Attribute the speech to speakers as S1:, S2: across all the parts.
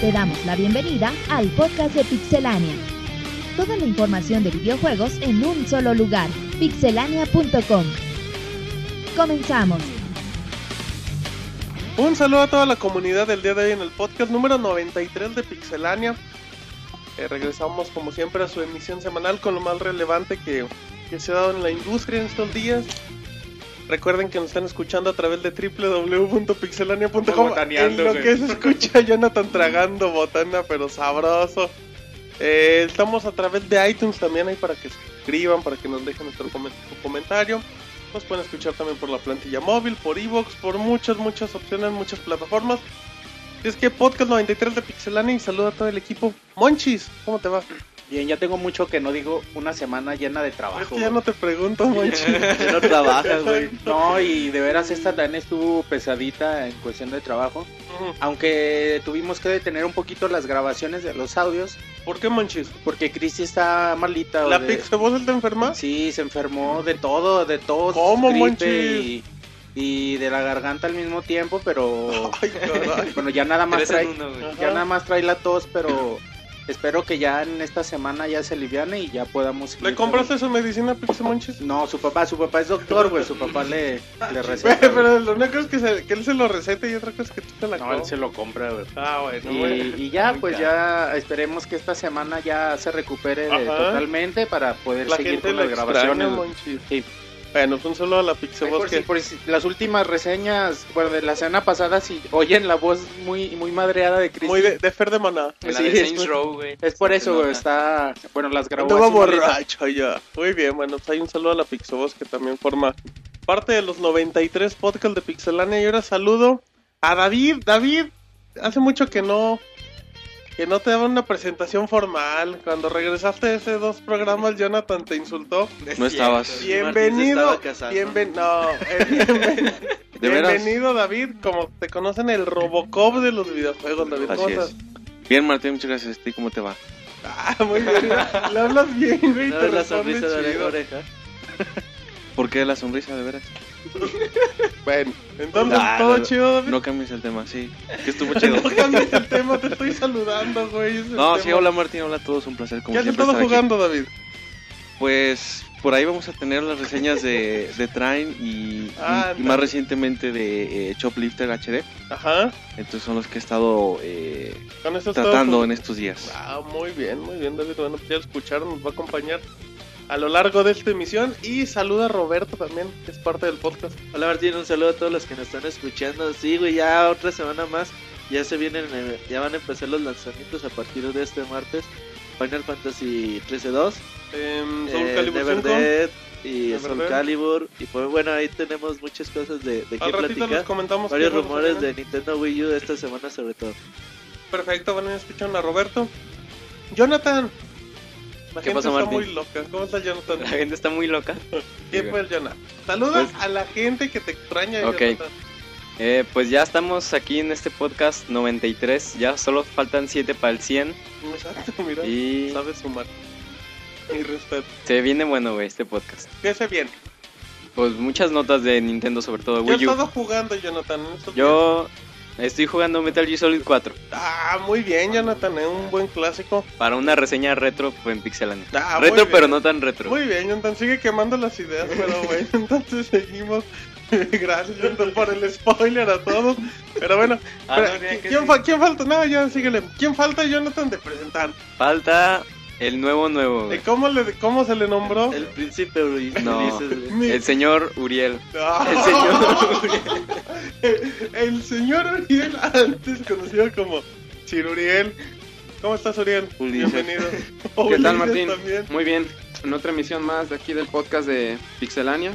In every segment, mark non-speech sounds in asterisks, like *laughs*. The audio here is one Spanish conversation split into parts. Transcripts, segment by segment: S1: Te damos la bienvenida al podcast de Pixelania. Toda la información de videojuegos en un solo lugar, pixelania.com. Comenzamos.
S2: Un saludo a toda la comunidad del día de hoy en el podcast número 93 de Pixelania. Eh, regresamos como siempre a su emisión semanal con lo más relevante que, que se ha dado en la industria en estos días. Recuerden que nos están escuchando a través de
S3: Como
S2: www.pixelania.com. En
S3: botaneando,
S2: lo
S3: güey.
S2: que se escucha *laughs* Jonathan tragando botana, pero sabroso. Eh, estamos a través de iTunes también ahí para que escriban, para que nos dejen nuestro comen- su comentario. Nos pueden escuchar también por la plantilla móvil, por Evox, por muchas, muchas opciones, muchas plataformas. Y es que Podcast 93 de Pixelania y saluda a todo el equipo. Monchis, ¿cómo te va?
S4: Bien, ya tengo mucho que no digo una semana llena de
S2: Es
S4: trabajo.
S2: que ya no
S4: güey.
S2: te pregunto, Monchis.
S4: *laughs* Ya no trabajas, güey. No, y de veras esta también estuvo pesadita en cuestión de trabajo.
S2: Ujú.
S4: Aunque tuvimos que detener un poquito las grabaciones de los audios
S2: *laughs* ¿Por qué, Monchis?
S4: porque Cristi está malita.
S2: ¿La
S4: Ah, de-
S2: Pixel está enferma?
S4: Sí, se enfermó de todo, de todo.
S2: ¿Cómo,
S4: y, y de la garganta al mismo tiempo,
S2: *laughs*
S4: pero
S2: Ay, caray.
S4: bueno, ya nada más
S3: Tres en
S4: trae,
S3: uno, güey.
S4: ya nada más trae la tos, pero espero que ya en esta semana ya se aliviane y ya podamos
S2: ¿Le
S4: seguir
S2: compraste su medicina, Pixel Monchis? *laughs*
S4: No, su papá, su papá es doctor, güey. Su papá le, le receta.
S2: Güey, pero lo único es que, se- que él se lo recete y otra cosa es que tú te la
S4: güey. No,
S2: comas.
S4: él se lo compra, güey.
S2: Ah, bueno,
S4: Y,
S2: bueno.
S4: y ya, pues ya esperemos que esta semana ya se recupere de-
S2: Ajá.
S4: totalmente para poder
S2: La
S4: seguir
S2: gente
S4: con
S2: lo
S4: las
S2: extraña,
S4: grabaciones. güey.
S2: Monchis.
S4: Sí.
S2: Bueno, pues un saludo a la
S4: Ahí
S2: Pixel
S4: por si-
S2: que...
S4: por si- las últimas reseñas, bueno, de la semana pasada, si oyen la voz muy, muy madreada de Cristo.
S2: Muy de, de Fer de Maná.
S3: La
S4: Sí,
S3: de
S4: es
S3: Saints
S4: por-
S3: Row, güey.
S4: Es por
S3: Se
S4: eso, güey,
S3: nota.
S4: está... Bueno, las grabó
S2: Estaba
S4: así malita.
S2: borracho ya. Muy bien, bueno, pues hay un saludo a la Pixobos que también forma parte de los 93 podcast de Pixelania. Y ahora saludo a David. David, hace mucho que no que no te daban una presentación formal. Cuando regresaste de ese dos programas, Jonathan te insultó.
S3: Es
S5: No
S3: cierto,
S5: estabas.
S3: güey.
S2: Bienvenido.
S5: estaba casando.
S2: Bienven no, eh, bienven-
S5: *laughs* ¿De veras?
S2: bienvenido David, como te conocen el Robocop de los videojuegos, David. ¿Cómo
S5: Así es.
S2: estás?
S5: Bien, Martín, muchas gracias. ¿Y cómo te va?
S2: Ah, muy bien. Le hablas bien, güey.
S5: No,
S2: te
S5: la
S2: responde
S5: sonrisa de
S2: chido.
S3: Oreja.
S5: ¿Por qué la sonrisa, de veras?
S2: Bueno, entonces
S5: Ah,
S2: todo
S5: no,
S2: chido, David.
S5: No cambies el tema, sí. Que estuvo chido.
S2: *laughs* No cambies el tema, te estoy saludando, güey. es el
S5: No, sí,
S2: tema.
S5: hola Martín, hola a todos, un placer como
S2: ¿Qué has
S5: siempre
S2: estado
S5: estar aquí.
S2: jugando, David?
S5: Pues por ahí vamos a tener las reseñas de, de Train y, y-
S2: Ah,
S5: y
S2: no.
S5: más recientemente de eh, Choplifter HD.
S2: Ajá,
S5: Entonces son los que he estado eh,
S2: con eso es todo.
S5: tratando en estos días.
S2: Ah, muy bien, muy bien, David. Bueno, pues ya lo escucharon, nos va a acompañar a lo largo de esta emisión. Y saluda a Roberto también, que es parte del podcast.
S3: Hola Martín, un saludo a todos los que nos están escuchando. Sí, güey, ya otra semana más. Ya se vienen, eh, ya van a empezar los lanzamientos a partir de este martes. Final Fantasy 13-2,
S2: Em, Soul
S3: eh,
S2: Calibur
S3: Never
S2: 5.
S3: Dead y
S2: Never
S3: Soul
S2: Dead.
S3: Calibur. Y pues bueno, ahí tenemos muchas cosas de, de qué
S2: Al ratito les
S3: platicar.
S2: comentamos qué
S3: Varios
S2: juegos
S3: rumores
S2: vienen.
S3: de Nintendo Wii U de esta semana sobre todo.
S2: Perfecto, bueno, ya escucharon a Roberto. Jonathan. La
S3: ¿Qué
S2: gente
S3: pasa,
S2: está
S3: Martín?
S2: muy loca. ¿Cómo estás, Jonathan?
S5: *laughs*
S6: La gente está muy loca.
S2: ¿Qué fue, Jonathan? Saluda a la gente que te extraña,
S6: Pues- Ok.
S2: Jonathan.
S6: Eh, pues ya estamos aquí en este podcast 93. Ya solo faltan 7 para el 100.
S2: Exacto, mira.
S6: Y
S2: Sabe sumar. Mi respeto.
S6: se viene bueno, güey, este podcast.
S2: Piense bien.
S6: Pues muchas notas de Nintendo, sobre todo
S2: Yo he
S6: Wii U.
S2: estado jugando, Jonathan. en estos días.
S6: Yo estoy jugando Metal Gear Solid 4
S2: Ah, muy bien, Jonathan. Es un buen clásico.
S6: para una reseña retro en Pixelania.
S2: Ah, muy
S6: retro,
S2: bien.
S6: pero no tan retro.
S2: Muy bien, Jonathan. Sigue quemando las ideas,
S6: *laughs*
S2: pero bueno. Entonces seguimos. *laughs* Gracias, Jonathan, por el spoiler a todos. Pero bueno.
S3: Ah,
S2: espera,
S3: no, mira que
S2: ¿quién,
S3: sí.
S2: fa- quién falta? No, ya, síguele. ¿Quién falta, Jonathan, de presentar?
S6: Falta el nuevo nuevo, güey.
S2: ¿De cómo, le, ¿Cómo se le nombró?
S3: El príncipe
S2: *laughs*
S3: Uri-
S6: No.
S3: Ulises, güey.
S2: Mi-
S6: El señor Uriel.
S2: Ah.
S6: El señor Uriel.
S2: El señor Uriel, antes conocido como Sir Uriel. ¿Cómo estás, Uriel?
S5: Ulises.
S2: Bienvenido.
S7: ¿Qué
S2: Ulises
S7: tal, Martín?
S2: también.
S7: Muy bien. En otra emisión más de aquí del podcast de Pixelania.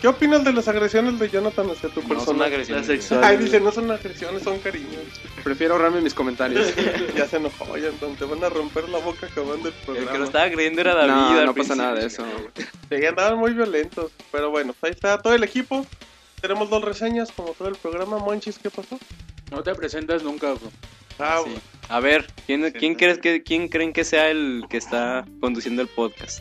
S2: ¿Qué opinas de las agresiones de Jonathan hacia tu
S7: No son
S2: persona?
S7: agresiones.
S3: Las
S7: güey.
S2: *laughs* Ay, dice, no son agresiones, son cariños.
S7: Prefiero ahorrarme mis comentarios.
S2: *laughs* ya se enojó, ya entonces te van a romper la boca acabando el
S6: El
S2: programa.
S6: que lo estaba creyendo era David.
S7: no,
S6: al
S7: no pasa
S6: principio.
S7: nada de eso.
S2: Sí, andaban muy violentos. Pero bueno, ahí está todo el equipo. Tenemos dos reseñas, como todo el programa. Monchis, ¿qué pasó?
S7: No te presentas nunca, bro.
S2: Ah,
S6: Sí. A ver, ¿quién, quién, crees que, ¿quién creen que sea el que está conduciendo el podcast?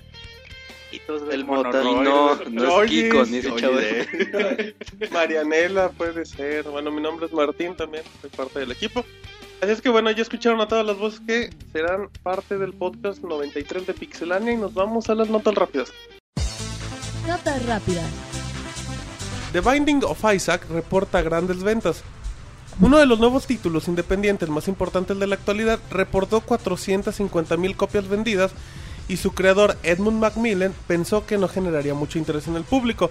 S3: El
S6: Y
S3: mota.
S6: no, no es
S2: Oye,
S6: Kiko, ni ese
S2: oye,
S6: chavo.
S2: de- Marianela puede ser. Bueno, mi nombre es Martín también, soy parte del equipo. Así es que bueno, ya escucharon a todas las voces que serán parte del podcast 93 de Pixelania y nos vamos a las notas rápidas.
S1: Notas rápidas.
S2: The Binding of Isaac reporta grandes ventas. Uno de los nuevos títulos independientes más importantes de la actualidad reportó 450.000 copias vendidas y su creador Edmund Macmillan pensó que no generaría mucho interés en el público.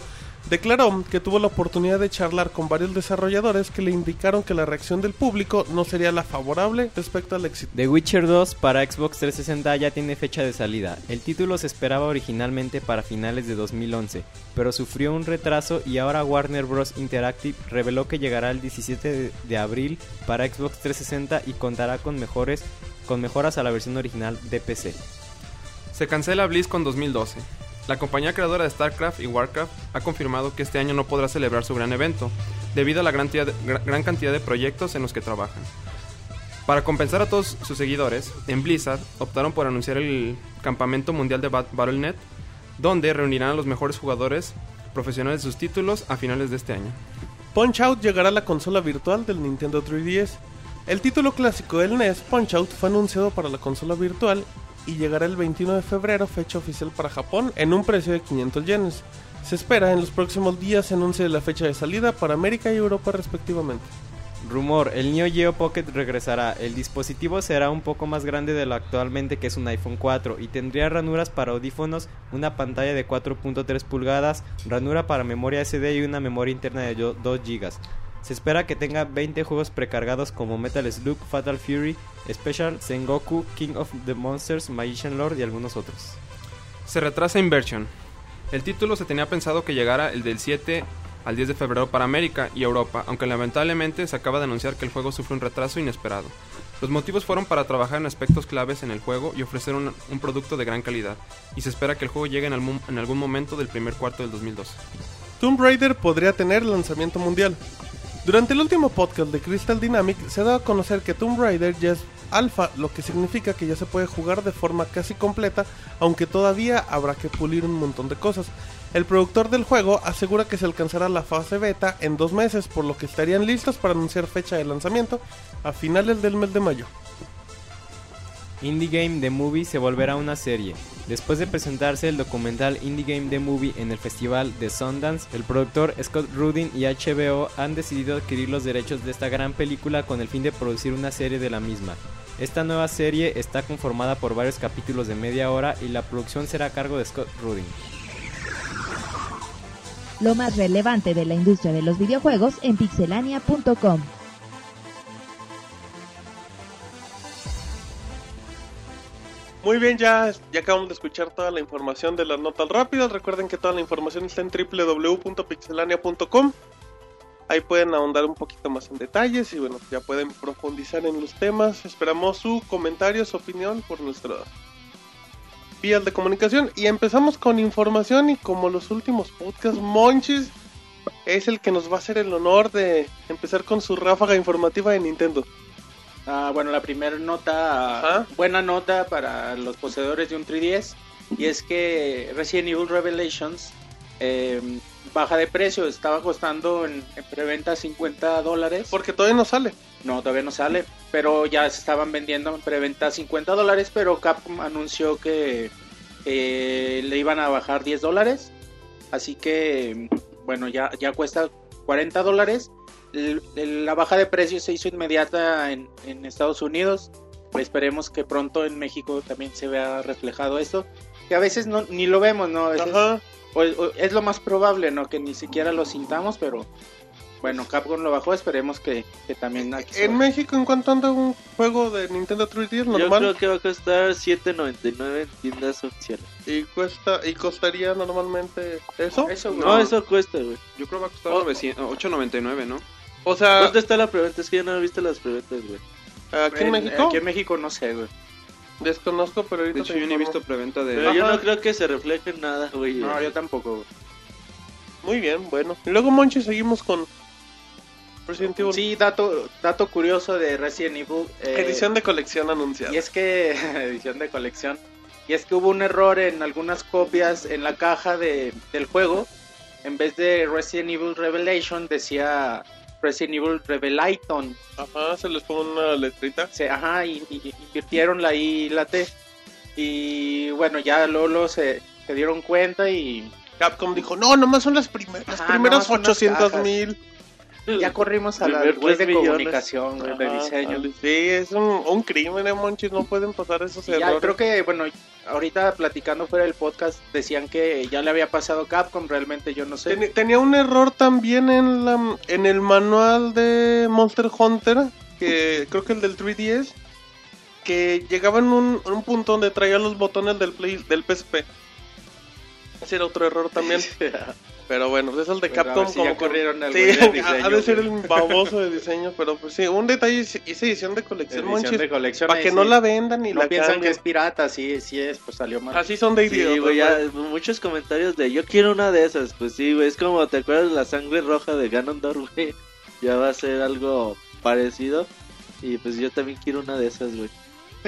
S2: Declaró que tuvo la oportunidad de charlar con varios desarrolladores que le indicaron que la reacción del público no sería la favorable respecto al éxito.
S8: The Witcher 2 para Xbox 360 ya tiene fecha de salida. El título se esperaba originalmente para finales de 2011, pero sufrió un retraso y ahora Warner Bros. Interactive reveló que llegará el 17 de, de abril para Xbox 360 y contará con, mejores, con mejoras a la versión original de PC.
S9: Se cancela BlizzCon 2012. La compañía creadora de StarCraft y WarCraft ha confirmado que este año no podrá celebrar su gran evento, debido a la gran, de, gran cantidad de proyectos en los que trabajan. Para compensar a todos sus seguidores, en Blizzard optaron por anunciar el Campamento Mundial de Bat BattleNet, donde reunirán a los mejores jugadores profesionales de sus títulos a finales de este año.
S2: Punch Out llegará a la consola virtual del Nintendo 3DS. El título clásico del NES, Punch Out, fue anunciado para la consola virtual y llegará el 21 de febrero, fecha oficial para Japón, en un precio de 500 yenes. Se espera en los próximos días se anuncie la fecha de salida para América y Europa respectivamente.
S8: Rumor, el Neo Geo Pocket regresará. El dispositivo será un poco más grande de lo actualmente que es un iPhone 4 y tendría ranuras para audífonos, una pantalla de 4.3 pulgadas, ranura para memoria SD y una memoria interna de 2 GB. Se espera que tenga 20 juegos precargados como Metal Slug, Fatal Fury, Special, Sengoku, King of the Monsters, Magician Lord y algunos otros.
S9: Se retrasa Inversion. El título se tenía pensado que llegara el del 7 al 10 de febrero para América y Europa, aunque lamentablemente se acaba de anunciar que el juego sufre un retraso inesperado. Los motivos fueron para trabajar en aspectos claves en el juego y ofrecer un, un producto de gran calidad, y se espera que el juego llegue en, algún, en algún momento del primer cuarto del 2012.
S2: Tomb Raider podría tener lanzamiento mundial. Durante el último podcast de Crystal Dynamic se ha dado a conocer que Tomb Raider ya es alfa, lo que significa que ya se puede jugar de forma casi completa, aunque todavía habrá que pulir un montón de cosas. El productor del juego asegura que se alcanzará la fase beta en dos meses, por lo que estarían listos para anunciar fecha de lanzamiento a finales del mes de mayo.
S8: Indie Game The Movie se volverá una serie. Después de presentarse el documental Indie Game The Movie en el festival de Sundance, el productor Scott Rudin y HBO han decidido adquirir los derechos de esta gran película con el fin de producir una serie de la misma. Esta nueva serie está conformada por varios capítulos de media hora y la producción será a cargo de Scott Rudin.
S1: Lo más relevante de la industria de los videojuegos en pixelania.com.
S2: Muy bien, ya, ya acabamos de escuchar toda la información de las notas rápidas. Recuerden que toda la información está en www.pixelania.com. Ahí pueden ahondar un poquito más en detalles y bueno, ya pueden profundizar en los temas. Esperamos su comentario, su opinión por nuestras vías de comunicación. Y empezamos con información y como los últimos podcasts, Monchis es el que nos va a hacer el honor de empezar con su ráfaga informativa de Nintendo.
S4: Ah, bueno, la primera nota,
S2: Ajá.
S4: buena nota para los poseedores de un 3DS, y es que Resident Evil Revelations eh, baja de precio, estaba costando en, en preventa 50 dólares.
S2: Porque todavía no sale.
S4: No, todavía no sale, pero ya se estaban vendiendo en preventa 50 dólares, pero Capcom anunció que eh, le iban a bajar 10 dólares, así que, bueno, ya, ya cuesta 40 dólares el- el- la baja de precio se hizo inmediata en, en Estados Unidos. Esperemos que pronto en México también se vea reflejado esto. Que a veces no, ni lo vemos, ¿no? A veces-
S2: Ajá.
S4: o- o es lo más probable, ¿no? Que ni siquiera lo sintamos, pero bueno, Capcom lo bajó. Esperemos que, que también aquí se-
S2: En México, ¿en cuánto anda un juego de Nintendo 3DS
S3: Yo creo
S2: normal?
S3: que va a costar 7.99 en tiendas oficiales.
S2: Y cuesta y costaría normalmente eso.
S4: Eso, güey.
S3: No, eso cuesta, güey.
S7: Yo creo que va a costar
S3: Oh.
S7: 900 8.99, ¿no?
S2: O
S4: Ah.
S2: sea,
S3: ¿Dónde está la preventa? Es que yo no he visto las preventas, güey.
S2: aquí en México
S4: Aquí en México no sé, güey.
S2: desconozco, pero ahorita
S7: De hecho,
S2: te
S7: yo ni he
S2: informo.
S7: visto preventa de...
S3: Pero yo
S2: Ajá.
S3: no creo que se refleje en nada, güey. *laughs*
S4: No, yo tampoco, güey.
S2: Muy bien, bueno. Y luego Monchi seguimos con Resident Evil
S4: Sí, dato, dato curioso de Resident Evil. eh,
S2: edición de colección anunciada.
S4: Y es que, *laughs* edición de colección, y es que hubo un error en algunas copias en la caja de, del juego. En vez de Resident Evil Revelation decía Resident Evil Revelation.
S2: Ajá, se les pone una letrita.
S4: Se, ajá, y, y- y invirtieron la I y la T. Y bueno, ya Lolo se, se dieron cuenta y
S2: Capcom dijo, no, nomás son las, primeras las
S4: Ajá,
S2: primeras
S4: nomás son las
S2: 800
S4: cajas.
S2: mil.
S4: ya corrimos a la
S3: Primer
S4: web de
S3: tres millones.
S4: comunicación, güey, de
S2: Ajá,
S4: diseño.
S2: Sí, es un, un crimen, eh, Monchis, no pueden pasar esos
S4: Y ya
S2: errores.
S4: creo que, bueno, ahorita platicando fuera del podcast, decían que ya le había pasado Capcom, realmente yo no sé.
S2: Ten- tenía un error también en, la, en el manual de Monster Hunter, que creo que el del 3DS, que llegaba en un, en un punto donde traía los botones del, play, del PSP. Ese era otro error
S4: *laughs*
S2: también. Pero bueno, pues es el de
S4: Pues a ver
S2: Capcom
S4: si
S2: como
S4: ya
S2: que-
S4: corrieron al
S2: Sí,
S4: güey de
S2: ha- *laughs* ha
S4: diseño,
S2: de ser
S4: güey.
S2: el baboso de diseño, pero pues sí, un detalle, hice edición de colección,
S4: Edición
S2: Monchis,
S4: de colección.
S2: para
S4: ahí
S2: que
S4: sí.
S2: no la vendan y
S4: No
S2: la
S4: piensan
S2: cambien.
S4: que es pirata, sí, sí es, pues salió mal.
S2: Así son de idiotas.
S3: Sí, güey, ya,
S2: güey.
S3: muchos comentarios de yo quiero una de esas. Pues sí, güey, es como te acuerdas la sangre roja de Ganondorf, güey. Ya va a ser algo parecido. Y pues yo también quiero una de esas, güey.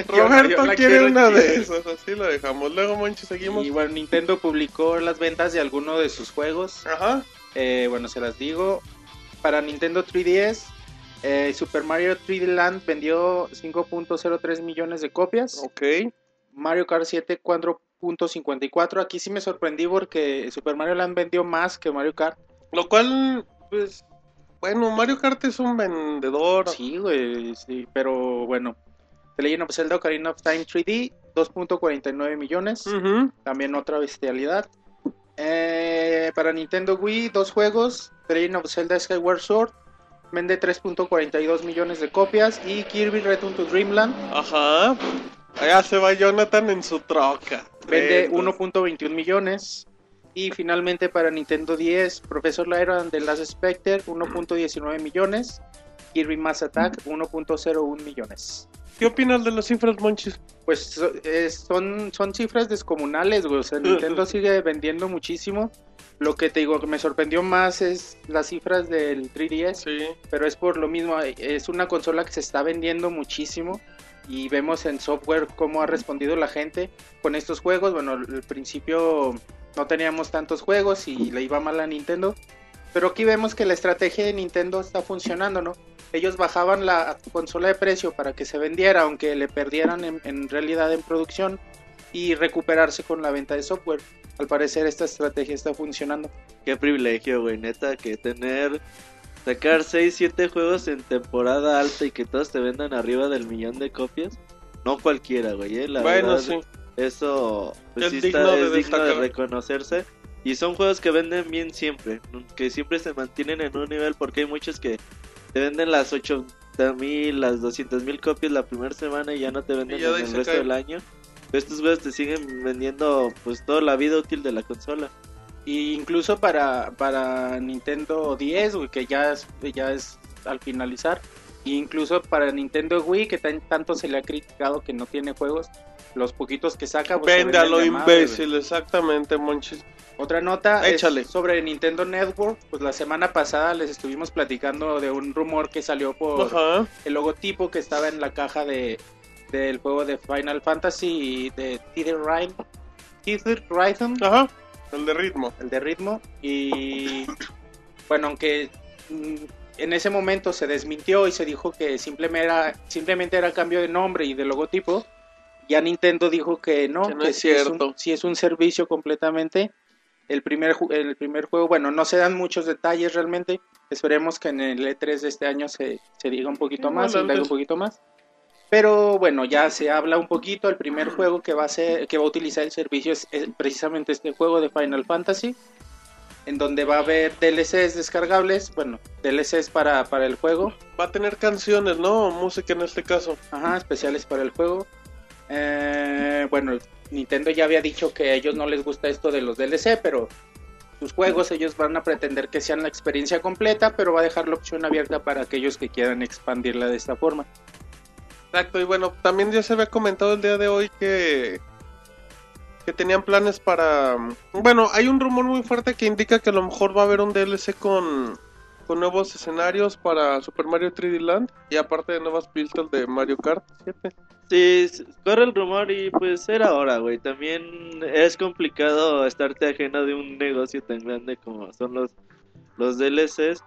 S2: Roberto
S4: Yo la
S2: quiere
S4: quiero
S2: una
S4: chida.
S2: de esas, así lo dejamos. Luego, Monchis, seguimos.
S4: Y bueno, Nintendo publicó las ventas de alguno de sus juegos.
S2: Ajá.
S4: Eh, bueno, se las digo. Para Nintendo 3DS, eh, Super Mario 3D Land vendió 5.03 millones de copias.
S2: Ok.
S4: Mario Kart 7 4.54. Aquí sí me sorprendí porque Super Mario Land vendió más que Mario Kart.
S2: Lo cual, pues, bueno, Mario Kart es un vendedor.
S4: Sí, güey, sí, pero bueno. The Legend of Zelda Ocarina of Time 3D 2.49 millones.
S2: Ujú.
S4: También otra bestialidad. Eh, para Nintendo Wii, dos juegos: The Legend of Zelda Skyward Sword. Vende 3.42 millones de copias. Y Kirby Return to Dreamland
S2: Ajá. Allá se va Jonathan en su troca.
S4: vende
S2: Entonces,
S4: 1.21 millones. Y finalmente para Nintendo 10, Professor Lyra and The Last Spectre 1.19 millones. Kirby Mass Attack 1.01 millones.
S2: ¿Qué opinas de las cifras, Monchis?
S4: Pues so- es- son, son cifras descomunales, güey. O sea, Nintendo sigue vendiendo muchísimo. Lo que te digo que me sorprendió más es las cifras del 3DS,
S2: Sí.
S4: pero es por lo mismo. eh, Es una consola que se está vendiendo muchísimo y vemos en software cómo ha respondido la gente con estos juegos. Bueno, al al principio no teníamos tantos juegos y le iba mal a Nintendo, pero aquí vemos que la estrategia de Nintendo está funcionando, ¿no? Ellos bajaban la consola de precio para que se vendiera, aunque le perdieran en, en realidad en producción y recuperarse con la venta de software. Al parecer esta estrategia está funcionando.
S3: Qué privilegio, güey, neta, que tener. Sacar 6, 7 juegos en temporada alta y que todos te vendan arriba del millón de copias. No cualquiera, güey, eh, la
S2: bueno,
S3: verdad,
S2: sí.
S3: Eso pues,
S2: Es
S3: sí
S2: digno de
S3: está- es digno de
S2: destacar.
S3: reconocerse. Y son juegos que venden bien siempre, que siempre se mantienen en un nivel porque hay muchos que te venden las 80 mil, las 200 mil copias la primera semana y ya no te venden
S2: Y ya de
S3: en
S2: ahí
S3: el
S2: se
S3: resto
S2: cae.
S3: del año. Pero estos juegos te siguen vendiendo pues toda la vida útil de la consola.
S4: Y incluso para, para Nintendo 10, güey, que ya es, ya es al finalizar. E incluso para Nintendo Wii, que tan- tanto se le ha criticado que no tiene juegos. Los poquitos que saca. pues, se
S2: Vende a
S4: venden
S2: lo
S4: de madre, güey.
S2: imbécil, exactamente, Monchis.
S4: Otra nota es
S2: Échale.
S4: sobre Nintendo Network. Pues la semana pasada les estuvimos platicando de un rumor que salió por
S2: Ajá.
S4: el logotipo que estaba en la caja de del juego de Final Fantasy de Tether Rhyme. Tether Rhythm,
S2: Ajá. El de ritmo.
S4: el de ritmo. Y bueno, aunque mm, en ese momento se desmintió y se dijo que simplemente era, simplemente era cambio de nombre y de logotipo. Ya Nintendo dijo que no,
S2: Que no
S4: que
S2: es
S4: sí es
S2: cierto.
S4: un, sí es un servicio completamente. El primer, ju- el primer juego, bueno, no se dan muchos detalles realmente. Esperemos que en el E3 de este año se, se diga un poquito
S2: Sí,
S4: más, se
S2: adelante.
S4: indague un poquito más. Pero bueno, ya se habla un poquito. El primer juego que va a ser, que va a utilizar el servicio es, es precisamente este juego de Final Fantasy, en donde va a haber DLCs descargables, bueno, DLCs para, para el juego,
S2: Va a tener canciones, ¿no? Música en este caso.
S4: ajá, especiales para el juego. Eh, bueno, Nintendo ya había dicho que a ellos no les gusta esto de los DLC, pero sus juegos ellos van a pretender que sean la experiencia completa, pero va a dejar la opción abierta para aquellos que quieran expandirla de esta forma.
S2: Exacto, y bueno, también ya se había comentado el día de hoy que que tenían planes para bueno, hay un rumor muy fuerte que indica que a lo mejor va a haber un DLC con con nuevos escenarios para Super Mario 3D Land y aparte de nuevas pistas de Mario Kart 7.
S3: Sí, s- corre el rumor y pues era hora, güey. También es complicado estarte ajeno de un negocio tan grande como son los, los DLCs.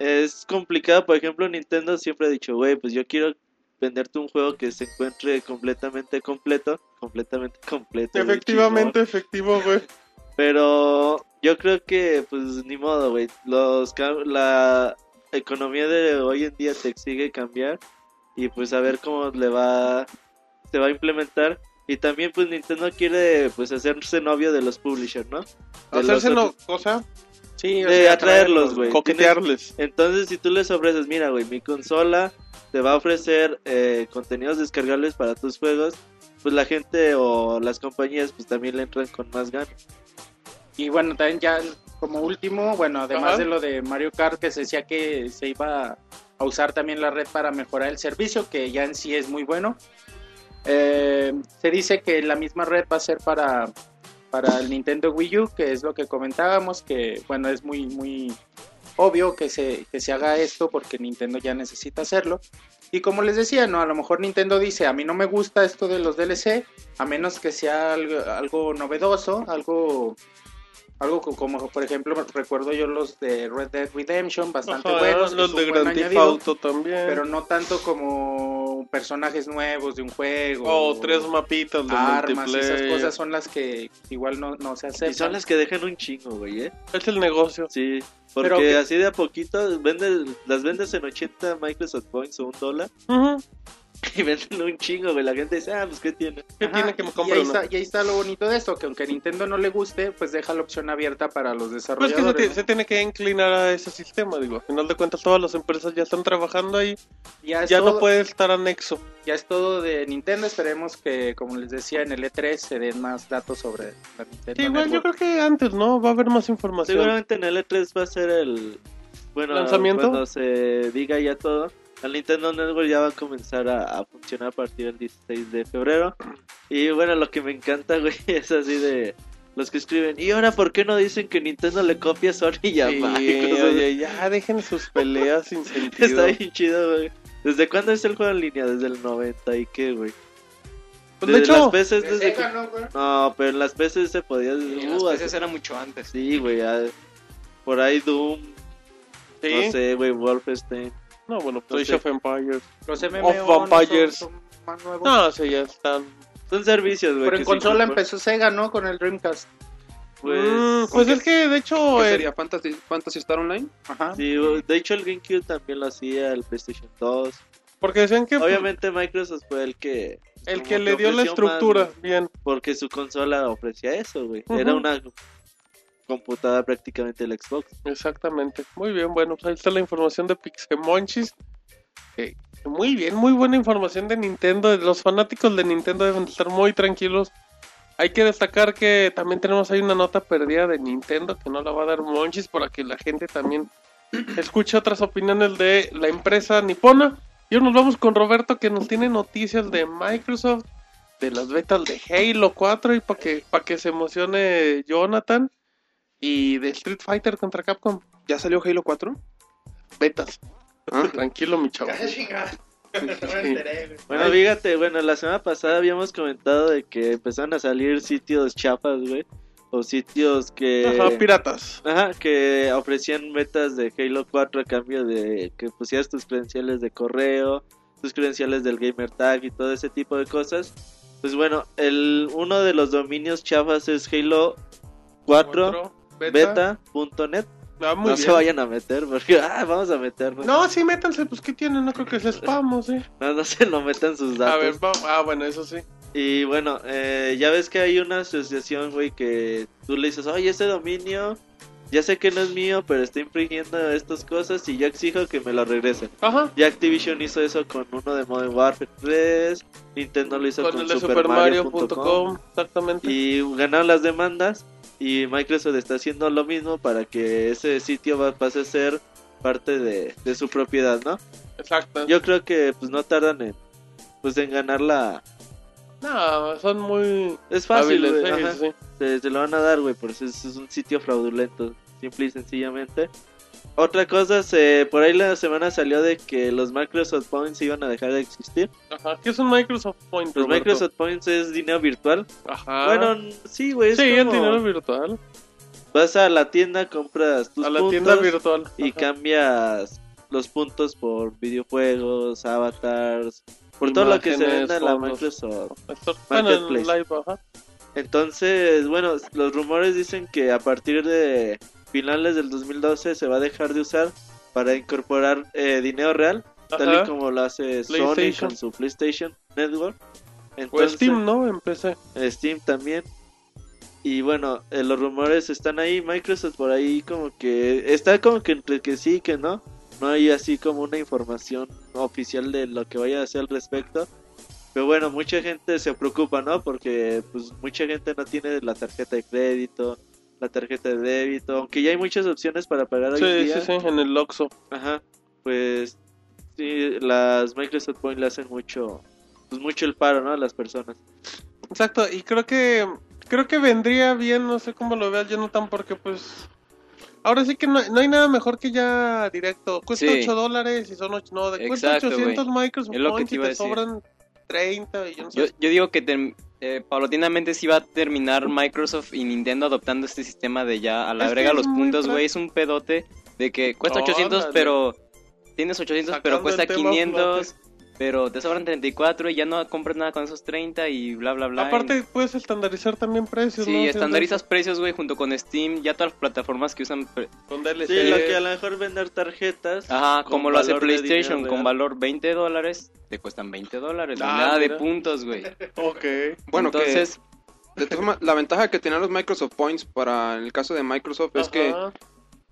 S3: es complicado. Por ejemplo, Nintendo siempre ha dicho, güey, pues yo quiero venderte un juego que se encuentre completamente completo. Completamente completo. güey,
S2: Efectivamente, efectivo, güey.
S3: chingón. Pero yo creo que, pues ni modo, güey. Los cam- La economía de hoy en día te exige cambiar. Y pues a ver cómo le va. Se va a implementar. Y también, pues Nintendo quiere, pues hacerse novio de los publishers, ¿no? De los
S2: Hacerse no,
S3: otros-
S2: o sea,
S4: Sí, o
S3: De
S4: sea,
S3: atraerlos, güey.
S2: coquetearles.
S3: Entonces, si tú les ofreces, mira, güey, mi consola te va a ofrecer eh, contenidos descargables para tus juegos, pues la gente o las compañías pues también le entran con más ganas.
S4: Y bueno, también ya como último, bueno, además
S2: Ajá.
S4: de lo de Mario Kart que se decía que se iba a usar también la red para mejorar el servicio, que ya en sí es muy bueno. eh, se dice que la misma red va a ser para, para el Nintendo Wii U, que es lo que comentábamos, que bueno, es muy, muy obvio que se, que se haga esto porque Nintendo ya necesita hacerlo. Y como les decía, no, a lo mejor Nintendo dice, a mí no me gusta esto de los DLC, a menos que sea algo, algo novedoso, algo algo co- como por ejemplo recuerdo yo los de Red Dead Redemption bastante
S2: Ajá,
S4: buenos que
S2: los
S4: es un
S2: de
S4: buen
S2: Grand Theft
S4: añadido,
S2: Auto también.
S4: pero no tanto como personajes nuevos de un juego
S2: o Oh, tres mapitas de
S4: armas y
S2: multiplayer.
S4: esas cosas son las que igual no, no se aceptan
S3: Y son las que dejan un chingo, güey, ¿eh?
S2: Es el negocio.
S3: Sí, porque
S4: Pero que-
S3: así de a poquito vendes, las vendes en 80 Microsoft Points o un dólar *laughs* y venden un chingo, güey. La gente dice, ah, pues qué tiene.
S2: ¿Qué *laughs*
S4: Ajá,
S2: tiene que me
S4: y ahí,
S2: compre uno?
S4: está, y ahí está lo bonito de esto que aunque a Nintendo no le guste pues deja la opción abierta para
S2: Pero
S4: los
S2: Pues es que se,
S4: desarrolladores
S2: ti- se tiene que inclinar a ese sistema, digo. Al final de cuentas, todas las empresas ya están trabajando ahí.
S4: ¿no? ya, es
S2: Ya no
S4: todo-
S2: puede estar anexo.
S4: ya es todo de Nintendo esperemos que como les decía en el E3 se den más datos sobre la Nintendo
S2: Sí, igual yo
S4: Network.
S2: creo que antes, ¿no? Va a haber más información.
S3: Seguramente en el E3 va a ser el... Bueno,
S2: ¿Lanzamiento?
S3: cuando se diga ya todo. El Nintendo Network ya va a comenzar a, a funcionar a partir del 16 de febrero. Y bueno, lo que me encanta, güey, *laughs* es así de... Los que escriben, y ahora, ¿por qué no dicen que Nintendo le copia a Sony y a
S2: Sí,
S3: Microsoft?" *laughs*
S2: oye, ya dejen sus peleas sin sentido.
S3: Está bien chido, güey. ¿Desde cuándo es el juego en línea? Desde el 90 y qué, güey.
S2: Pues, de
S3: Desde
S2: hecho,
S3: las PCs,
S4: Desde
S3: desde que-
S4: Sega, ¿no, güey?
S3: No, pero en las PCs se podía...
S6: Y
S3: Uh,
S6: las
S3: hace-
S6: veces era mucho antes.
S3: Sí, güey. ah, Por ahí Doom,
S2: sí.
S3: no sé, güey, Wolfenstein.
S2: No, bueno, pues,
S3: No
S2: Age
S3: sé.
S2: of Empires.
S4: Los
S2: Of
S4: MMO no
S2: Vampires.
S4: son- son más nuevos.
S2: No, Mm, sí, ya están.
S3: Son servicios, güey.
S4: pero
S3: que
S4: en
S3: sí
S4: consola
S2: pues,
S3: ocupan.
S4: empezó Sega, ¿no? Con el Dreamcast.
S3: Pues,
S2: Mm, pues es que, de hecho,
S7: ¿Qué
S2: eh,
S7: sería? ¿Fantasy, ¿Fantasy Star Online?
S4: Ajá.
S3: *laughs* sí, güey, de hecho el GameCube también lo hacía, el PlayStation 2.
S2: porque decían que pues,
S3: Obviamente Microsoft fue el que...
S2: el
S3: como
S2: que le dio la
S3: ofreció más,
S2: estructura,
S3: güey,
S2: bien.
S3: porque su consola ofrecía eso, güey.
S2: Ujú.
S3: Era una computadora prácticamente el Xbox.
S2: Exactamente. Muy bien, bueno, pues ahí está la información de Pixemonchis. Eh, muy bien, muy buena información de Nintendo. Los fanáticos de Nintendo deben estar muy tranquilos. Hay que destacar que también tenemos ahí una nota perdida de Nintendo que no la va a dar Monchis para que la gente
S7: *clears throat*
S2: también escuche otras opiniones de la empresa nipona. Y ahora nos vamos con Roberto que nos tiene noticias de Microsoft, de las betas de Halo 4 y para que, pa' que se emocione Jonathan y de Street Fighter contra Capcom.
S7: ¿Ya salió Halo 4?
S2: Betas.
S7: Ah.
S2: *laughs* Tranquilo, mi chavo.
S3: Bueno, fíjate, bueno, la semana pasada habíamos comentado de que empezaron a salir sitios chafas, güey. O sitios que...
S2: Ajá, piratas.
S3: Ajá, que ofrecían metas de Halo 4 a cambio de que pusieras tus credenciales de correo, tus credenciales del gamer tag y todo ese tipo de cosas. Pues bueno, el uno de los dominios chafas es Halo 4 beta.net.
S2: Ah, muy
S3: No
S2: bien.
S3: se vayan a meter porque *laughs* ah, vamos a meternos.
S2: No, sí, métanse, pues ¿qué tienen? No creo que se spamos, eh.
S3: No, no se lo metan sus datos.
S2: A ver, vamos. Ah, bueno, eso sí.
S3: Y bueno, eh, ya ves que hay una asociación, güey, que tú le dices, oye, ese dominio, ya sé que no es mío, pero está infringiendo estas cosas y yo exijo que me lo regresen.
S2: Ajá.
S3: Y Activision hizo eso con uno de Modern Warfare 3, Nintendo lo hizo
S2: Con
S3: con,
S2: el de
S3: supermario.com
S2: supermario.com, exactamente.
S3: y ganaron las demandas y Microsoft está haciendo lo mismo para que ese sitio va- pase a ser parte de, de su propiedad, ¿no?
S2: Exacto.
S3: Yo creo que pues no tardan en pues en ganar la
S2: No, son muy
S3: es fácil,
S2: hábiles,
S3: güey,
S2: sí,
S3: ajá.
S2: sí, sí.
S3: se, se lo van a dar, güey, por eso es, es un sitio fraudulento, simple y sencillamente. Otra cosa, se, por ahí la semana salió de que los Microsoft Points iban a dejar de existir.
S2: Ajá. ¿Qué es un Microsoft Point?
S3: Los
S2: Roberto?
S3: Microsoft Points es dinero virtual.
S2: Ajá.
S3: Bueno, n- sí, güey, es
S2: sí, el
S3: como-
S2: dinero virtual.
S3: Vas a la tienda, compras tus
S2: A la
S3: puntos
S2: tienda virtual.
S3: y
S2: Ajá.
S3: cambias los puntos por videojuegos, avatars, por todo lo que se
S2: Imágenes,
S3: venda en la
S2: fondos.
S3: Microsoft.
S2: Esto- Bueno, en
S3: Marketplace.
S2: live, ajá.
S3: Entonces, bueno, los rumores dicen que a partir de finales del 2012 se va a dejar de usar para incorporar eh, dinero real, tal
S2: Ajá.
S3: y como lo hace Sony
S2: PlayStation.
S3: con su PlayStation Network.
S2: O
S3: Entonces,
S2: Steam, ¿no? Empecé.
S3: Steam también. Y bueno, eh, los rumores están ahí. Microsoft por ahí como que está como que entre que sí y que no. No hay así como una información oficial de lo que vaya a hacer al respecto. Pero bueno, mucha gente se preocupa, ¿no? Porque pues mucha gente no tiene la tarjeta de crédito, la tarjeta de débito, aunque ya hay muchas opciones para pagar hoy en
S2: Sí,
S3: día.
S2: sí, sí, en el Oxxo.
S3: Ajá, pues sí, las Microsoft Point le hacen mucho, pues mucho el paro, ¿no? A las personas.
S2: Exacto, y creo que creo que vendría bien, no sé cómo lo vea el Jonathan, porque pues ahora sí que no, no hay nada mejor que ya directo. Cuesta
S6: Sí.
S2: 8 dólares y son 8, no, de, cuesta
S6: Exacto,
S2: 800 Microsoft
S6: Es lo que
S2: Points
S6: te
S2: y
S6: iba a
S2: te
S6: decir.
S2: sobran 30 y yo no sé.
S6: Yo, yo digo que term- eh, paulatinamente sí va a terminar Microsoft y Nintendo adoptando este sistema de ya al
S2: que
S6: agrega
S2: es
S6: los
S2: muy
S6: puntos,
S2: pra-
S6: güey, es un pedote de que cuesta 800,
S2: Órale.
S6: pero tienes 800,
S2: Sacando
S6: pero cuesta
S2: el tema a
S6: 500, pero te sobran 34 y ya no compras nada con esos 30 y bla bla bla.
S2: Aparte puedes estandarizar también precios,
S6: sí,
S2: ¿no?
S6: estandarizas precios, güey, junto con Steam, ya todas las plataformas que usan pre-
S2: con DLC.
S3: Sí, lo que a lo mejor vender tarjetas.
S2: ah,
S6: Ajá,
S3: con
S6: como lo hace
S3: valor de
S6: PlayStation,
S3: dinero
S6: con
S3: real.
S6: valor 20 dólares, te cuestan 20 dólares, güey,
S2: Ah,
S6: nada
S2: mira.
S6: de puntos, güey.
S2: Ok.
S7: Bueno,
S6: Entonces,
S7: que de todas formas, la ventaja que tenían los Microsoft Points para el caso de Microsoft
S6: pues
S7: es que
S2: Ajá.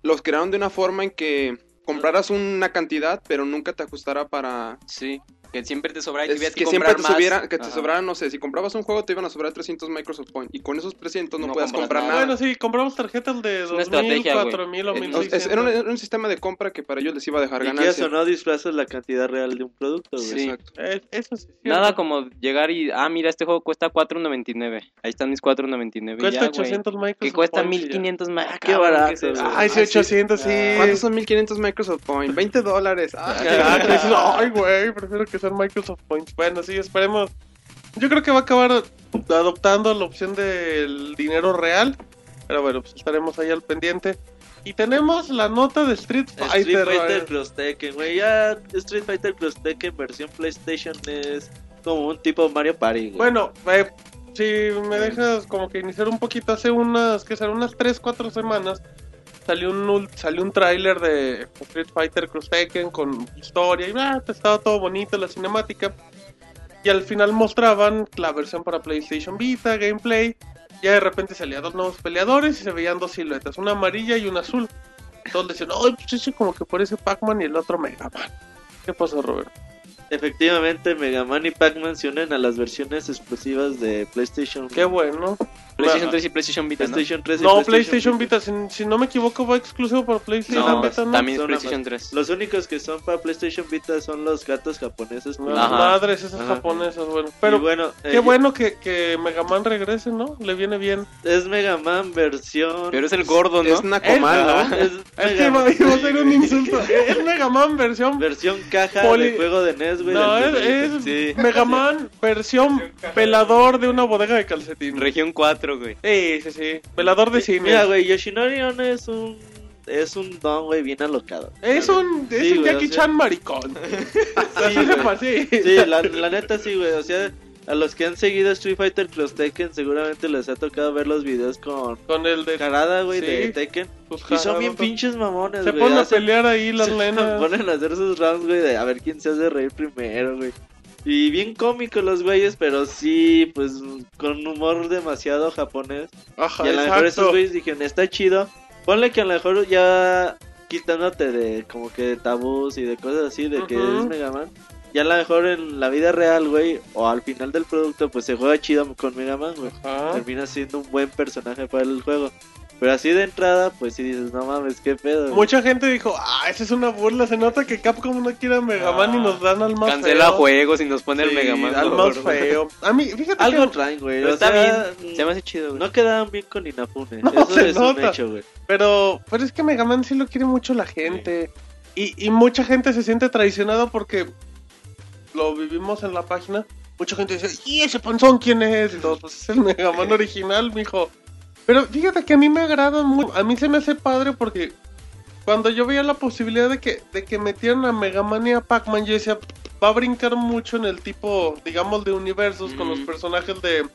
S7: los crearon de una forma en que compraras una cantidad, pero nunca te ajustara para
S6: Sí, que siempre te sobra y
S7: Es
S6: tuvieras
S7: que, siempre
S6: comprar
S7: te,
S6: más.
S7: subiera- que te
S6: Ajá.
S7: sobraran, no sé, si comprabas un juego te iban a sobrar 300 Microsoft Point y con esos 300 no,
S6: No
S7: podías
S6: compras
S7: comprar
S6: nada.
S7: nada.
S2: Ah, Bueno, sí, compramos tarjetas de
S6: Es una
S2: 2000,
S6: estrategia, güey.
S2: 4000 o
S6: Eh,
S7: O-
S2: 1600.
S7: es- era, un, era un sistema de compra que para ellos les iba a dejar
S3: Y
S7: ganancias.
S3: quieras o no disfrazas la cantidad real de un producto, güey.
S6: Sí.
S7: Exacto.
S2: Eh, eso sí. es cierto.
S6: Nada como llegar y, ah, mira, este juego cuesta 4.99. Ahí están mis 4.99.
S2: cuesta
S6: ya, güey.
S2: 800 Microsoft
S6: Que cuesta
S2: Points y ya.
S6: 1.500 más. Ah,
S3: Qué
S6: cabrón,
S3: barato,
S6: ¿qué es eso?
S3: güey.
S2: Ay, sí,
S6: Ah, sí.
S2: 800, sí.
S7: ¿Cuántos son 1500 Microsoft Point? 20 dólares. Ah,
S2: *laughs* Ah, que dices, Ay, güey, prefiero que sean Microsoft Points. Bueno, sí, esperemos. Yo creo que va a acabar adoptando la opción del dinero real. Pero bueno, pues estaremos ahí al pendiente. Y tenemos la nota de Street Fighter.
S3: Street Fighter
S2: eh.
S3: Cross Tekken, güey. Ya Street Fighter Cross Tekken versión PlayStation es como un tipo Mario Party, güey.
S2: Bueno, eh, si me dejas como que iniciar un poquito, hace unas, que serán unas 3, 4 semanas, salió un, ul- salió un tráiler de Street Fighter Cross Tekken con historia y bla, estaba todo bonito la cinemática. Y al final mostraban la versión para PlayStation Vita, gameplay. Ya de repente salían dos nuevos peleadores y se veían dos siluetas, una amarilla y una azul. Todos decían, ¡ay, pues ese como que parece Pac-Man y el otro Mega Man! ¿Qué pasó, Robert?
S3: Efectivamente, Mega Man y Pac-Man se unen a las versiones exclusivas de PlayStation,
S2: ¡Qué bueno!
S6: PlayStation 3 y PlayStation Vita, ¿no?
S3: PlayStation 3 y
S2: No, PlayStation Vita, si, si no me equivoco, va exclusivo para PlayStation
S6: No,
S2: Vita, ¿no?
S6: también es
S3: Son
S6: PlayStation 3.
S3: Los únicos que son para PlayStation Vita son los gatos japoneses.
S2: No,
S6: Ajá.
S2: Madres, esas
S6: Ajá.
S2: japonesas, bueno.
S3: Pero
S2: Pero
S3: bueno, eh,
S2: qué bueno que, que Mega Man regrese, ¿no? Le viene bien.
S3: es Mega Man versión.
S6: Pero es el gordo, ¿no?
S7: es Nacomal, ¿no?
S2: Es
S3: Es Mega
S2: que iba,
S3: Man-
S2: iba a ser un insulto. es Mega Man versión.
S3: *laughs* Versión caja
S2: Poli-
S3: de juego de NES, güey.
S2: No, es,
S3: del Nintendo.
S2: es
S3: Sí. *laughs*
S2: Mega Man versión pelador de una bodega de calcetín.
S6: Región 4, güey.
S2: Sí, sí, sí. Pelador de cine.
S3: Mira, güey, Yoshinori Ono es un. Es un don, güey, bien alocado.
S2: es un, es
S3: Sí,
S2: un
S3: güey,
S2: Jackie
S3: o sea-
S2: Chan
S3: *laughs*
S2: maricón. Así se pasa, sí.
S3: Sí, la, la neta sí, güey. O sea, a los que han seguido Street Fighter Cross Tekken, seguramente les ha tocado ver los videos con
S2: Con el de
S3: carada, güey,
S2: Sí.
S3: de Tekken.
S2: sus
S3: Y son bien
S2: jarabatos.
S3: pinches mamones,
S2: Se
S3: güey.
S2: ponen a
S3: Hacen-
S2: pelear ahí *laughs* las
S3: *laughs* se
S2: lenas.
S3: ponen a hacer sus rounds, güey, de a ver quién se hace reír primero, güey. Y bien cómicos los güeyes, pero sí, pues con humor demasiado japonés.
S2: Ajá,
S3: Y a
S7: Ah,
S3: lo mejor esos
S2: exacto.
S3: güeyes dijeron, está chido. Ponle que a lo mejor ya quitándote de como que de tabús y de cosas así, de que
S2: Ujú.
S3: es Mega Man. Ya a lo mejor en la vida real, güey, o al final del producto, pues se juega chido con Mega Man, güey.
S6: Ah.
S2: Ajá.
S3: Termina siendo un buen personaje para el juego. Pero así de entrada, pues sí dices, no mames, qué pedo. güey".
S2: Mucha gente dijo, ah, esa es una burla, se nota que Capcom no quiere a Mega Man y nos dan al más
S6: Ah. Cancela
S2: feo.
S6: juegos y nos pone el
S2: Sí,
S6: Mega Man.
S2: al
S6: por
S2: más
S6: favor, güey.
S2: feo. A mí, fíjate
S3: Algo
S2: que...
S3: traen, güey.
S6: Pero
S3: o
S6: está
S3: sea,
S6: bien, se me hace chido, güey.
S3: No quedaban bien con Inafune.
S2: No,
S3: Eso
S2: se
S3: es un
S2: nota.
S3: hecho, güey.
S2: Pero, pero es que Mega Man sí lo quiere mucho la gente. Y, y mucha gente se siente traicionada porque lo vivimos en la
S6: *laughs*
S2: página. Mucha gente dice, ¿y ese panzón quién es? Y todos, pues es el Mega Man original, mijo. Pero fíjate que a mí me agrada mucho. A mí se me hace padre porque cuando yo veía la posibilidad de que, de que metieran a Mega Man y a Pac-Man, yo decía, va a brincar mucho en el tipo, digamos, de universos con los
S6: Mm.
S2: personajes de, de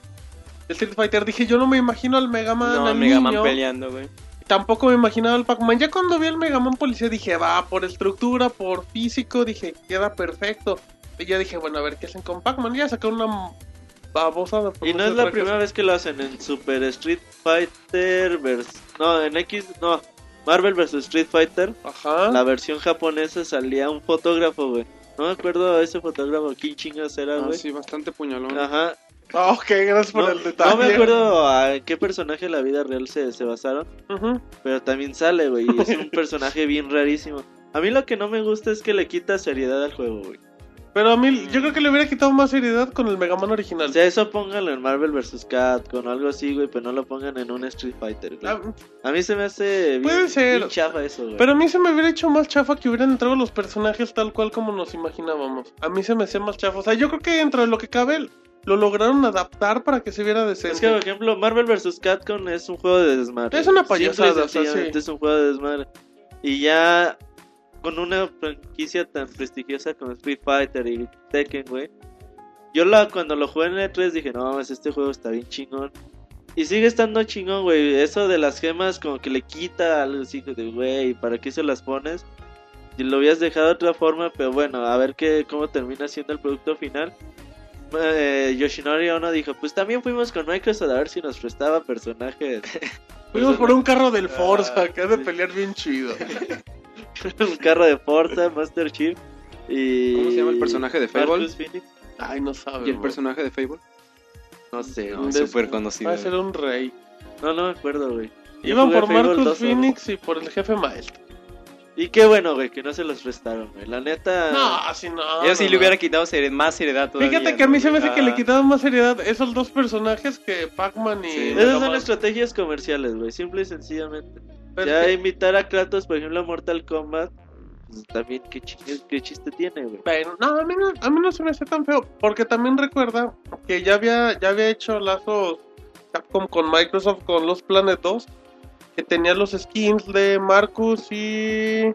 S2: Street Fighter. Dije, yo no me imagino al Mega Man.
S6: No,
S2: al
S6: Mega Man
S2: niño,
S6: peleando, güey.
S2: Tampoco me imaginaba al Pac-Man. Ya cuando vi al Mega Man policía dije, va, por estructura, por físico, dije, queda perfecto. Y ya dije, bueno, a ver qué hacen con Pac-Man. Y ya sacaron una babosa de
S3: Y no es la primera vez que lo hacen en Super Street Fighter vers No, en X, no. Marvel vs. Street Fighter.
S6: ¿Ah?
S2: Ajá.
S3: La versión japonesa salía un fotógrafo, güey. No me acuerdo de ese fotógrafo. ¿Quién chingas era,
S7: Ah,
S3: güey?
S7: sí, bastante puñalón.
S3: Ajá.
S2: Ah, ok, gracias por
S3: No,
S2: el detalle.
S3: no me acuerdo a qué personaje de la vida real se, se basaron.
S2: Ujú.
S3: Pero también sale, güey. y Es
S2: *laughs*
S3: un personaje bien rarísimo. A mí lo que no me gusta es que le quita seriedad al juego, güey.
S2: Pero a mí, yo creo que le hubiera quitado más seriedad con el Mega Man
S3: O
S2: original.
S3: sea, eso pónganlo en Marvel vs. Cat con algo así, güey, pero no lo pongan en un Street Fighter, güey.
S2: Ah,
S3: A mí se me hace bien,
S2: Puede ser.
S3: bien chafa eso, güey.
S2: Pero a mí se me hubiera hecho más chafa que hubieran entrado los personajes tal cual como nos imaginábamos. A mí se me hacía más chafa. O sea, yo creo que dentro de lo que cabe lo lograron adaptar para que se viera decente.
S3: Es que, por ejemplo, Marvel vs. Capcom es un juego de desmadre.
S2: Es una
S3: Simple y
S2: payasada, o sea,
S3: sencillamente
S2: sí.
S3: Es un juego de desmadre. Y ya con una franquicia tan prestigiosa como Street Fighter y Tekken, güey. Yo la, cuando lo jugué en E3 dije, no mames, este juego está bien chingón. Y sigue estando chingón, güey. Eso de las gemas como que le quita algo así de, güey, ¿para qué se las pones? Y lo habías dejado de otra forma, pero bueno, a ver qué, cómo termina siendo el producto final. Eh, Yoshinori Ono dijo, pues también fuimos con Microsoft a ver si nos prestaba personajes.
S2: Fuimos por un carro del
S3: Ah,
S2: Forza, que ha de
S3: sí.
S2: pelear bien chido.
S3: *laughs* un carro de Forza, Master Chief y...
S7: ¿Cómo se llama el personaje de Fable?
S3: Marcus Phoenix.
S2: *laughs* Ay, no sabe.
S7: ¿Y el
S2: bro.
S7: personaje de Fable?
S3: No sé,
S6: No,
S3: güey.
S2: Des-
S6: súper conocido.
S2: Va a ser un rey.
S3: no, no me acuerdo, güey. Yo
S2: Iban
S3: jugué
S2: por
S3: Fable
S2: Marcus
S3: 2 solo.
S2: Phoenix y por el jefe Maestro.
S3: Y qué bueno, güey, que no se los prestaron, güey. La neta...
S2: No, así no.
S6: Yo sí
S2: no,
S6: le
S2: no.
S6: hubiera quitado seri- más seriedad todavía.
S2: Fíjate que a mí
S6: ¿no?
S2: se me hace que le
S6: Ah,
S2: quitaron más seriedad esos dos personajes que Pac-Man y.
S6: Sí.
S2: Mega
S3: Esas son
S2: Man.
S3: estrategias comerciales, güey. Simple y sencillamente.
S2: Pero
S3: ya
S2: es que-
S3: invitar a Kratos, por ejemplo, a Mortal Kombat. pues, también, ¿qué, chingue- qué chiste tiene, güey?
S2: Pero no, a mí no, a mí no se me hace tan feo. Porque también recuerda que ya había, ya había hecho lazos Capcom con Microsoft con los Planet 2. Que tenía los skins de Marcus y. de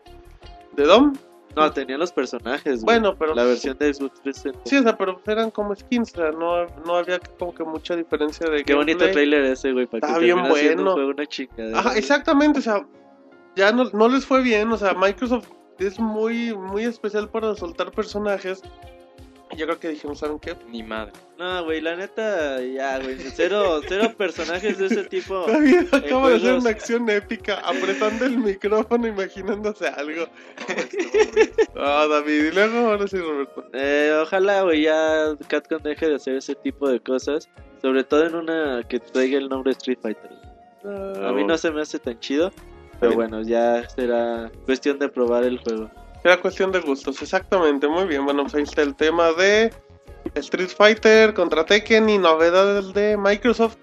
S2: Dom.
S3: No, tenían los personajes, güey.
S2: Pues Bueno, pero.
S3: La versión de Xbox 360.
S2: Sí, o sea, pero pues eran como skins. O sea, no, no había como que mucha diferencia de.
S3: Qué bonito
S2: gameplay.
S3: trailer ese, güey. para
S2: Está
S3: que
S2: bien
S3: termine siendo un
S2: bueno.
S3: juego, una chingadera,
S2: Ajá,
S3: güey.
S2: exactamente, o sea, ya no, no les fue bien, o sea, Microsoft es muy, muy especial para soltar personajes. Yo creo que dijeron, ¿saben qué?
S6: Ni madre.
S3: No, güey, la neta, ya, güey. Cero, cero personajes de ese tipo.
S2: David acaba de hacer
S3: juegos.
S2: una acción épica, apretando el micrófono, imaginándose
S3: *laughs*
S2: algo. Ah, David, y luego ahora sí, Roberto.
S3: Eh, ojalá, güey, ya Capcom deje de hacer ese tipo de cosas. Sobre todo en una que traiga el nombre Street Fighter.
S2: Ah,
S3: A mí no se me hace tan chido. Pero bueno, ya será cuestión de probar el juego.
S2: Era cuestión de gustos, exactamente, muy bien. Bueno, pues ahí está el tema de Street Fighter contra Tekken y novedades de Microsoft.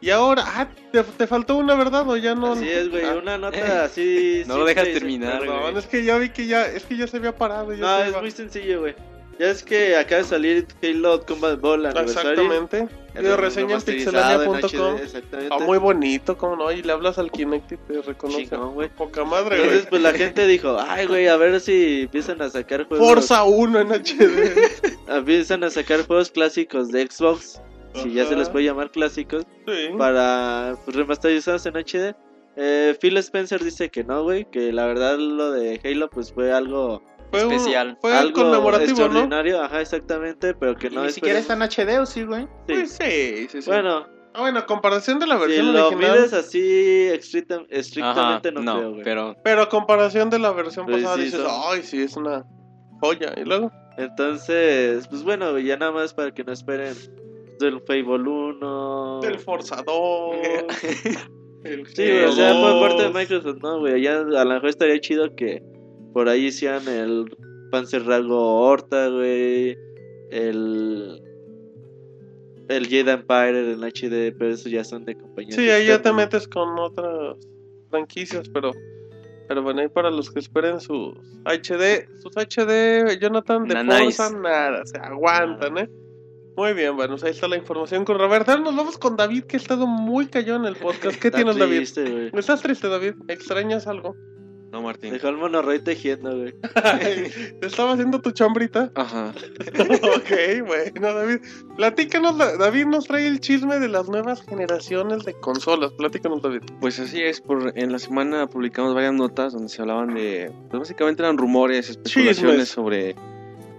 S2: Y ahora, ah, ¿te, te faltó una verdad o ya no?
S3: Así es, güey,
S2: Ah,
S3: una
S2: *laughs*
S3: nota así.
S6: No lo dejas
S3: simple y
S6: terminar,
S3: sencilla,
S2: Perdón, es que ya vi que ya, es que ya se había parado. ya
S3: No,
S2: se
S3: Ah, es
S2: iba.
S3: muy sencillo, güey. Ya es que acaba de salir Halo Combat Ball aniversario.
S2: Exactamente.
S3: El
S2: Yo reseña en
S3: remasterizado en
S2: pixelania.com.
S3: HD, Exactamente.
S2: Ah, muy bonito, como no, y le hablas al Kinect y te reconoce.
S3: Chingón, güey.
S2: Poca madre, güey.
S3: Entonces, pues la gente dijo, ay, güey, a ver si empiezan a sacar juegos.
S2: pues, Forza 1 en HD.
S3: Empiezan a sacar juegos clásicos de Xbox. Si ya se
S2: Ajá.
S3: les puede llamar clásicos.
S2: Sí.
S3: Para pues, remasterizados en HD. Eh, Phil Spencer dice que no, güey. Que la verdad lo de Halo, pues fue algo.
S2: Fue un-
S6: especial.
S2: fue
S3: algo
S2: conmemorativo, ¿no?
S3: extraordinario. Ajá, exactamente. Pero que
S4: Y
S3: no
S4: ni siquiera
S3: esperemos-
S4: está en HD, ¿o sí, güey?
S3: sí.
S2: Pues sí, sí, sí.
S3: Bueno,
S2: Ah, bueno, a comparación de la
S3: si
S2: versión
S3: lo
S2: original.
S3: mides así estricta-
S6: Ajá,
S3: estrictamente, no,
S6: no,
S3: creo, güey.
S6: pero
S2: Pero a comparación de la versión
S3: Pues
S2: pasada,
S3: sí,
S2: dices,
S3: son-
S2: ay, sí, es una joya. Y luego,
S3: Entonces, pues bueno, güey, ya nada más para que no esperen del Fable 1.
S2: el
S3: *laughs*
S2: forzador. el
S3: Sí, güey, o sea,
S2: Halo
S3: por parte de
S2: 2.
S3: Microsoft, no, güey. Ya a lo mejor estaría chido que por ahí hicieran el Panzer Rango Horta, güey. El. El Jedi Empire, el HD, pero eso ya son de compañías.
S2: Sí, ahí ya te
S3: externas.
S2: metes con otras franquicias, pero pero bueno, ahí para los que esperen sus HD, sus HD, Jonathan de
S6: Nanais.
S2: Forza, nada, se aguantan, ¿eh? Muy bien, bueno, ahí está la información con Roberto. Ahora nos vamos con David, que ha estado muy callado en el podcast. *laughs* ¿Qué
S3: Está
S2: tienes, David?
S3: triste, güey.
S2: ¿Estás triste, David? ¿Extrañas *laughs* algo?
S5: No, Martín.
S3: Dejó el monorrey tejiendo, güey.
S2: *laughs* ¿Te estaba haciendo tu chambrita?
S5: Ajá.
S2: *laughs* ok, bueno, David. Platícanos, Da- David nos trae el chisme de las nuevas generaciones de consolas. Platícanos, David.
S5: Pues así es, por, en la semana publicamos varias notas donde se hablaban de, pues básicamente eran rumores,
S7: pues.
S5: especulaciones
S2: Chismes.
S5: sobre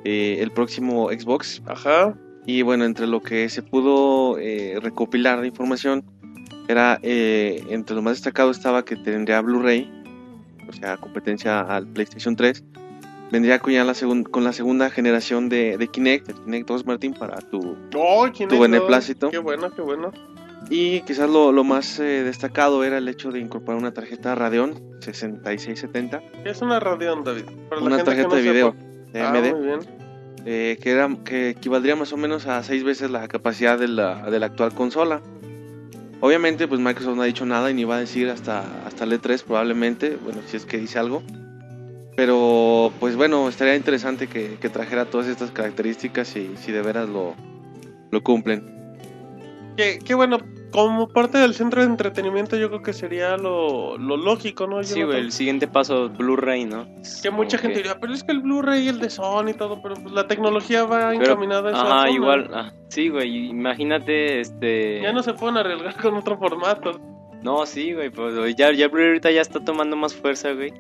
S5: eh, el próximo Xbox.
S2: Ajá.
S5: Y bueno, entre lo que se pudo eh, recopilar de información, era eh, entre lo más destacado estaba que tendría Blu-ray, o sea, competencia al PlayStation 3. Vendría con, ya la, segun- con la segunda generación de, de Kinect, el Kinect 2 Martín, para tu,
S2: Oh, ¿quién
S5: Tu
S2: es?
S5: beneplácito.
S2: Qué bueno, qué bueno.
S5: Y quizás lo, lo más eh, destacado era el hecho de incorporar una tarjeta Radeon 6670,
S2: ¿Qué Es una Radeon, David. Para la
S5: una
S2: gente que
S5: tarjeta
S2: no
S5: de video
S2: sepa.
S5: de
S2: Ah,
S5: AMD,
S2: muy bien.
S5: eh, que, era, que equivaldría más o menos a seis veces la capacidad de la, de la actual consola. Obviamente, pues Microsoft no ha dicho nada y ni va a decir hasta, hasta el E3 probablemente, bueno, si es que dice algo. Pero, pues bueno, estaría interesante que, que trajera todas estas características y si de veras lo, lo cumplen.
S2: Qué, qué bueno. Como parte del centro de entretenimiento, yo creo que sería lo, lo lógico, ¿no? Yo
S6: Sí,
S2: no
S6: güey, el siguiente paso, Blu-ray, ¿no?
S2: Que mucha gente diría, pero es que el Blu-ray y el de Sony y todo, pero pues la tecnología va
S6: Pero-
S2: encaminada a esa
S6: Ajá,
S2: zona.
S6: igual. ah, sí, güey, imagínate, este...
S2: Ya no se pueden arriesgar con otro formato.
S6: No, sí, güey, pues güey, ya, ya Blu-ray ahorita ya está tomando más fuerza, güey.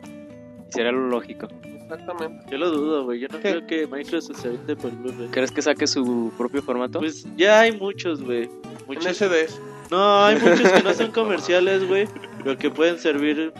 S6: Y será lo lógico.
S2: Exactamente.
S3: Yo lo dudo, güey. Yo no
S2: ¿Qué?
S3: creo que Microsoft se aviente por Blu-ray.
S6: ¿Crees que saque su propio formato?
S3: Pues ya hay muchos, güey.
S2: En
S3: Muchos.
S2: SDS.
S3: No,
S6: *laughs*
S3: hay muchos que no son comerciales, güey. Pero que pueden servir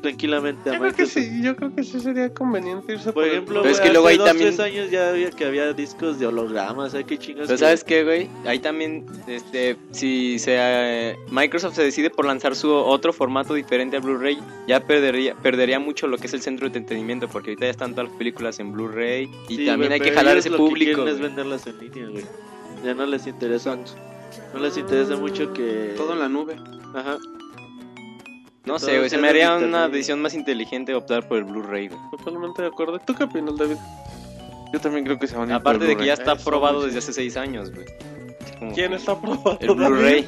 S3: tranquilamente a
S2: Yo creo que
S3: Microsoft.
S2: sí, yo creo que sí sería conveniente irse
S3: Por ejemplo,
S6: Pero
S3: güey,
S6: es
S3: hace
S6: que luego ahí
S3: dos,
S6: también-
S3: tres años ya había que había discos de hologramas, ¿sabes qué chingas?
S6: Pero Pues, sabes qué, güey, ahí también, este, si se, eh, Microsoft se decide por lanzar su otro formato diferente a Blu-ray, ya perdería, perdería mucho lo que es el centro de entretenimiento, porque ahorita ya están todas las películas en Blu-ray y también hay que jalar ese público.
S3: es
S6: güey.
S3: venderlas en línea, güey. Ya no les interesa. No les interesa mucho que.
S7: Todo en la nube.
S3: Ajá.
S6: No
S3: todo
S6: sé, güey, se
S3: sea
S6: me haría
S3: digital,
S6: una
S3: güey.
S6: decisión más inteligente optar por el Blu-ray, güey.
S2: Totalmente de acuerdo. ¿Tú qué opinas, David?
S5: Yo también creo que se van a ir por
S6: Aparte de que ya
S5: Blu-ray.
S6: está
S2: Eso,
S6: probado
S2: güey.
S6: desde hace seis años, güey. Como
S2: ¿Quién
S6: que
S2: está probando?
S6: El Blu-ray.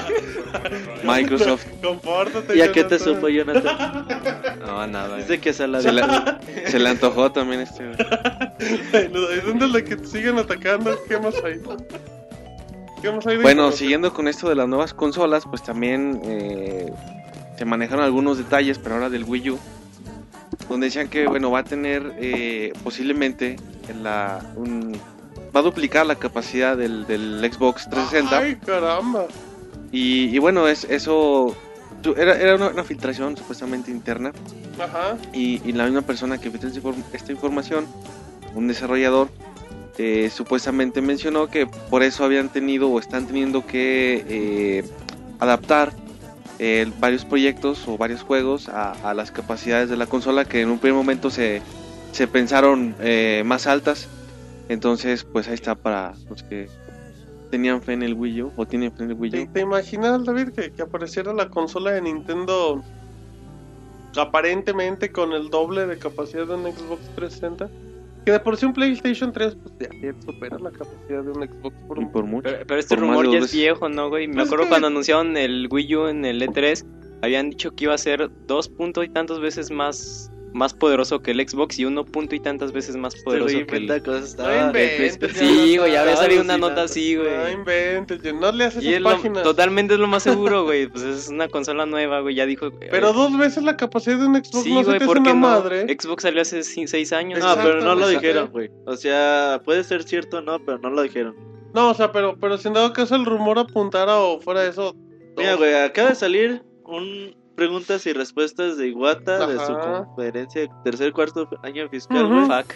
S6: *laughs*
S5: Microsoft.
S2: Compórtate.
S3: ¿Y a qué te
S2: Jonathan.
S3: supo, Jonathan?
S6: No, nada, güey.
S3: Dice que se la
S5: Se
S6: *laughs*
S5: le, se le antojó también este. güey.
S2: ¿Dónde es la que te siguen atacando? ¿Qué más hay? ¿Qué más hay de
S5: Bueno,
S2: información?
S5: siguiendo con esto de las nuevas consolas, pues también eh, se manejaron algunos detalles, pero ahora del Wii U, donde decían que bueno va a tener eh, posiblemente la un- va a duplicar la capacidad del, del Xbox 360
S2: Ay, caramba.
S5: y, y bueno es eso tu- era, era una, una filtración supuestamente interna
S2: Ajá.
S5: y, y la misma persona que filtró esta inform- esta información, un desarrollador, eh, supuestamente mencionó que por eso habían tenido o están teniendo que eh, adaptar eh, varios proyectos o varios juegos a, a las capacidades de la consola que en un primer momento se, se pensaron eh, más altas. Entonces, pues ahí está para los que tenían fe en el Wii U o tienen fe en el Wii
S2: ¿Te,
S5: U.
S2: te imaginas, David, que, que apareciera la consola de Nintendo aparentemente con el doble de capacidad de un Xbox 360? Que de por sí un PlayStation 3 pues, ya, ya supera la capacidad de un Xbox por
S5: Y
S2: un
S5: por mucho.
S6: Pero, pero este
S5: Por más
S6: rumor
S5: de
S6: ya
S5: dos
S6: es
S5: veces.
S6: viejo, ¿no, güey? Me
S2: Pues
S6: acuerdo
S2: que-
S6: cuando anunciaron el Wii U en el E3, habían dicho que iba a ser dos punto y tantas veces más, más poderoso que el Xbox y uno punto y tantas veces más poderoso que el...
S3: cosas.
S2: No
S3: Estaba,
S2: inventes,
S3: Xbox.
S6: Sí, güey, ya había
S3: Estaba
S6: salido una
S3: alucinando.
S6: nota así,
S2: No
S6: güey.
S2: inventes, yo no le haces
S6: Y es lo-
S2: páginas.
S6: totalmente es lo más
S2: *laughs*
S6: seguro, güey. Pues es una consola nueva, güey. Ya dijo. eh,
S2: Pero dos veces la capacidad de un Xbox
S6: sí,
S2: no se
S6: güey,
S2: te hace
S6: ¿por
S2: una
S6: qué no?
S2: madre.
S6: Xbox salió hace ci- seis años.
S3: No,
S2: Exacto,
S3: pero
S6: *laughs*
S3: no lo
S2: exacto.
S3: dijeron, güey. O sea, puede ser cierto o no, pero no lo dijeron.
S2: No, o sea, pero, pero si en dado caso el rumor apuntara o fuera eso.
S3: Mira,
S2: no.
S3: güey, acaba de salir un preguntas y respuestas de Iwata de su
S2: Ajá.
S3: conferencia de tercer cuarto año fiscal,
S2: Ujú.
S3: güey.
S6: Fuck.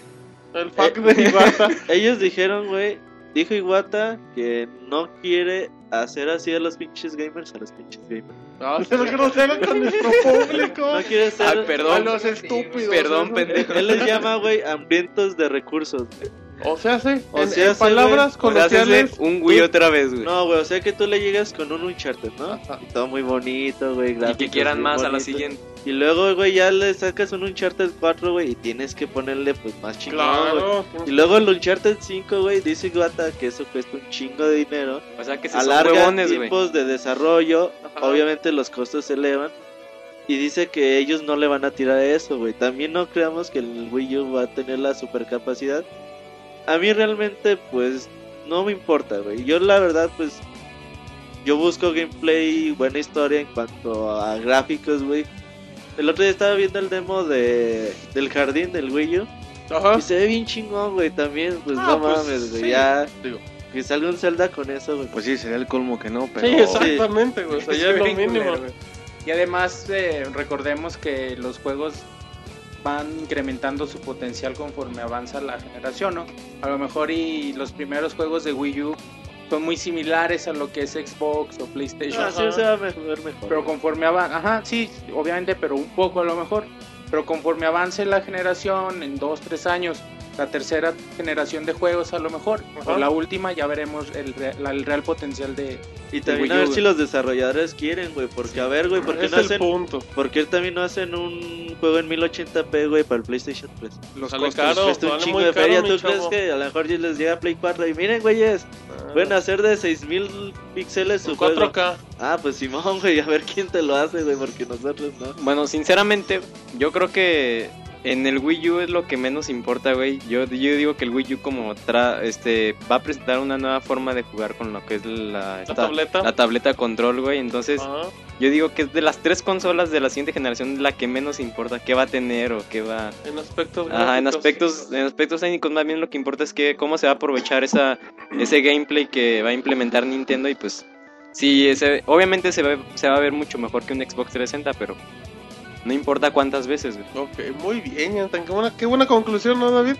S2: El pack de
S3: Eh,
S2: Ibarra.
S3: *laughs* Ellos dijeron, güey, dijo Iwata que no quiere hacer así a los pinches gamers, a los pinches gamers.
S2: No, ser grosero con nuestro
S3: *laughs*
S2: público.
S3: No quiere ser...
S6: Ay,
S2: Ah, A
S6: perdón.
S2: los estúpidos.
S6: Perdón,
S2: eso.
S6: pendejo.
S3: Él les llama, güey, hambrientos de recursos. güey.
S2: O sea, sí.
S3: O
S2: en,
S3: sea,
S2: en
S3: sí,
S2: palabras
S6: O sea, hazle
S2: coloquiales.
S6: un Wii otra vez, güey.
S3: No, güey, o sea que tú le llegas con un Uncharted, ¿no? Y todo muy bonito, güey.
S6: y que
S3: gráficos
S6: quieran
S3: muy
S6: más a la
S3: bonitos.
S6: siguiente.
S3: Y luego, güey, ya le sacas un Uncharted 4, güey, y tienes que ponerle, pues, más chingón, güey.
S2: Claro.
S3: Y luego el Uncharted 5, güey, dice Iwata que eso cuesta un chingo de dinero.
S6: O sea, que se son
S3: Alarga
S6: huevones, güey.
S3: tiempos de desarrollo,
S2: Ajá.
S3: obviamente los costos se elevan. Y dice que ellos no le van a tirar eso, güey. También no creamos que el Wii U va a tener la supercapacidad. A mí realmente, pues, no me importa, güey. Yo la verdad, pues, yo busco gameplay, buena historia en cuanto a gráficos, güey. El otro día estaba viendo el demo de, del jardín del Wii U.
S2: Ajá.
S3: Y se ve bien chingón, güey, también. Ah. Pues
S2: Ah,
S3: no
S2: pues,
S3: mames, güey.
S2: sí,
S3: Ya,
S2: digo.
S3: que salga un Zelda con eso, güey.
S5: Pues sí, sería el colmo que no, pero...
S2: Sí, exactamente, güey. O sea, ya
S4: Se
S2: es
S4: ve
S2: lo
S4: bien
S2: mínimo.
S4: culero, güey. Y además eh, recordemos que los juegos van incrementando su potencial conforme avanza la generación, ¿no? A lo mejor y los primeros juegos de Wii U son muy similares a lo que es Xbox o PlayStation.
S3: Ah, sí,
S2: Ajá.
S3: se va a mejorar mejor.
S4: Pero conforme avanza, ajá, sí, obviamente, pero un poco a lo mejor. Pero conforme avance la generación, en dos, tres años, la tercera generación de juegos a lo mejor, o
S2: Ajá.
S4: la última, ya veremos el, re- la- el real potencial de...
S3: y
S4: Wii
S3: también a
S4: U,
S3: ver
S4: güey.
S3: si los desarrolladores quieren, güey. Porque, a ver, güey, ¿por qué
S2: es
S3: no
S2: el
S3: hacen,
S2: punto.
S3: ¿por qué también no hacen un juego en 1080p, güey, para el PlayStation 3?
S7: Los
S2: Sale
S7: costos.
S2: caro.
S3: Cuesta un
S2: vale
S3: chingo
S2: muy
S3: de
S2: caro,
S3: feria.
S2: mi
S3: ¿Tú crees
S2: chavo.
S3: que a lo mejor ya les llega Play 4? Y miren, güeyes, pueden hacer de 6000 píxeles su juego.
S2: 4K.
S3: Ah, pues Simón, güey, a ver quién te lo hace, güey, porque nosotros no.
S6: Bueno, sinceramente, yo creo que en el Wii U es lo que menos importa, güey. Yo, yo digo que el Wii U como tra- este va a presentar una nueva forma de jugar con lo que es la,
S2: La
S6: esta-
S2: tableta.
S6: la tableta control, güey. Entonces,
S2: Ajá.
S6: yo digo que es de las tres consolas de la siguiente generación la que menos importa qué va a tener o qué va.
S2: En aspectos.
S6: Ajá, en
S2: gráficos.
S6: aspectos, en aspectos técnicos más bien lo que importa es que cómo se va a aprovechar esa, ese gameplay que va a implementar Nintendo y pues sí, ese, obviamente se va, se va a ver mucho mejor que un Xbox 360, pero no importa cuántas veces. güey.
S2: Ok, muy bien, Jonathan. Qué buena, qué buena conclusión, ¿no, David?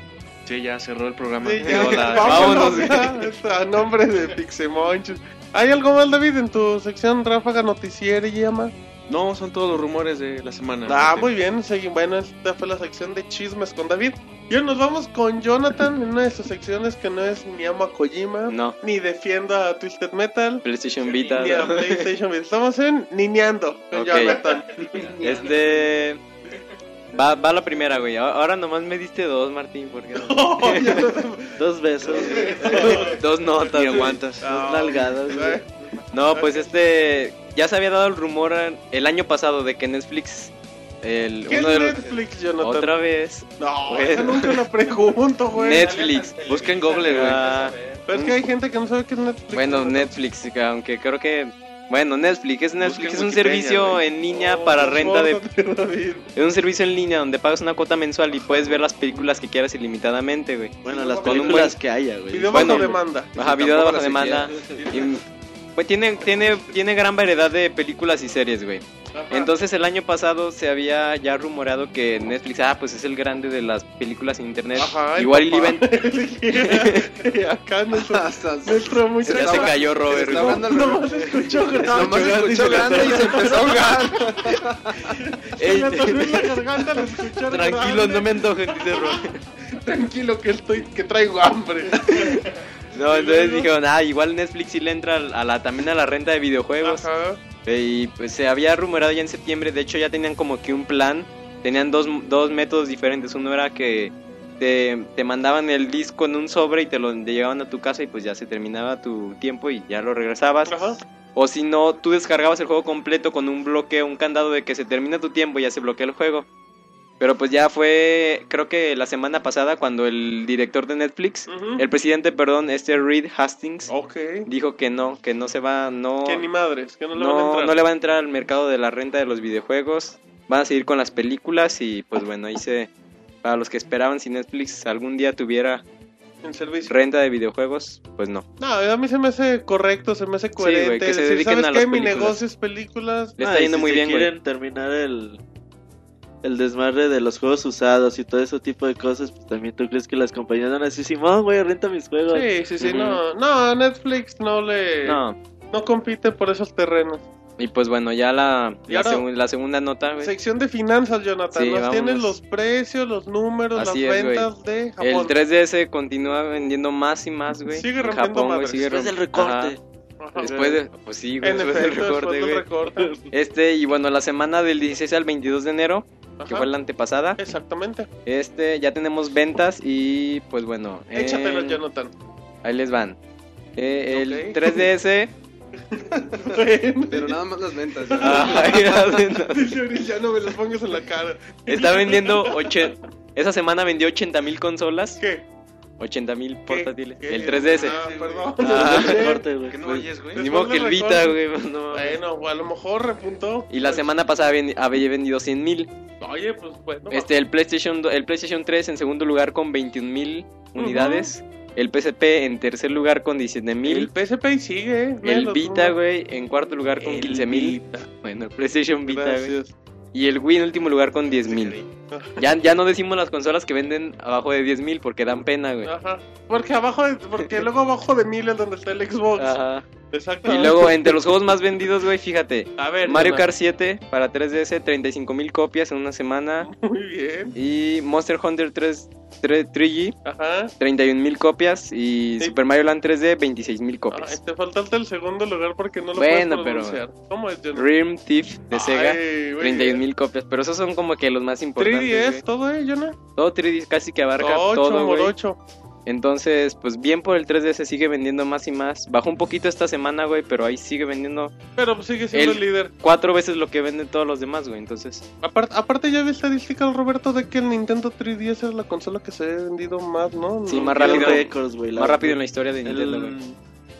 S5: Sí, ya cerró el programa.
S2: Sí,
S5: Digo,
S2: *laughs*
S5: la-
S2: vámonos. ya, a nombre de Pixemonchus. ¿Hay algo más, David, en tu sección Ráfaga Noticiera y llama?
S5: No, son todos los rumores de la semana. Este,
S2: Ah,
S5: Fíjate.
S2: muy bien. segui- Bueno, esta fue la sección de chismes con David. Y ahora nos vamos con Jonathan en una de sus secciones que no es ni amo a Kojima,
S6: No,
S2: ni defienda a Twisted Metal,
S6: PlayStation Vita.
S2: ni a PlayStation. Estamos en Niñando con
S6: Ok. *laughs*
S2: Jonathan.
S6: Este va, va la primera, güey. A- Ahora nomás me diste dos, Martín,
S2: *laughs*
S6: porque
S3: Dos besos, güey,
S6: dos notas.
S5: Ni
S6: güey.
S5: aguantas.
S3: dos
S2: Ah,
S3: nalgadas, güey.
S2: eh,
S6: No, pues este ya se había dado el rumor el año pasado de que Netflix el
S2: ¿Qué
S6: uno de
S2: es
S6: los-
S2: Netflix, Jonathan?
S6: otra vez
S2: No,
S6: Güey.
S2: esa nunca la pregunto, güey.
S6: Netflix.
S5: Busca en Google, güey.
S6: Ah,
S2: Pero es que hay gente que no sabe qué es Netflix.
S6: bueno, Netflix, aunque creo que bueno, Netflix es
S5: Busca
S6: Netflix,
S5: en
S6: es un
S5: Wikipedia,
S6: servicio
S5: güey.
S6: en línea
S3: Oh,
S6: para renta de
S2: de.
S6: es un servicio en línea donde pagas una cuota mensual y puedes ver las películas que quieras ilimitadamente, güey.
S3: Bueno, las
S2: Con un
S6: buen-
S3: películas que haya, güey.
S2: Video
S6: Bueno,
S2: bajo demanda.
S6: Ajá, video de
S7: tampoco
S6: baja
S7: las
S6: demanda. Y, pues tiene tiene tiene gran variedad de películas y series, güey.
S2: Ajá.
S6: Entonces el año pasado se había ya rumoreado que Netflix, ah, pues es el grande de las películas en internet.
S2: Ajá, el
S6: Igual y le Ah,
S2: papá.
S6: iban-
S2: Y
S6: *laughs*
S2: acá nuestro,
S7: Hasta se-
S2: nuestro
S6: Ya se
S2: muchacho.
S6: cayó Robert.
S7: Está
S6: güey.
S7: hablando al revés.
S2: escuchó
S7: Nomás escuchó grande y se
S2: *laughs*
S7: empezó a ahogar.
S6: *laughs* Ey,
S2: Me atoré en la
S6: *laughs*
S2: garganta al escuchar
S6: Tranquilo,
S2: grande.
S6: no me antojes, dice Robert.
S2: Tranquilo que estoy, que traigo hambre.
S6: No,
S2: Y
S6: entonces
S2: luego-
S6: dijeron, ah, igual Netflix sí le entra a la, también a la renta de videojuegos.
S2: Ajá.
S6: Y pues se había rumorado ya en septiembre, de hecho ya tenían como que un plan, tenían dos, dos métodos diferentes. Uno era que te, te mandaban el disco en un sobre y te lo llevaban a tu casa y pues ya se terminaba tu tiempo y ya lo regresabas.
S2: Ajá.
S6: O si no, tú descargabas el juego completo con un bloqueo, un candado de que se termina tu tiempo y ya se bloquea el juego. Pero pues ya fue, creo que la semana pasada cuando el director de Netflix,
S2: Ujú.
S6: el presidente, perdón, este Reed Hastings,
S7: Oh.
S2: Ok.
S6: dijo que no, que no se va, no,
S2: Que ni madres, que no le van a
S6: no,
S2: entrar.
S6: no le va a entrar al mercado de la renta de los videojuegos. Van a seguir con las películas y pues bueno, ahí se, para los que esperaban si Netflix algún día tuviera
S2: En servicio.
S6: renta de videojuegos, pues no.
S2: No, a mí se me hace correcto, se me hace coherente.
S6: güey, que se
S2: decir,
S6: dediquen
S2: ¿sabes
S6: a
S2: qué?
S6: las
S2: Mi
S6: películas.
S2: negocio es películas.
S6: Le
S3: Ah,
S6: está
S3: y
S6: yendo
S3: si
S6: muy
S3: se
S6: bien, güey.
S3: quieren terminar el, el desmadre de los juegos usados y todo ese tipo de cosas, pues también tú crees que las compañías van a decir, Simón, güey, renta mis juegos.
S2: Sí, sí, sí,
S6: Ujú.
S2: no. No, Netflix no le.
S6: No,
S2: no compite por esos terrenos.
S6: Y pues bueno, ya la,
S2: Y
S6: la,
S2: ahora-
S6: segun- la segunda nota, güey.
S2: Sección de finanzas, Jonathan.
S6: Sí,
S2: Nos tienes
S6: vámonos.
S2: los precios, los números,
S6: Así
S2: las
S6: es, güey.
S2: ventas de Japón.
S6: El 3DS continúa vendiendo más y más, güey.
S2: Sigue
S6: En
S2: rompiendo
S6: Japón, güey,
S2: madres.
S6: sigue
S3: Después del
S6: romp- Ajá.
S3: recorte.
S2: Ajá.
S6: Después de, pues sí, güey,
S2: En
S6: *laughs* después del
S2: efecto,
S6: recorte,
S2: después del
S6: güey.
S2: recorte.
S6: Este, y bueno, la semana del 16 al 22 de enero, *laughs* que
S2: Ajá.
S6: fue la antepasada,
S2: Exactamente.
S6: este, ya tenemos ventas y pues bueno.
S2: Échatelo,
S6: en- *laughs*
S2: Jonathan. *laughs*
S6: Ahí les van. Eh, el
S2: Ok. *laughs*
S6: 3DS.
S7: Pero nada más las ventas.
S2: Ah,
S6: Ay, las ventas.
S2: ya no me los pongas en la cara.
S6: Está vendiendo 80. Esa semana vendió 80 mil consolas,
S2: *laughs* ¿Qué?
S6: 80 mil
S2: ¿Qué?
S6: portátiles.
S2: ¿Qué?
S6: El 3DS.
S2: Ah, *laughs* perdón.
S6: Ah,
S3: Después del recorte, güey.
S7: Que no oyes, güey.
S6: Ni modo que el Vita, güey. pues, no.
S2: Bueno, a lo mejor repuntó.
S6: Y la semana pasada ven- había vendido 100 mil.
S2: Oye, pues bueno.
S6: Este, el PlayStation, do- el PlayStation 3 en segundo lugar con 21 mil unidades. El PSP en tercer lugar con 17
S2: El
S6: mil.
S2: PSP y sigue. eh.
S6: El,
S2: Míralo tú.
S6: Vita, güey, en cuarto lugar con
S2: El
S6: 15 mil. Bueno, el PlayStation Vita, güey.
S2: Gracias.
S6: Y el Wii en último lugar con 10 mil. Ya, ya no decimos las consolas que venden abajo de 10 mil porque dan pena, güey.
S2: Ajá. Porque abajo de, porque luego abajo de mil es donde está el Xbox.
S6: Ajá. Y
S2: Exactamente.
S6: luego, entre los juegos más vendidos, güey, fíjate.
S2: a ver,
S6: Mario
S2: Jonathan.
S6: Kart 7 para 3DS, 35 mil copias en una semana.
S2: Muy bien.
S6: Y Monster Hunter 3, 3 3G,
S2: Ajá.
S6: 31 mil copias.
S2: Sí.
S6: Y
S2: Ah,
S6: Super Mario Land 3D, 26 mil
S2: Ay,
S6: copias.
S2: te faltaste el segundo lugar porque no lo
S6: Bueno,
S2: puedes
S6: pero-
S2: pronunciar. ¿Cómo es, Jonathan?
S6: Dream Thief de Sega,
S2: Ay, güey.
S6: 31 mil copias. Pero esos son como que los más importantes.
S2: 3DS,
S6: güey.
S2: todo, ¿eh, Jonathan?
S6: Todo 3D casi que abarca
S2: 8
S6: todo,
S2: por
S6: güey.
S2: 8.
S6: Entonces, pues bien por el 3D se sigue vendiendo más y más. Bajó un poquito esta semana, güey, pero ahí sigue vendiendo
S2: Pero pues, sigue siendo
S6: El-
S2: el líder.
S6: cuatro veces lo que venden todos los demás, güey. Entonces,
S2: Aparte, aparte ya de estadística, Roberto, de que el Nintendo 3DS es la consola que se ha vendido más, ¿no?
S6: Sí,
S2: No,
S6: más
S2: creo.
S6: rápido.
S3: Records, güey, la
S6: más rápido
S3: verdad.
S6: en la historia de Nintendo, güey.
S3: El-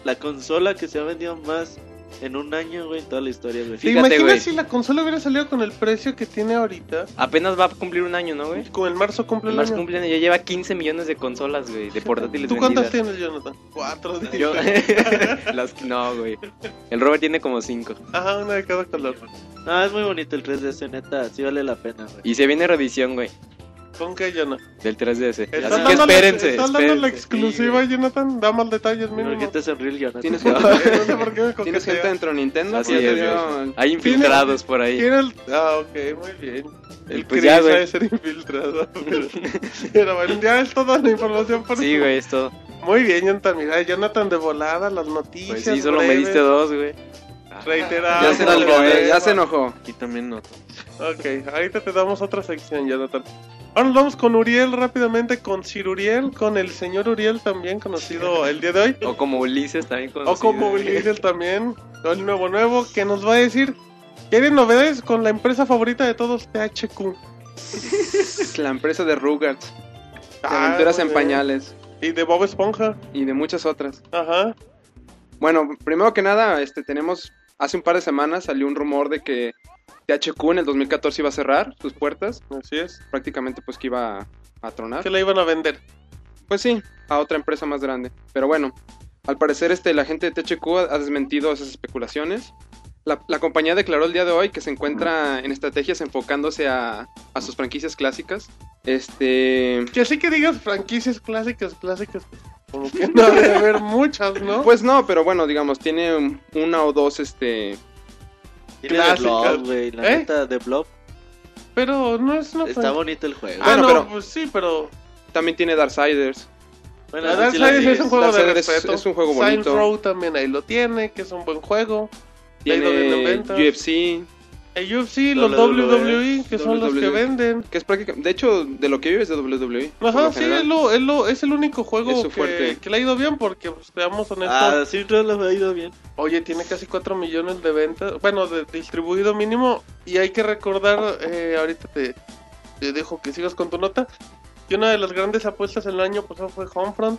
S3: La consola que se ha vendido más en un año, güey, en toda la historia, güey.
S2: ¿Te
S6: Fíjate,
S2: imaginas
S6: güey.
S2: si la consola hubiera salido con el precio que tiene ahorita?
S6: Apenas va a cumplir un año, ¿no, güey?
S2: Con el marzo cumple el
S6: Más
S2: año.
S6: cumplen, ya lleva 15 millones de consolas, güey, de portátiles
S2: ¿Tú cuántas
S6: vendidas.
S2: tienes, Jonathan? Cuatro. dice. *laughs*
S6: Yo, *laughs* las que- no, güey. El Robert tiene como cinco.
S2: Ajá, una de cada color.
S3: No, Ah, es muy bonito el 3DS, neta, sí vale la pena, güey.
S6: Y se viene reedición, güey,
S2: ¿Con qué, Jonathan?
S6: del 3DS.
S2: Estás
S6: Así que
S2: dándole-
S6: espérense.
S2: Estás dando la
S6: espérense.
S2: exclusiva, Jonathan. Da más detalles,
S3: ¿Por qué
S2: mínimo.
S3: te sonríes, Jonathan?
S7: ¿Tienes, gente,
S6: No.
S2: *laughs* No
S6: *laughs*
S2: sé por qué me
S7: ¿Tienes gente
S2: coquetea.
S7: dentro de Nintendo?
S6: Así
S7: Ya te
S6: es,
S7: dio-
S6: Hay infiltrados por ahí.
S2: ¿Quién era el- Ah, ok, muy bien.
S6: El,
S2: El
S6: pues
S2: Chris
S6: ya,
S2: ha
S6: güey.
S2: de ser infiltrado. *laughs* Pero, pero bueno, ya es toda la información por
S6: Sí,
S2: su-
S6: güey, esto.
S2: Muy bien, Jonathan. Mira, Jonathan de volada, las noticias.
S6: Pues sí, solo me
S2: breves,
S6: diste dos, güey.
S2: reiteradas,
S7: Ya se
S2: no
S7: enojó,
S2: problemas.
S7: eh, ya se enojó.
S5: Aquí también noto.
S2: Ok, ahorita te damos otra sección, Jonathan. Ahora nos vamos con Uriel rápidamente, con Sir Uriel, con el señor Uriel también conocido el día de hoy.
S6: O como Ulises también conocido.
S2: O como Ulises también, el nuevo nuevo, que nos va a decir que hay novedades con la empresa favorita de todos, THQ.
S7: La empresa de Rugrats, de
S2: Ah,
S7: aventuras en
S2: muy bien.
S7: pañales
S2: Y de Bob Esponja.
S7: y de muchas otras.
S2: Ajá.
S7: Bueno, primero que nada, este tenemos hace un par de semanas salió un rumor de que THQ en el 2014 iba a cerrar sus puertas,
S2: Así es.
S7: prácticamente pues que iba a, a tronar.
S2: Que la iban a vender.
S7: Pues sí, a otra empresa más grande. Pero bueno, al parecer este, la gente de THQ ha, ha desmentido esas especulaciones. La, la compañía declaró el día de hoy que se encuentra en estrategias enfocándose a, a sus franquicias clásicas. Este,
S2: Que así que digas franquicias clásicas, clásicas. Como
S7: *laughs*
S2: que no debe haber muchas, ¿no?
S7: pues no, pero bueno, digamos, tiene una o dos, este,
S3: Tiene de
S2: clásicas.
S3: Blob, güey, la
S2: ¿Eh?
S3: neta de Blob.
S2: pero no es una
S3: Está
S2: franquicia.
S3: bonito el juego.
S2: Ah,
S7: Bueno,
S2: no,
S7: pero-
S2: pues sí, pero.
S7: también tiene Darksiders.
S3: Bueno,
S2: La
S3: eso
S2: Dark
S3: sí la
S2: Side es
S3: sigues.
S2: un juego de
S7: Darksiders es-
S2: respeto.
S7: es un juego
S2: Saints
S7: bonito.
S2: Row también ahí lo tiene, que es un buen juego.
S7: Tiene
S2: AEW90.
S7: UFC, E,
S2: El UFC, los
S3: WWE,
S2: WWE, que son los que
S7: WWE.
S2: venden.
S7: E, que es prácticamente, de hecho, de lo que vives de E, WWE. por
S2: Ajá,
S7: lo
S2: sí,
S7: general.
S2: es, lo, es, lo, es el único juego
S7: Es su
S2: que,
S7: fuerte.
S2: que le ha ido bien porque, pues, seamos honestos,
S3: Ah, sí, no lo ha ido bien.
S2: oye, tiene casi 4 millones de ventas, bueno, de distribuido mínimo, y hay que recordar, eh, ahorita te, te dejo que sigas con tu nota, que una de las grandes apuestas el año pasado fue Homefront,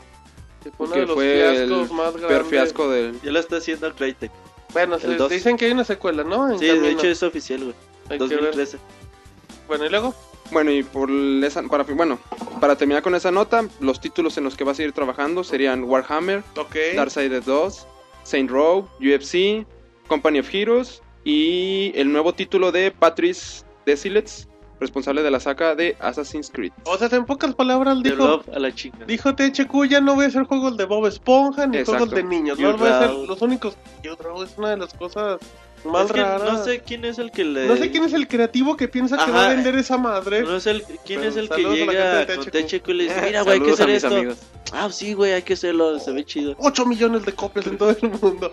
S2: que fue uno
S7: Que
S2: de los
S7: fue el
S2: fiascos más
S7: Peor
S2: grandes.
S7: fiasco del...
S3: Ya lo está haciendo Crytek.
S2: Bueno, se-
S3: dos.
S2: dicen que hay una secuela, ¿no? En
S3: Sí,
S2: camino.
S3: de hecho es oficial, güey.
S2: Hay que ver.
S3: 2013.
S2: Bueno, y luego,
S7: Bueno, y por esa, para, bueno, para terminar con esa nota, los títulos en los que va a seguir trabajando serían Warhammer,
S2: ok,
S7: Darksiders 2, Saint Row, UFC, Company of Heroes y el nuevo título de Patrice Desilets, responsable de la saga de Assassin's Creed.
S2: o sea, en pocas palabras
S3: De
S2: dijo...
S3: Blob a la chinga.
S2: Dijo THQ, ya no voy a hacer juegos de Bob Esponja ni
S7: Exacto.
S2: juegos de niños.
S3: Yo
S2: No voy a hacer
S3: creo-
S2: los únicos. Yo creo que es una de las cosas Más
S3: Es que
S2: rara.
S3: no sé quién es el que le.
S2: No sé quién es el creativo que piensa que
S3: Ajá.
S2: va a vender esa madre.
S3: no sé el- quién
S2: Pero
S3: es el que
S2: saludos a la
S3: llega
S2: gente de
S3: con
S2: THQ.
S3: THQ y le dice:
S2: *laughs*
S3: Mira, güey, hay que
S6: Saludos a
S3: hacer
S6: mis
S3: esto.
S6: amigos.
S3: Ah, sí, güey, hay que hacerlo. Se ve chido.
S2: 8 millones de copias en todo el mundo.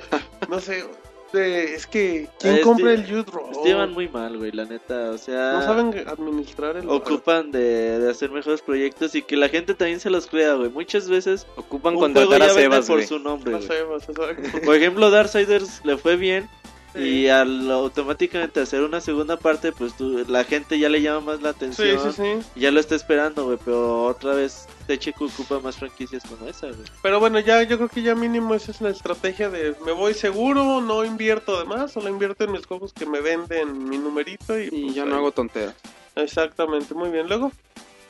S2: No sé. eh, es que. ¿Quién
S3: Eh,
S7: Este,
S2: compra
S3: Steve-
S2: el Yudro?
S3: Se llevan muy mal, güey, la neta. O sea.
S2: Oh.
S7: ah,
S2: No saben administrar el.
S3: ocupan de, de hacer mejores proyectos y que la gente también se los crea, güey. Muchas veces
S6: Ocupan
S3: un
S6: contratar
S3: juego
S6: a
S3: ya vende
S6: Sebas,
S3: por
S6: güey.
S3: su nombre,
S2: No
S3: güey.
S2: sé, *laughs* no sé, exacto.
S3: Por ejemplo, Darksiders le fue bien
S2: Sí.
S3: y al automáticamente hacer una segunda parte, pues tú- la gente ya le llama más la
S2: Sí,
S3: atención.
S2: sí, sí.
S3: y Ya lo está esperando, güey, pero otra vez THQ ocupa más franquicias como esa, güey.
S2: Pero bueno, ya yo creo que ya mínimo esa es la estrategia de me voy seguro, no invierto de más, solo invierto en mis juegos que me venden mi numerito y,
S7: Y
S2: pues,
S7: ya
S2: ahí.
S7: no hago tonteras.
S2: Exactamente, muy bien. Luego,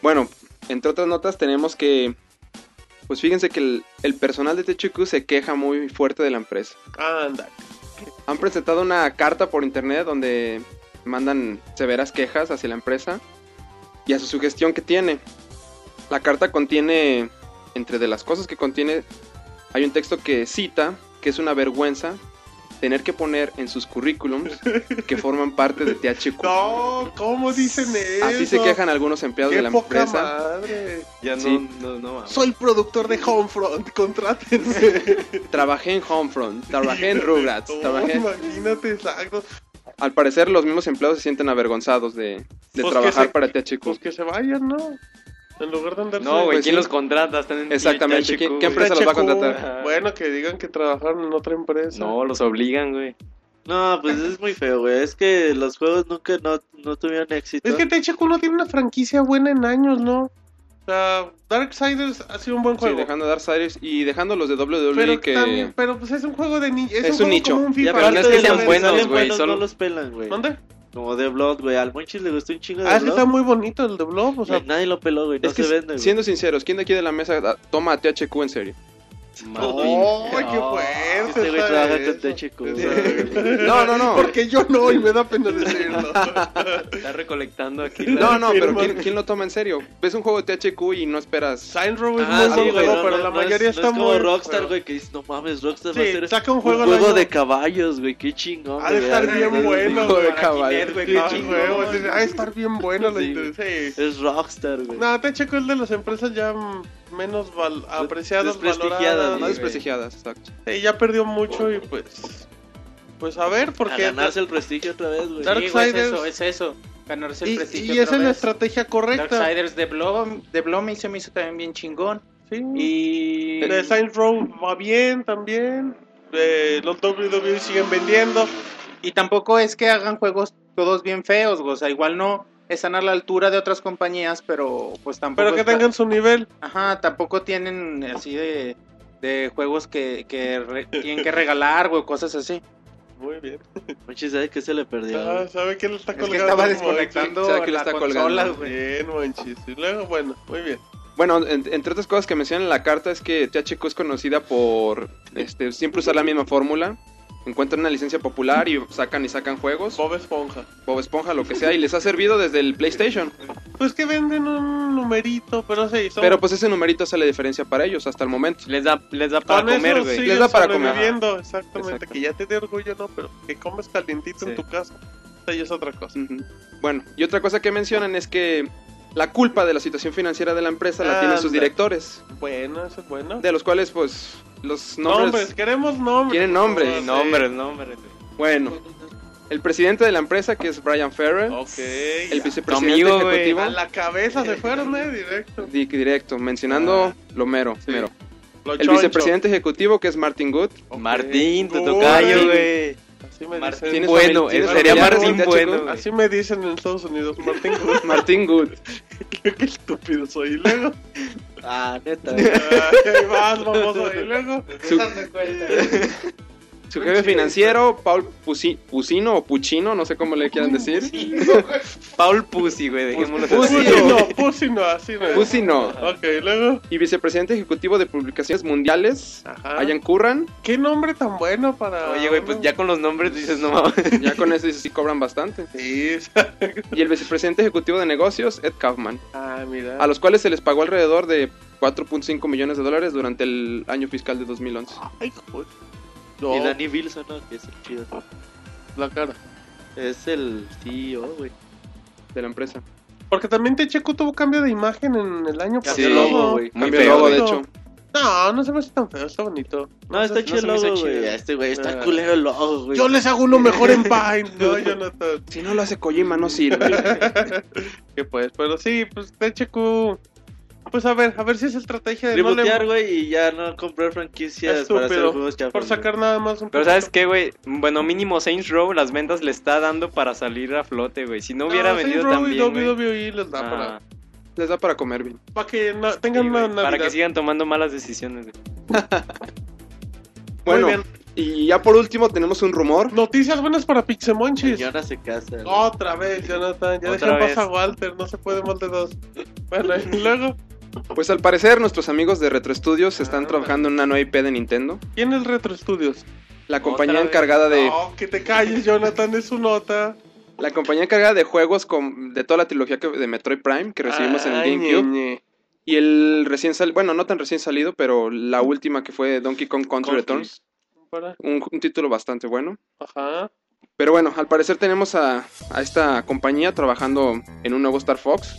S7: Bueno, entre otras notas tenemos que... Pues fíjense que el, el personal de THQ se queja muy fuerte de la empresa.
S2: anda.
S7: Han presentado una carta por internet donde mandan severas quejas hacia la empresa y a su sugestión que tiene. La carta contiene, entre de las cosas que contiene, hay un texto que cita que es una vergüenza tener que poner en sus currículums que forman parte de THQ.
S2: *laughs* No, ¿cómo dicen eso?
S7: Así se quejan algunos empleados
S2: Qué
S7: de la
S2: poca
S7: empresa.
S2: madre.
S6: Ya no,
S7: Sí.
S6: no, no, mames.
S2: Soy productor de Homefront, contrátenme.
S7: Trabajé en Homefront, trabajé en Rugrats,
S2: No,
S7: trabajé...
S2: Imagínate, exacto.
S7: Al parecer los mismos empleados se sienten avergonzados de, de
S2: Pues que
S7: trabajar
S2: se-
S7: para THQ.
S2: Pues que se vayan, ¿no? En lugar de andarse...
S6: No, güey,
S7: Pues
S6: ¿quién
S7: sí.
S6: los contrata? Están en
S7: Exactamente,
S6: THQ,
S7: ¿quién-
S6: güey.
S7: qué empresa los va a contratar?
S6: Ajá.
S2: Bueno, que digan que trabajaron en otra empresa.
S6: No, los obligan, güey.
S3: No, pues es muy feo, güey. Es que los juegos nunca no, no tuvieron éxito.
S2: Es que THQ no tiene una franquicia buena en años, ¿no? O sea, Darksiders ha sido un buen
S7: Sí,
S2: juego.
S7: dejando Darksiders y dejando los de WWE
S2: pero,
S7: que...
S2: también- pero pues es un juego de nicho. Es,
S7: Es
S2: un,
S7: un
S2: juego
S7: nicho.
S2: Como un
S3: Y
S2: FIFA.
S6: pero no es
S3: aparte
S6: que
S3: de
S6: sean
S3: los
S6: buenos,
S3: salen
S6: güey, solo-
S3: No los pelan, güey.
S2: ¿Dónde?
S3: Como de Blood, güey. Al Monchis le gustó un chingo de
S2: Ah, es que
S3: Blood.
S2: está muy bonito el de Blob. O sea,
S3: Y nadie lo peló, güey. No
S7: es que,
S3: se vende, güey.
S7: siendo sinceros, ¿quién de aquí de la mesa da- toma a THQ en serio?
S2: ¡Oh, qué fuerte!
S3: Es que Este güey
S2: está
S3: trabaja
S2: eso.
S3: con THQ. güey.
S7: No, no, no.
S2: *laughs* Porque yo no, y me da pena decirlo.
S6: Está recolectando aquí. la-
S7: No, no, pero
S2: Firma.
S7: ¿quién, quién lo toma en serio? Ves un juego de THQ y no *laughs* esperas...
S2: Sign Row es
S3: Ah,
S2: muy
S3: sí,
S2: buen
S3: güey.
S2: juego,
S3: No,
S2: pero
S3: no,
S2: la
S3: no es-
S2: mayoría
S3: no
S2: está
S3: es como
S2: muy.
S3: Rockstar, güey, que dice, no mames, Rockstar va a
S2: Sí,
S3: hacer
S2: saca un
S3: un
S2: juego,
S3: juego,
S2: al año.
S3: de caballos, güey. Qué chingón,
S2: Ha de
S3: güey.
S2: estar
S3: Ah,
S2: bien
S3: no,
S2: bueno,
S7: Juego de
S2: güey.
S7: caballo.
S2: Qué
S3: Qué
S2: chingón,
S3: chingón.
S2: sí, Ha de estar bien bueno la
S3: Sí,
S2: sí.
S3: Es Rockstar, güey.
S2: No, THQ es de las empresas ya mm, menos val- apreciadas,
S3: desprestigiadas,
S2: valoradas.
S7: Más
S3: güey.
S7: desprestigiadas, exacto.
S2: Sí, ya perdió mucho y pues. Pues a ver,
S3: a
S2: porque.
S3: ganarse el prestigio otra vez, güey.
S2: Dar-
S4: Pues Sí, güey, es
S2: Darksiders-
S4: eso, es eso. Ganarse el
S2: Y,
S4: prestigio.
S2: y esa
S4: otra
S2: es la
S4: vez.
S2: estrategia correcta.
S4: Darksiders de Blow, de Blow me hizo, me hizo también bien chingón.
S2: Sí.
S4: Y.
S2: De Saints Row va bien también. Eh, los WWE siguen vendiendo.
S4: Y tampoco es que hagan juegos todos bien feos, güey. o sea, igual no están a la altura de otras compañías, pero pues tampoco.
S2: Pero que
S4: está-
S2: tengan su nivel.
S4: Ajá, tampoco tienen así de, de juegos que, que re- tienen que regalar, güey, cosas así.
S2: Muy bien.
S3: Monchis, ¿sabes qué se le perdió?
S2: Ah,
S3: güey?
S2: ¿Sabe quién le está
S4: Es
S2: colgando?
S4: que estaba
S2: Monchis?
S4: desconectando
S7: ¿Será que le
S4: la
S7: está
S4: consola,
S7: colgando?
S4: güey.
S2: Bien, Monchis. Y luego, bueno, muy bien.
S7: Bueno, en- entre otras cosas que mencionan en la carta es que THQ es conocida por este, siempre usar la misma fórmula. Encuentran una licencia popular y sacan y sacan juegos,
S2: Bob Esponja.
S7: Bob Esponja, lo que sea, y les ha servido desde el PlayStation.
S2: Pues que venden un numerito, pero sí, son,
S7: Pero pues ese numerito hace la diferencia para ellos hasta el momento.
S6: Les da, les da para
S2: con eso
S6: comer, güey.
S2: siguen
S7: Les da para comer.
S2: sobreviviendo, Exactamente,
S7: Exacto.
S2: que ya te dé orgullo, ¿no? Pero que comes calientito en
S6: Sí.
S2: tu casa. O sea, ya es otra cosa.
S7: Ujú. Bueno, y otra cosa que mencionan es que la culpa de la situación financiera de la empresa la tienen sus
S2: Anda.
S7: directores,
S2: Bueno, eso es bueno.
S7: de los cuales pues los
S2: nombres,
S7: nombres...
S2: queremos nombres. Ah,
S7: Tienen nombres.
S2: por
S6: Sí,
S2: favor,
S6: nombres, nombres. güey.
S7: Bueno, el presidente de la empresa que es Brian Ferrer,
S5: Oh,
S2: Ok.
S7: el
S2: ya.
S7: vicepresidente
S6: amigo, güey.
S7: ejecutivo...
S2: A la cabeza se fueron, eh, directo.
S7: Di- directo, mencionando
S5: Ah,
S7: lo mero, mero.
S2: Lo
S7: El
S2: choncho.
S7: vicepresidente ejecutivo que es Martin Good.
S2: Ok.
S6: Martín, tu
S2: Uy,
S6: tocayo, güey.
S2: Así me
S6: Martín
S2: dicen.
S7: ¿Tienes
S6: Bueno,
S7: familia- tienes
S6: ese sería
S7: familiares
S6: Martín
S7: en THQ?
S6: Bueno, güey.
S2: Así me dicen en Estados Unidos, Martín Cruz. *laughs*
S7: Martin Good.
S2: Qué estúpido soy. Y luego,
S3: Ah, neta.
S2: ¿qué más, famoso? Y luego,
S7: Su, su jefe financiero, Paul Pusi- Pusino o Puchino, no sé cómo le quieran decir.
S6: *laughs* Paul Pussy, güey. Dejémoslo así.
S2: Pusino, Pusino, así me dicen.
S7: Pusino.
S2: Ok, y luego.
S7: Y vicepresidente ejecutivo de publicaciones mundiales,
S2: Ajá.
S7: Ayan Curran.
S2: Qué nombre tan bueno para.
S6: Oye, güey, pues ya con los nombres dices, no mames.
S7: Ya con eso dices, sí cobran bastante.
S2: Sí,
S7: Y el vicepresidente ejecutivo de negocios, Ed Kaufman.
S2: ah, mira.
S7: A los cuales se les pagó alrededor de 4.5 millones de dólares durante el año fiscal de 2011.
S2: Ay, joder.
S3: Y
S2: No,
S3: Danny Wilson, ¿no? Que es el chido.
S2: la cara.
S3: Es el CEO, güey.
S7: de la empresa.
S2: Porque también Techeco tuvo cambio de imagen en el año
S3: Cambió el logo, güey.
S5: Muy
S7: Cambio de
S5: feo,
S7: logo, de
S5: güey.
S7: hecho.
S2: No, no se me hace tan feo, está bonito.
S3: No, está
S2: sé-
S3: chido el
S2: se me hizo
S3: logo,
S2: chido.
S3: güey. Este, güey, está
S2: Ah.
S3: culero el logo, güey.
S2: Yo les hago uno mejor
S3: *laughs*
S2: en Paint. No, Jonathan.
S7: Si no lo hace Kojima, no sirve.
S2: Que pues, pero sí, pues THQ. Pues a ver, a ver si es estrategia de no
S3: Tributear,
S2: le...
S3: güey, y ya no comprar franquicias para hacer
S2: Estúpido.
S3: juegos chafas,
S2: Por
S3: güey.
S2: sacar nada más un
S6: Pero
S2: poquito.
S6: ¿sabes qué, güey? Bueno, mínimo Saints Row las ventas le está dando para salir a flote, güey. Si no hubiera
S2: No,
S6: vendido
S2: Ah, Saints Row
S6: también,
S2: Y
S6: güey.
S2: WWE les da para,
S6: Ah,
S7: Les da para comer bien.
S2: para que na-
S6: sí,
S2: tengan una
S6: güey, para
S2: Navidad.
S6: que sigan tomando malas decisiones, güey.
S2: Muy
S7: Bueno,
S2: bien.
S7: y ya por último tenemos un rumor.
S2: Noticias buenas para Pixemonchis.
S3: Señora se casa. güey.
S2: Otra vez, Jonathan. Ya
S6: Otra
S2: dejen
S6: vez.
S2: pasar a Walter. No se puede más de dos. Bueno, y luego,
S7: Pues al parecer nuestros amigos de Retro Studios están
S2: Ah.
S7: trabajando en una nueva IP de Nintendo.
S2: ¿quién es Retro Studios?
S7: La compañía
S6: Otra vez.
S7: encargada de
S2: No, que te calles, Jonathan. Es su nota.
S7: la compañía encargada de juegos con- de toda la trilogía que- de Metroid Prime que recibimos en el
S2: Ah, Ay,
S7: GameCube
S2: ñe, ñe.
S7: y el recién salido, bueno, no tan recién salido, pero la
S2: Mm.
S7: última que fue Donkey Kong Country
S3: Country.
S7: Returns,
S2: Para-
S7: un- un título bastante bueno.
S2: Ajá.
S7: Pero bueno, al parecer tenemos a, a esta compañía trabajando en un nuevo Star Fox.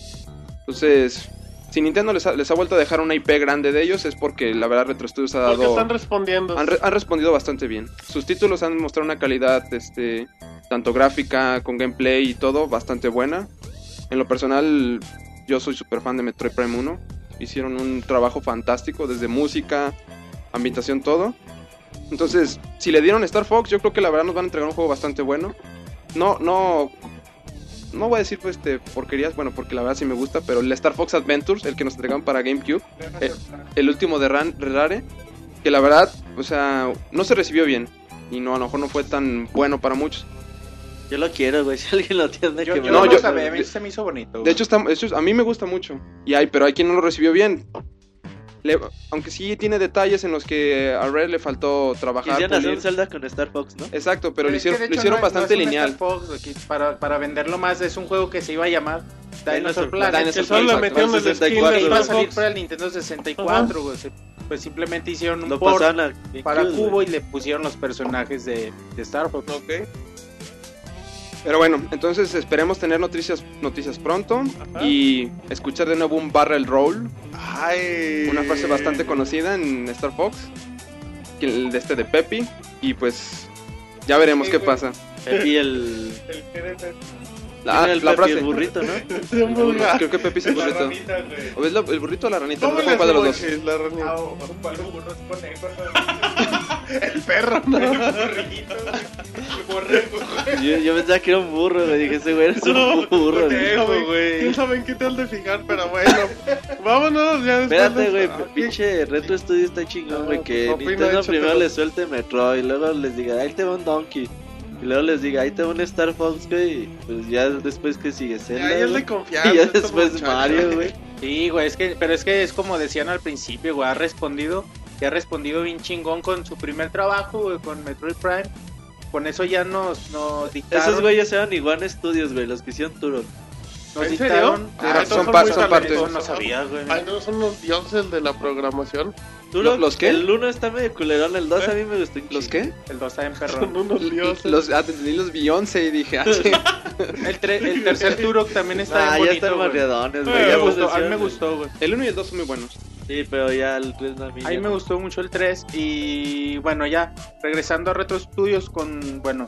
S7: Entonces, si Nintendo les ha, les ha vuelto a dejar una IP grande de ellos, es porque la verdad Retro Studios ha
S2: Porque
S7: dado.
S2: están respondiendo.
S7: Han, re- han respondido bastante bien. Sus títulos han mostrado una calidad, este, tanto gráfica, con gameplay y todo, bastante buena. En lo personal, yo soy súper fan de Metroid Prime 1. Hicieron un trabajo fantástico, desde música, ambientación, todo. Entonces, si le dieron Star Fox, yo creo que la verdad nos van a entregar un juego bastante bueno. No, no. No voy a decir pues, este, porquerías, bueno, porque la verdad sí me gusta, pero el Star Fox Adventures, el que nos entregaron para GameCube, eh, el último de Ran, Rare, que la verdad, o sea, no se recibió bien. Y no, a lo mejor no fue tan bueno para muchos.
S3: Yo lo quiero, güey. *laughs* Si alguien lo tiene,
S4: Yo,
S3: que
S4: yo
S3: me
S7: no,
S4: no,
S3: lo-
S7: yo-
S4: lo sabía, a mí se me hizo bonito.
S7: De
S4: güey.
S7: hecho, está, de hecho, a mí me gusta mucho. Y hay, pero hay quien no lo recibió bien. Le- aunque sí tiene detalles en los que a Rare le faltó trabajar.
S3: Quisieran hacer
S7: pulir.
S3: un Zelda con Star Fox, ¿no?
S7: Exacto, pero le
S4: Es que
S7: hicieron,
S4: de
S7: lo
S4: hecho
S7: hicieron
S4: no es- no
S7: bastante
S4: es un
S7: lineal.
S4: Star Fox, aquí, para, para venderlo más, es un juego que se iba a llamar
S3: Dinosaur
S4: Dinosaur Planet.
S7: Planet,
S4: que
S7: solo
S4: iba-
S7: le
S2: metieron el skin
S4: que
S2: de
S4: iba a
S2: Star
S4: salir
S2: Fox.
S4: para el Nintendo 64, güey, se- Pues simplemente hicieron un
S3: Lo
S4: port
S3: pasaban a
S4: para
S3: GameCube,
S4: Cubo
S3: güey.
S4: y le pusieron los personajes de, de Star Fox.
S2: Ok.
S7: Pero bueno, entonces esperemos tener noticias, noticias pronto. Y escuchar de nuevo un barrel roll.
S2: Ay.
S7: Una frase bastante conocida en Star Fox. que el de este de Peppy. Y pues ya veremos
S2: Sí,
S7: qué
S2: güey.
S7: pasa.
S3: Y el.
S2: El gerente.
S7: La,
S2: Ah,
S3: tiene el
S7: la
S3: Pepe,
S7: frase.
S3: el burrito, ¿no?
S2: de un vulgar.
S7: Creo que Pepe es el
S2: La
S7: burrito.
S2: ranita, güey.
S7: ¿O es la- el burrito o la ranita? No
S2: ¿Cómo
S7: me
S2: le
S7: acuerdo cuál de los dos.
S2: haces, la ranita? El perro,
S3: Yo, yo pensaba que era un burro, güey. Dije, ese güey es un burro, güey.
S2: conejo, güey. ¿Quién sabe en qué te han de fijar? Pero bueno, vámonos ya después.
S3: Espérate,
S2: de-
S3: güey,
S2: Ah,
S3: pinche Retro Studio está chingón, güey,
S2: Ah,
S3: que
S2: pues, opina,
S3: Nintendo
S2: échatelo.
S3: primero le suelte Metroid, y luego les diga, ahí te va un Donkey, y luego les diga, ahí te va un Star Fox, güey, y pues ya después que sigue
S2: Ya,
S3: Zelda,
S2: ya es
S3: güey,
S2: de confianza.
S3: *laughs* y ya
S2: este
S3: después
S2: muchacho.
S3: Mario, güey.
S4: Sí, güey, es que, pero es que es como decían al principio, güey, ha respondido, y ha respondido bien chingón con su primer trabajo, güey, con Metroid Prime. Con eso ya nos, nos dictaron.
S3: Esos güeyes eran Iguan Studios, güey, los que hicieron Turok.
S4: nos
S2: ¿En serio?
S4: dictaron.
S2: Ah,
S7: Son
S2: estos muy
S7: par- son
S2: talentosos.
S7: partes.
S4: Eso no sabía, güey.
S2: Ay, no, son los dioses de la programación.
S3: Turok,
S7: ¿Los qué?
S3: El 1 está medio culerón, el
S2: ¿Eh?
S3: 2 a mí me gustó. un
S7: ¿Los
S3: chingo.
S7: qué?
S4: El 2 está en perrón.
S2: Son unos dioses.
S7: Los, ah, entendí los Beyoncé y
S2: *laughs*
S7: dije, ah, sí.
S4: El, tre- el
S3: *laughs*
S4: tercer Turok también está
S3: Ah,
S4: bien
S3: ya
S4: bonito,
S3: están
S4: güey. A
S3: barriadones,
S4: mí
S3: güey.
S4: me
S3: ya
S4: gustó, a mí
S3: pusieron,
S4: me
S3: güey.
S4: gustó, güey.
S7: El 1 y el 2 son muy buenos.
S3: Sí, pero ya el 3 no a mí.
S4: A mí
S3: ya
S4: me
S3: no.
S4: gustó mucho el 3 y bueno, ya regresando a Retro Studios con, bueno,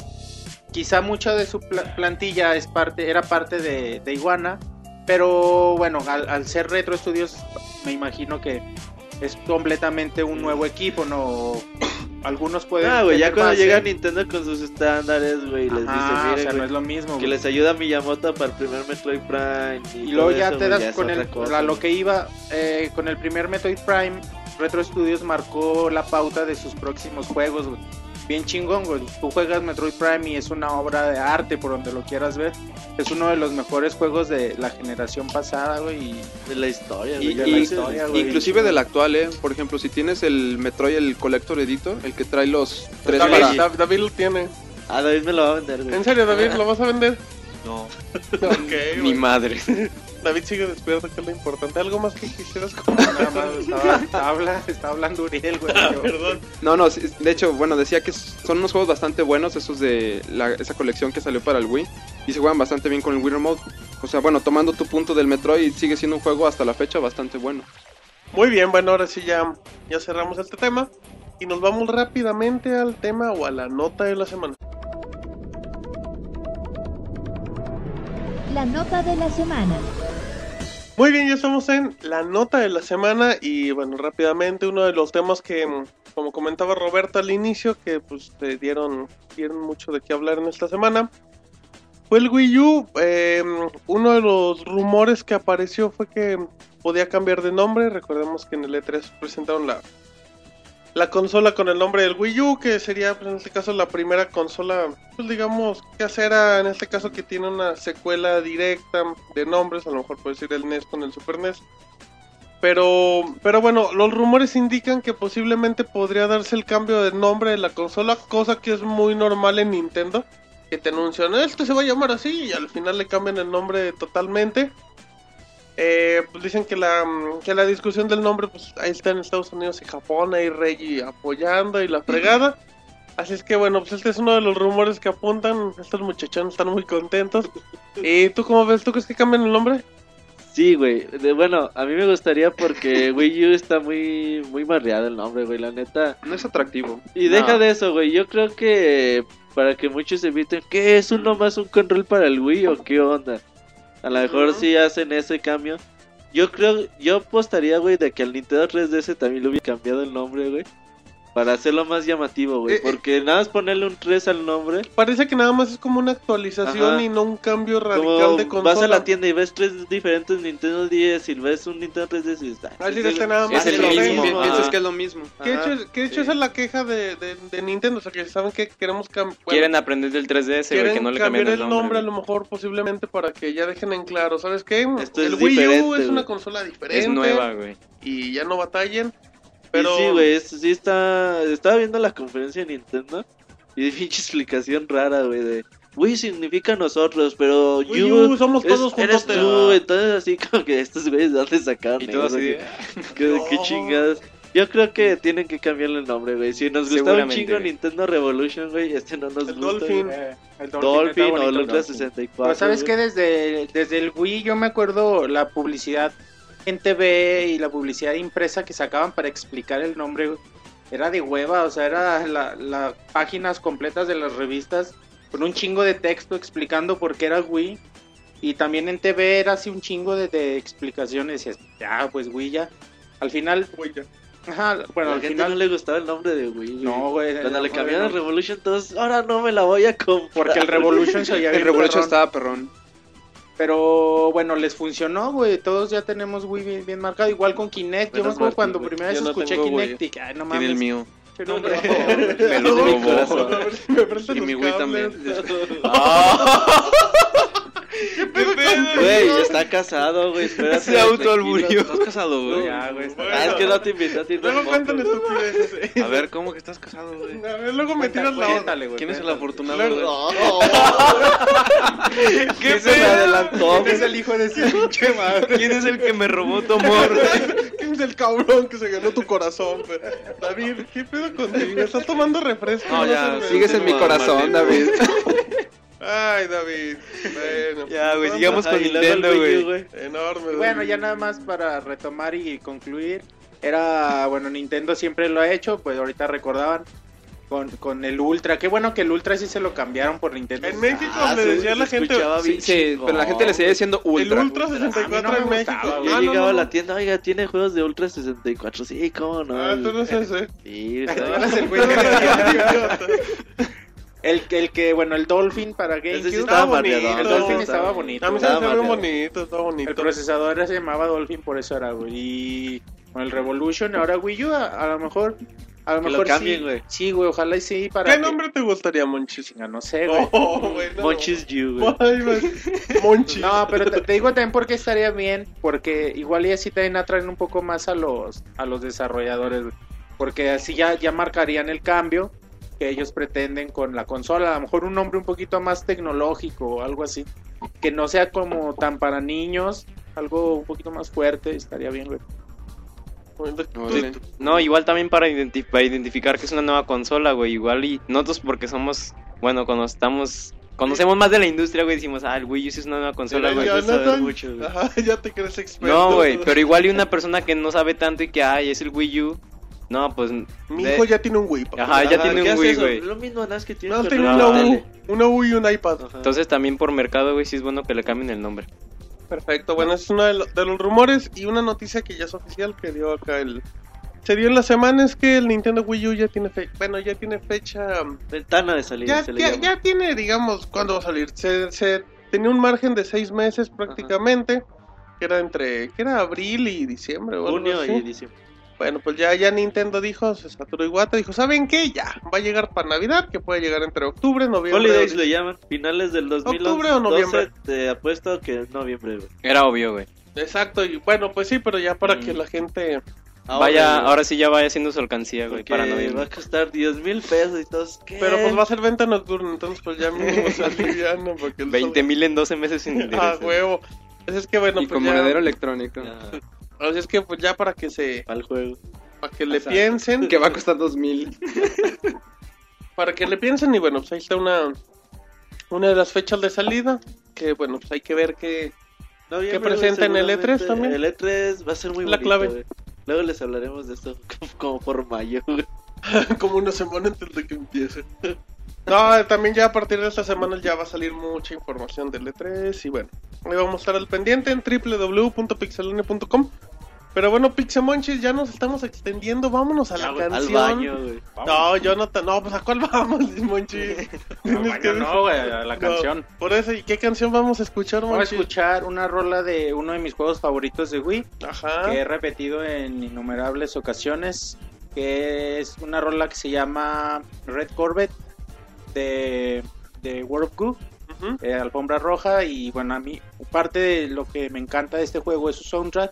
S4: quizá mucha de su pla- plantilla es parte, era parte de, de Iguana, pero bueno, al, al ser Retro Studios me imagino que es completamente un nuevo equipo, ¿no? Algunos pueden...
S3: Ah, güey, ya
S4: tener
S3: cuando
S4: base.
S3: llega Nintendo con sus estándares, güey, les
S4: Ajá,
S3: dice,
S4: o sea,
S3: miren,
S4: no es lo mismo.
S3: Que
S4: güey.
S3: les ayuda Miyamoto para el primer Metroid Prime.
S4: Y
S3: todo
S4: luego ya
S3: eso,
S4: te
S3: güey,
S4: das
S3: ya es
S4: con el,
S3: otra cosa.
S4: a lo que iba eh, con el primer Metroid Prime. Retro Studios marcó la pauta de sus próximos juegos, güey. Bien chingón, güey. Tú juegas Metroid Prime y es una obra de arte, por donde lo quieras ver. Es uno de los mejores juegos de la generación pasada, güey. y-
S3: De la historia,
S7: Y-
S3: güey. de
S7: y-
S3: la historia, güey.
S7: Inclusive del actual, ¿eh? Por ejemplo, si tienes el Metroid, el Collector Editor, el que trae los tres
S2: David,
S7: para...
S2: Dav- David lo tiene.
S3: Ah, David me lo va a vender, güey.
S2: ¿En serio, David? ¿Lo vas a vender?
S5: No,
S2: Ok,
S5: ni
S7: *laughs*
S2: güey.
S5: madre.
S2: David sigue despierto, que es lo importante. ¿Algo más que quisieras
S4: Nada
S3: *laughs*
S2: comentar?
S4: más estaba, estaba habla- estaba hablando Uriel, güey.
S2: Ah,
S4: yo-
S2: perdón.
S7: No, no, sí, de hecho, bueno, decía que son unos juegos bastante buenos esos de la- esa colección que salió para el Wii y se juegan bastante bien con el Wii Remote. O sea, bueno, tomando tu punto del Metroid, sigue siendo un juego hasta la fecha bastante bueno.
S2: Muy bien, bueno, ahora sí ya, ya cerramos este tema y nos vamos rápidamente al tema o a la nota de la semana.
S1: La nota de la semana.
S2: Muy bien, ya estamos en la nota de la semana y bueno, rápidamente uno de los temas que, mm, como comentaba Roberto al inicio, que pues te dieron, dieron mucho de qué hablar en esta semana, fue el Wii U. Eh, uno de los rumores que apareció fue que podía cambiar de nombre. Recordemos que en el E3 presentaron la, la consola con el nombre del Wii U, que sería pues, en este caso la primera consola, pues digamos, casera, en este caso que tiene una secuela directa de nombres, a lo mejor puede ser el NES con el Super NES. Pero, pero bueno, los rumores indican que posiblemente podría darse el cambio de nombre de la consola, cosa que es muy normal en Nintendo, que te anuncian, este se va a llamar así y al final le cambian el nombre totalmente. Eh, pues dicen que la, mm, que la discusión del nombre, pues ahí está en Estados Unidos y Japón, ahí Reggie apoyando y la fregada. Así es que bueno, pues este es uno de los rumores que apuntan. Estos muchachones están muy
S3: *laughs*
S2: contentos. ¿Y tú cómo ves? ¿Tú crees que cambian el nombre?
S3: Sí, güey. De- Bueno, a mí me gustaría porque Wii U está muy, muy marreado el nombre, güey, la neta.
S7: No es atractivo.
S3: Y deja de eso, güey. Yo creo que para que muchos eviten, ¿qué es uno más un control para el Wii o qué onda? A lo mejor
S2: Ujú.
S3: si hacen ese cambio. Yo creo, yo apostaría, güey, de que al Nintendo 3DS también le hubiera cambiado el nombre, güey. Para hacerlo más llamativo,
S2: Eh,
S3: güey.
S2: eh.
S3: Porque nada más ponerle un 3 al nombre.
S2: Parece que nada más es como una actualización
S3: Ajá.
S2: y no un cambio radical
S3: Como
S2: de consola.
S3: vas a la tienda y ves tres diferentes Nintendo 10 y ves un Nintendo 3DS y dices, "Ah,
S2: Así
S3: este
S2: de
S3: es
S2: este
S3: el-
S2: nada
S3: es
S2: más que
S3: el
S4: "Ah,
S2: lo ven.
S7: Pi-
S3: mismo".
S7: Piensas
S3: Ajá.
S7: que es lo mismo.
S2: Que de
S3: Ajá,
S2: hecho, que de hecho
S3: sí.
S2: esa es la queja de, de, de Nintendo, o sea que saben que queremos cam- bueno,
S6: Quieren aprender del 3DS, güey,
S2: quieren
S6: que no le
S2: cambiar
S6: cambiaron
S2: el nombre a lo mejor posiblemente para que ya dejen en claro, ¿sabes qué?
S3: Esto
S2: el
S3: es
S2: Wii U
S3: diferente,
S2: es una
S3: güey.
S2: consola diferente.
S6: Es nueva, güey.
S2: y ya no batallen. Pero
S3: Pero... sí, güey, es- sí está... Estaba viendo la conferencia de Nintendo y de *laughs* pinche explicación rara, güey, de... Wii significa nosotros, pero
S2: Wii
S3: you...
S2: U, somos
S3: es-
S2: todos
S3: eres
S2: juntos.
S3: tú, entonces así como que estos güeyes de dónde sacaron
S6: Y
S3: eso,
S6: todo así
S3: güey?
S2: ¿eh?
S3: *laughs*
S2: *laughs*
S6: de-
S3: ¿Qué, qué chingadas. Yo creo que tienen que cambiarle el nombre, güey. Si nos gustaba un
S6: Seguramente,
S3: chingo
S6: güey.
S3: Nintendo Revolution, güey, este no nos
S2: El
S3: gusta.
S2: Dolphin.
S3: güey.
S4: Eh, el está
S3: Dolphin o
S4: bonito,
S3: Lucas
S4: Dolphin.
S3: 64.
S4: Pero sabes que
S3: güey.
S4: desde, desde el Wii yo me acuerdo la publicidad en TV y la publicidad impresa que sacaban para explicar el nombre güey, era de hueva, o sea, era las páginas completas de las revistas con un chingo de texto explicando por qué era Wii. Y también en TV era así un chingo de, de explicaciones. Y ya, pues Wii ya. Al final,
S2: Güey, ya.
S4: ajá, bueno,
S3: a
S4: al
S3: la gente
S4: final.
S3: no le gustaba el nombre de Wii. güey.
S4: No, güey.
S3: Cuando le
S4: no,
S3: cambiaron
S4: no,
S3: Revolution, todos, ahora no me la voy a comprar.
S4: Porque el Revolution se
S3: *laughs*
S4: oía
S7: El
S4: bien perrón.
S7: Revolution estaba
S2: *laughs*
S7: perrón.
S4: Pero bueno, les funcionó, güey. Todos ya tenemos Wii bien, bien marcado. Igual con Kinect. Yo me
S2: Menos
S4: acuerdo
S2: Martín,
S4: cuando
S2: güey.
S4: primera vez
S2: Yo no
S4: escuché
S2: tengo Wii.
S4: Kinect. y que, Ay, no
S5: Tiene el
S4: mames.
S5: mío.
S4: qué nombre.
S5: Me *laughs* lo
S2: Ay,
S5: robó.
S2: corazón, a ver *laughs* si me prestas
S5: Y
S2: los
S5: mi Wii
S2: cables. *laughs*
S3: Güey, está casado, güey. Espérate.
S6: Se autoalburió.
S5: ¿Estás casado, güey?
S4: Ya, güey, está-
S3: Ah, es que no te invité a ti.
S2: Luego
S3: tampoco,
S2: cuentan
S3: güey.
S2: estupideces. eh.
S5: A ver, ¿cómo que estás casado, güey?
S2: A ver, luego *laughs* me tiras la onda.
S4: Cuéntale, güey,
S5: ¿Quién es el
S4: cuéntale.
S5: afortunado, güey?
S3: Luego-
S2: *laughs* ¿Qué
S3: se me adelantó,
S2: ¿Quién es
S3: güey.
S2: el hijo de ese pinche madre?
S5: ¿Quién es el que me robó tu amor?
S2: *laughs* ¿Quién es el cabrón que se ganó tu corazón? güey? David, ¿qué pedo contigo? ¿Estás tomando refresco?
S5: No, ya,
S2: sé,
S7: Sigues en mi
S5: No,
S7: corazón,
S5: Ah, Martín.
S7: David.
S2: Ay, David. Bueno. pues,
S5: Ya, güey, sigamos
S3: Ajá,
S5: con
S3: y luego el
S5: Nintendo,
S3: Wii U,
S5: güey.
S3: güey.
S2: Enorme.
S4: Y *laughs* Bueno,
S2: David.
S4: ya nada más para retomar y concluir. Era, bueno, Nintendo siempre lo ha hecho. Pues ahorita recordaban con, con el Ultra. Qué bueno que el Ultra sí se lo cambiaron por Nintendo.
S2: En México
S3: Ah,
S2: le
S3: se-
S2: decía a
S3: se
S2: la gente.
S3: escuchaba
S7: Sí,
S3: bien
S7: sí,
S3: chingón.
S7: pero la gente le sigue diciendo ultra.
S2: El Ultra
S4: A mí
S2: 64
S4: no me
S2: en México.
S4: gustaba, güey.
S3: Yo
S2: Ah, no,
S3: llegaba
S2: no,
S3: a la
S2: no.
S3: tienda, oiga, tiene juegos de Ultra 64. Sí, cómo no.
S2: Ah, tú no eres ese.
S3: Sí,
S4: Te
S2: *laughs*
S3: no.
S4: ganas el Wii. El, el que, bueno, el Dolphin para GameCube.
S3: Ese sí estaba
S2: bonito.
S3: mareadón.
S4: El Dolphin
S2: Estaba
S4: estaba bonito.
S2: A mí se
S3: Estaba
S2: me hace bien
S3: mareado.
S2: bonito, está bonito.
S4: El procesador se llamaba Dolphin, por eso era, güey. Y con el Revolution, ahora Wii U, a, a lo mejor. A lo
S3: Que lo
S4: mejor
S3: cambien,
S4: sí.
S3: güey.
S4: Sí, güey, ojalá y sí. Para
S2: ¿Qué
S4: que-
S2: nombre te gustaría,
S4: *laughs*
S2: Monchis?
S4: Chinga, No sé,
S3: *laughs*
S4: güey.
S2: Oh, güey, no.
S3: Monchis You, güey.
S2: Ay, güey. Monchis.
S4: No, pero te, te digo también por qué estaría bien. Porque igual y así también atraen un poco más a los, a los desarrolladores, güey. Porque así ya, ya marcarían el cambio que ellos pretenden con la consola. A lo mejor un nombre un poquito más tecnológico o algo así. Que no sea como tan para niños algo un poquito más fuerte estaría bien, güey.
S7: Órale.
S6: No, igual también para, identi- para identificar que es una nueva consola, güey. Igual y nosotros porque somos, bueno, cuando estamos, conocemos más de la industria, güey, decimos, ah, el Wii U sí es una nueva consola,
S2: Mira,
S6: güey. vas a saber
S2: Jonathan.
S6: mucho, güey".
S2: Ajá, ya te crees experto.
S6: No, güey, pero igual y una persona que no sabe tanto y que, ay, es el Wii U. No, pues...
S2: Mi
S6: de-
S2: hijo Ah, ya tiene un Wii, papá.
S6: Ajá, ya tiene
S3: ¿qué
S6: un
S3: hace
S6: Wii,
S3: eso?
S6: güey.
S3: Lo mismo nada más que tiene
S2: No,
S3: que
S2: tiene una
S3: arreglar la
S2: Wii,
S3: tele.
S2: una Wii y un iPad.
S3: Ajá.
S6: Entonces también por mercado, güey, sí es bueno que le cambien el nombre.
S2: Perfecto, bueno, es uno de, lo- de los rumores y una noticia que ya es oficial que dio acá el... Se dio en la semana es que el Nintendo Wii U ya tiene fecha, bueno, ya tiene fecha, um,
S3: Ventana de salida
S2: ya,
S3: se le
S2: ya,
S3: llama.
S2: ya tiene, digamos, cuándo va a salir. Se, se tenía un margen de seis meses prácticamente, que era entre, que era abril y diciembre. o algo
S3: Junio
S2: así.
S3: y diciembre.
S2: Bueno, pues ya, ya Nintendo dijo, se saturó Iwata, dijo, ¿saben qué? Ya, va a llegar para Navidad, que puede llegar entre octubre, noviembre.
S3: Holidays
S2: abril".
S3: le llaman. Finales del 2011.
S2: ¿Octubre o noviembre?
S3: 12, te apuesto que es noviembre, güey.
S6: Era obvio, güey.
S2: Exacto, y bueno, pues sí, pero ya para
S3: Mm.
S2: que la gente...
S6: Vaya,
S3: güey,
S6: ahora sí ya vaya haciendo su alcancía, güey,
S3: porque
S6: para
S3: va a
S6: noviembre.
S3: costar 10 mil pesos y todos. ¿qué?
S2: Pero pues va a ser venta nocturna, entonces pues ya
S3: *laughs*
S2: mismo se aliviana porque... el
S6: 20 mil en 12 meses sin
S2: sol- *laughs* Ah,
S6: intereses.
S2: huevo. Así es que bueno,
S7: y
S2: pues
S7: con
S2: ya,
S7: monedero electrónico.
S3: Ya,
S2: así es que pues ya para que se...
S3: Al juego.
S2: Para que le
S7: Exacto.
S2: piensen,
S7: Que va a costar dos mil.
S2: *laughs* para que le piensen y bueno, pues ahí está una... Una de las fechas de salida, que bueno, pues hay que ver que...
S3: Noviembre,
S2: ¿Qué presenta en el
S3: seguramente.
S2: E3 también?
S3: El E3 va a ser muy
S2: La
S3: bonito,
S2: clave.
S3: güey. Luego les hablaremos de esto como- como por mayo, güey. *laughs*
S2: Como una semana antes de que empiece. *laughs* No, también ya a partir de esta semana ya va a salir mucha información del E3 y bueno, ahí vamos a estar al pendiente en www.pixelone.com. Pero bueno, Pixemonchis, ya nos estamos extendiendo, vámonos a la
S3: Al
S2: canción.
S3: baño, güey.
S2: No, Jonathan, no, pues a cuál vamos, Monchis.
S4: No,
S2: Tienes que
S4: bueno, no, güey, a la
S2: No.
S4: canción.
S2: Por eso, ¿y qué canción vamos a escuchar,
S4: Vamos a
S2: Monchis?
S4: escuchar una rola de uno de mis juegos favoritos de Wii,
S2: Ajá.
S4: que he repetido en innumerables ocasiones, que es una rola que se llama Red Corvette de, de World of Goo,
S2: Ujú.
S4: eh, Alfombra Roja, y bueno, a mí parte de lo que me encanta de este juego es su soundtrack,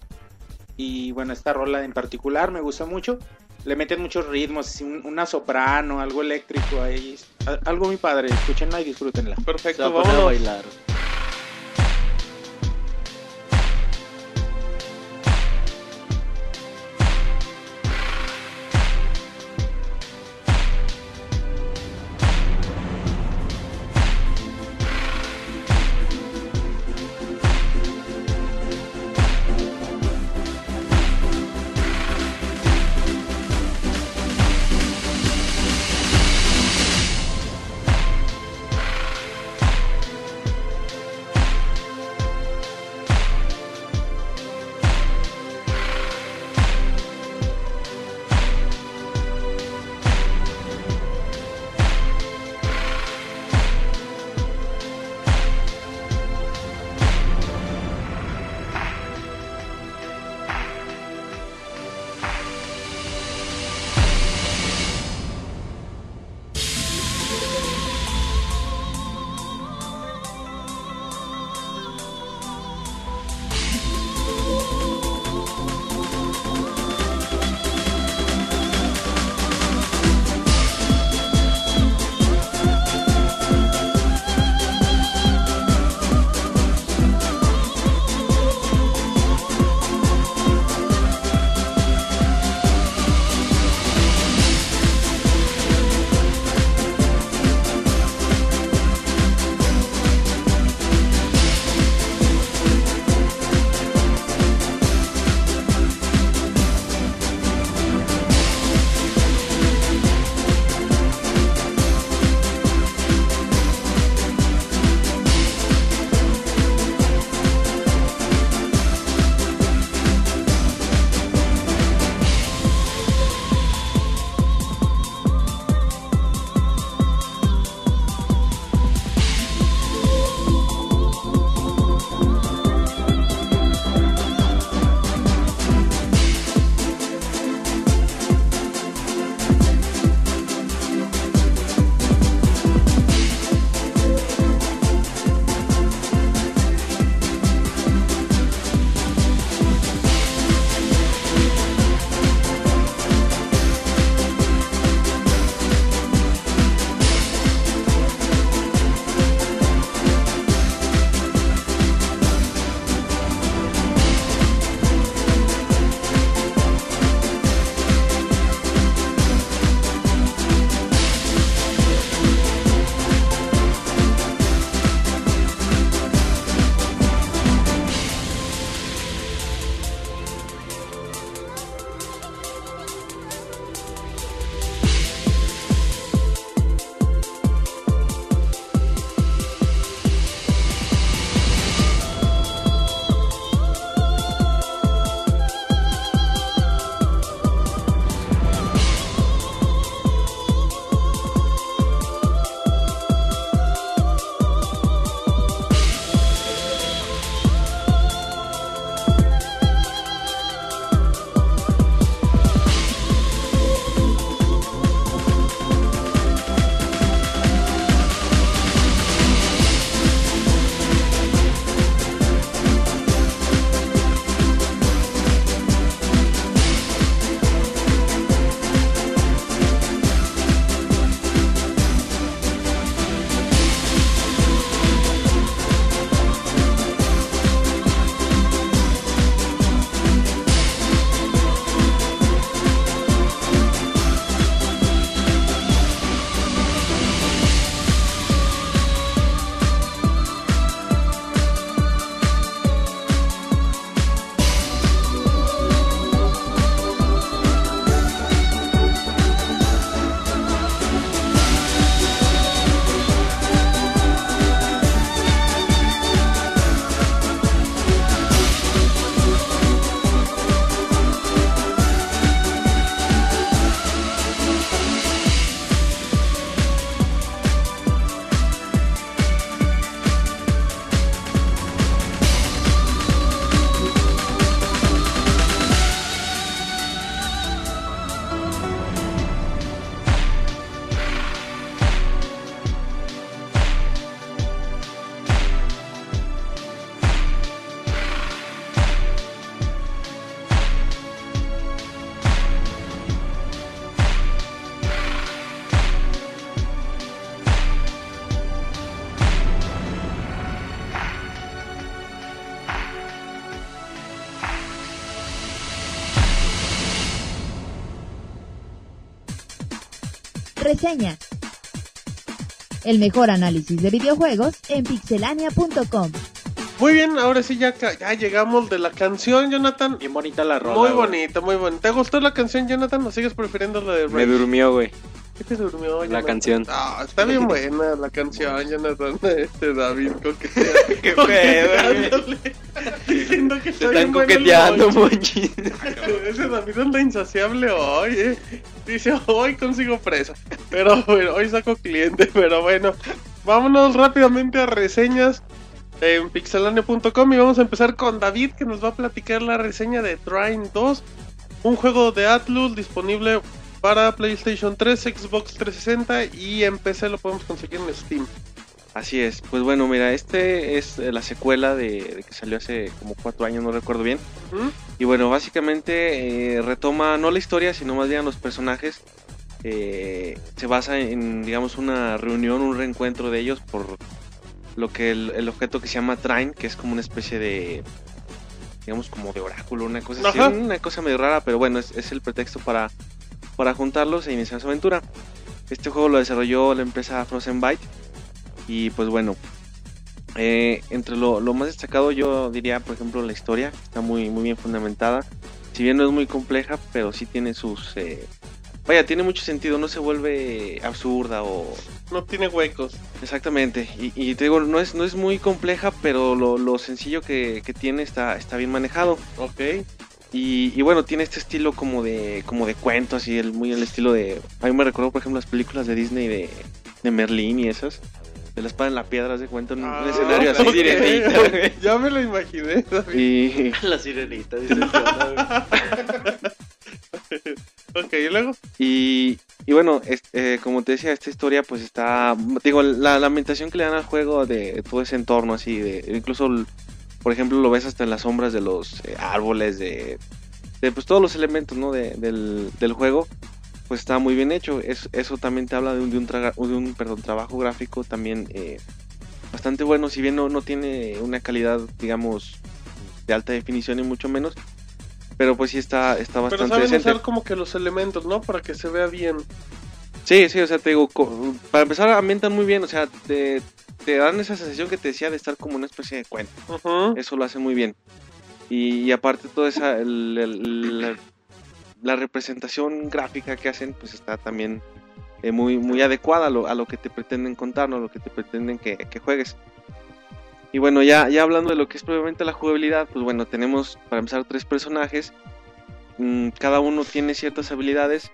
S4: y bueno, esta rola en particular me gusta mucho. Le meten muchos ritmos, así un- una soprano, algo eléctrico ahí, a- algo muy padre, escúchenla y disfrútenla.
S3: Se va
S2: Perfecto,
S3: a poner a
S2: vámonos.
S3: bailar.
S2: Thank
S1: reseña. El mejor análisis de videojuegos en pixelania.com.
S2: Muy bien, ahora sí ya, ca- ya llegamos de la canción, Jonathan.
S4: Bien bonita la rola.
S2: Muy
S4: güey.
S2: bonita, muy bonita. ¿Te gustó la canción, Jonathan? ¿O sigues prefiriendo la de
S6: Me
S2: Rage?
S6: durmió, güey,
S2: ¿Qué te durmió,
S6: la
S2: Jonathan?
S6: canción.
S2: Ah, está
S6: *laughs*
S2: bien buena la canción, Jonathan. Este David coquetea.
S6: *laughs* Qué
S2: coqueteándole. Diciendo que
S6: Te
S2: está
S6: están
S2: bien buena el
S6: coqueteando,
S2: Monchis. *laughs*
S6: monchi.
S2: Ese David anda insaciable hoy, eh. Dice, hoy consigo presa. Pero bueno, hoy saco cliente, *laughs* pero bueno. Vámonos rápidamente a reseñas en pixelane.com y vamos a empezar con David que nos va a platicar la reseña de Trine 2, un juego de Atlus disponible para PlayStation 3, Xbox 360 y en PC lo podemos conseguir en Steam.
S5: *laughs* Así es, pues bueno, mira, este es eh, la secuela de, de que salió hace como cuatro años, no recuerdo bien.
S2: ¿Mm?
S5: Y bueno, básicamente eh, retoma no la historia, sino más bien a los personajes. Eh, se basa en, digamos, una reunión, un reencuentro de ellos por lo que el, el objeto que se llama Train, que es como una especie de, digamos, como de oráculo, una cosa así,
S2: Ajá.
S5: una cosa medio rara, pero bueno, es, es el pretexto para, para juntarlos e iniciar su aventura. Este juego lo desarrolló la empresa Frozen Byte y pues bueno, eh, entre lo, lo más destacado yo diría, por ejemplo, la historia, que está muy, muy bien fundamentada. Si bien no es muy compleja, pero sí tiene sus... eh, vaya, tiene mucho sentido, no se vuelve absurda o...
S2: No tiene huecos.
S5: Exactamente, y, y te digo, no es, no es muy compleja, pero lo, lo sencillo que, que tiene está, está bien manejado.
S2: Ok.
S5: Y, y bueno, tiene este estilo como de, como de cuentos y el, muy el estilo de... A mí me recuerdo, por ejemplo, las películas de Disney de, de Merlín y esas. De la espada en la piedra, haz de cuenta Mm, un, un
S2: Ah,
S5: escenario así.
S2: ok. *laughs*
S5: sirenita, güey.
S2: Ya me lo imaginé, David.
S5: Y,
S3: La sirenita, dice el Jonah, güey.
S2: Ok, y luego.
S5: y, y bueno, es- eh, como te decía, esta historia pues está... Digo, la lamentación que le dan al juego de, de todo ese entorno así, de incluso, el- por ejemplo, lo ves hasta en las sombras de los eh, árboles, de, de, pues todos los elementos ¿no? de- del, del juego, pues está muy bien hecho. Es- eso también te habla de un, de un, traga- de un, perdón, trabajo gráfico también eh, bastante bueno, si bien no, no tiene una calidad, digamos, de alta definición y mucho menos. Pero pues sí está, está
S2: Pero
S5: bastante
S2: saben
S5: decente.
S2: usar como que los elementos, ¿no? Para que se vea bien.
S5: Sí, sí, o sea, te digo, co- para empezar ambientan muy bien, o sea, te, te dan esa sensación que te decía de estar como una especie de cuento.
S2: Ujú.
S5: Eso lo hace muy bien. Y, y aparte toda esa, el- el- la, la representación gráfica que hacen, pues está también eh, muy, muy adecuada a lo, a lo que te pretenden contar, ¿no? a lo que te pretenden que, que juegues. Y bueno, ya, ya hablando de lo que es probablemente la jugabilidad, pues bueno, tenemos para empezar tres personajes. Mm, cada uno tiene ciertas habilidades.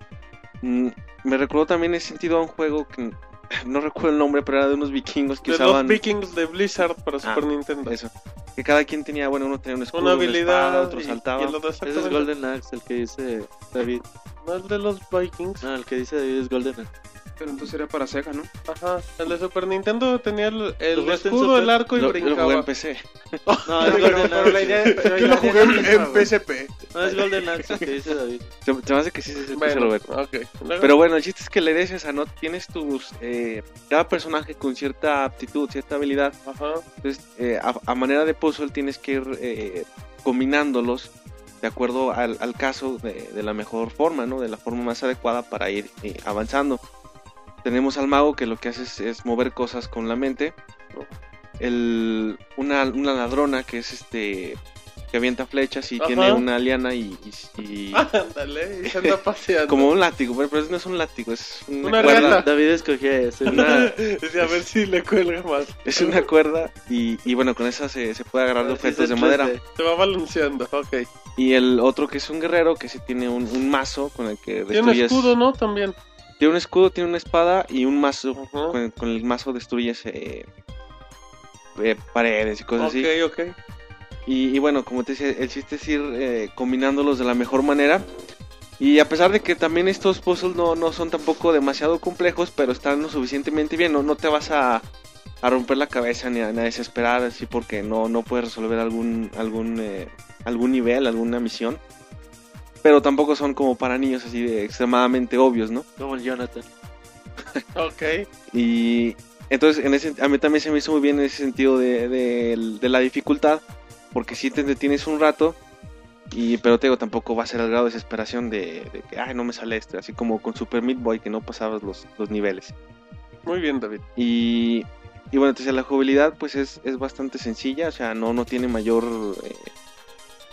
S5: Mm, me recordó también ese sentido a un juego que *laughs* no recuerdo el nombre, pero era de unos vikingos que
S2: De
S5: usaban... Ah,
S2: los Vikings de Blizzard para Super Nintendo.
S5: Eso. Que cada quien tenía, bueno, uno tenía un escudo,
S2: Una
S5: una,
S2: habilidad.
S5: espada, otro
S2: y-
S5: saltaba.
S2: y el otro
S3: Ese es
S2: exactamente.
S3: Golden Axe,
S2: *laughs*
S3: el que dice David.
S2: No, el de los Vikings.
S3: No, el que dice David es Golden Axe.
S7: Pero entonces era para Sega, ¿no?
S2: Ajá. El de Super Nintendo tenía el, el
S3: Lo jugaste en
S2: escudo,
S3: Super-
S2: el arco y
S5: Lo- lo
S2: brincaba. Ah,
S5: jugué en PC.
S3: No, es
S2: Pero- pero
S3: Golden Axe.
S2: la idea
S6: *laughs*
S2: es- pero
S3: Yo
S2: la
S3: lo
S2: idea
S3: jugué en-
S2: es-
S3: en
S2: güey.
S3: PSP. No, es Golden Axe, el que dice David.
S5: Se, se me hace que sí, sí, sí, sí,
S2: Bueno,
S5: Roberto.
S2: ok. Luego-
S5: Pero bueno, el chiste es que le des esa, ¿no? Tienes tus. eh, cada personaje con cierta aptitud, cierta habilidad.
S2: Ajá.
S5: Entonces, eh, a, a manera de puzzle tienes que ir eh, combinándolos de acuerdo al, al caso de, de la mejor forma, ¿no? De la forma más adecuada para ir eh, avanzando. Tenemos al mago que lo que hace es, es mover cosas con la mente. El, una, una ladrona que es este que avienta flechas y
S2: Ajá. Ah.
S5: tiene una liana y, y-
S2: *laughs*
S5: y-
S2: Ándale, y se anda paseando.
S5: como un látigo, pero pero no es un látigo, es una,
S2: Una
S5: cuerda,
S2: riata.
S3: *laughs* David escogía
S5: *laughs*
S3: ese.
S5: una-
S2: *laughs* Dice, a ver si le cuelga más.
S5: es una cuerda y, y bueno con esa se, se puede agarrar de objetos de madera.
S2: Se va balanceando. Ok.
S5: Y el otro que es un guerrero que se tiene un, un mazo con el
S2: Tiene
S5: que
S2: un
S5: destruyes.
S2: escudo, ¿no? También.
S5: Tiene un escudo, tiene una espada y un mazo.
S2: Ajá.
S5: Con, con el mazo destruyes eh, eh, paredes y cosas así.
S2: Ok, ok.
S5: Y, y bueno, como te decía, el chiste es ir eh, combinándolos de la mejor manera. Y a pesar de que también estos puzzles no, no son tampoco demasiado complejos, pero están lo suficientemente bien, no, no te vas a, a romper la cabeza ni a, ni a desesperar así porque no, no puedes resolver algún, algún, eh, algún nivel, alguna misión. Pero tampoco son como para niños así de extremadamente obvios, ¿no?
S3: Como el Jonathan.
S2: Ok.
S5: Y entonces en ese, a mí también se me hizo muy bien ese sentido de, de- de la dificultad, porque si te detienes un rato Y, pero te digo, tampoco va a ser al grado de desesperación de, de que, ay, no me sale este. Así como con Super Meat Boy, que no pasabas los, los niveles.
S2: Muy bien, David.
S5: Y, y bueno, entonces la jugabilidad pues es, es bastante sencilla, o sea, no, no tiene mayor eh,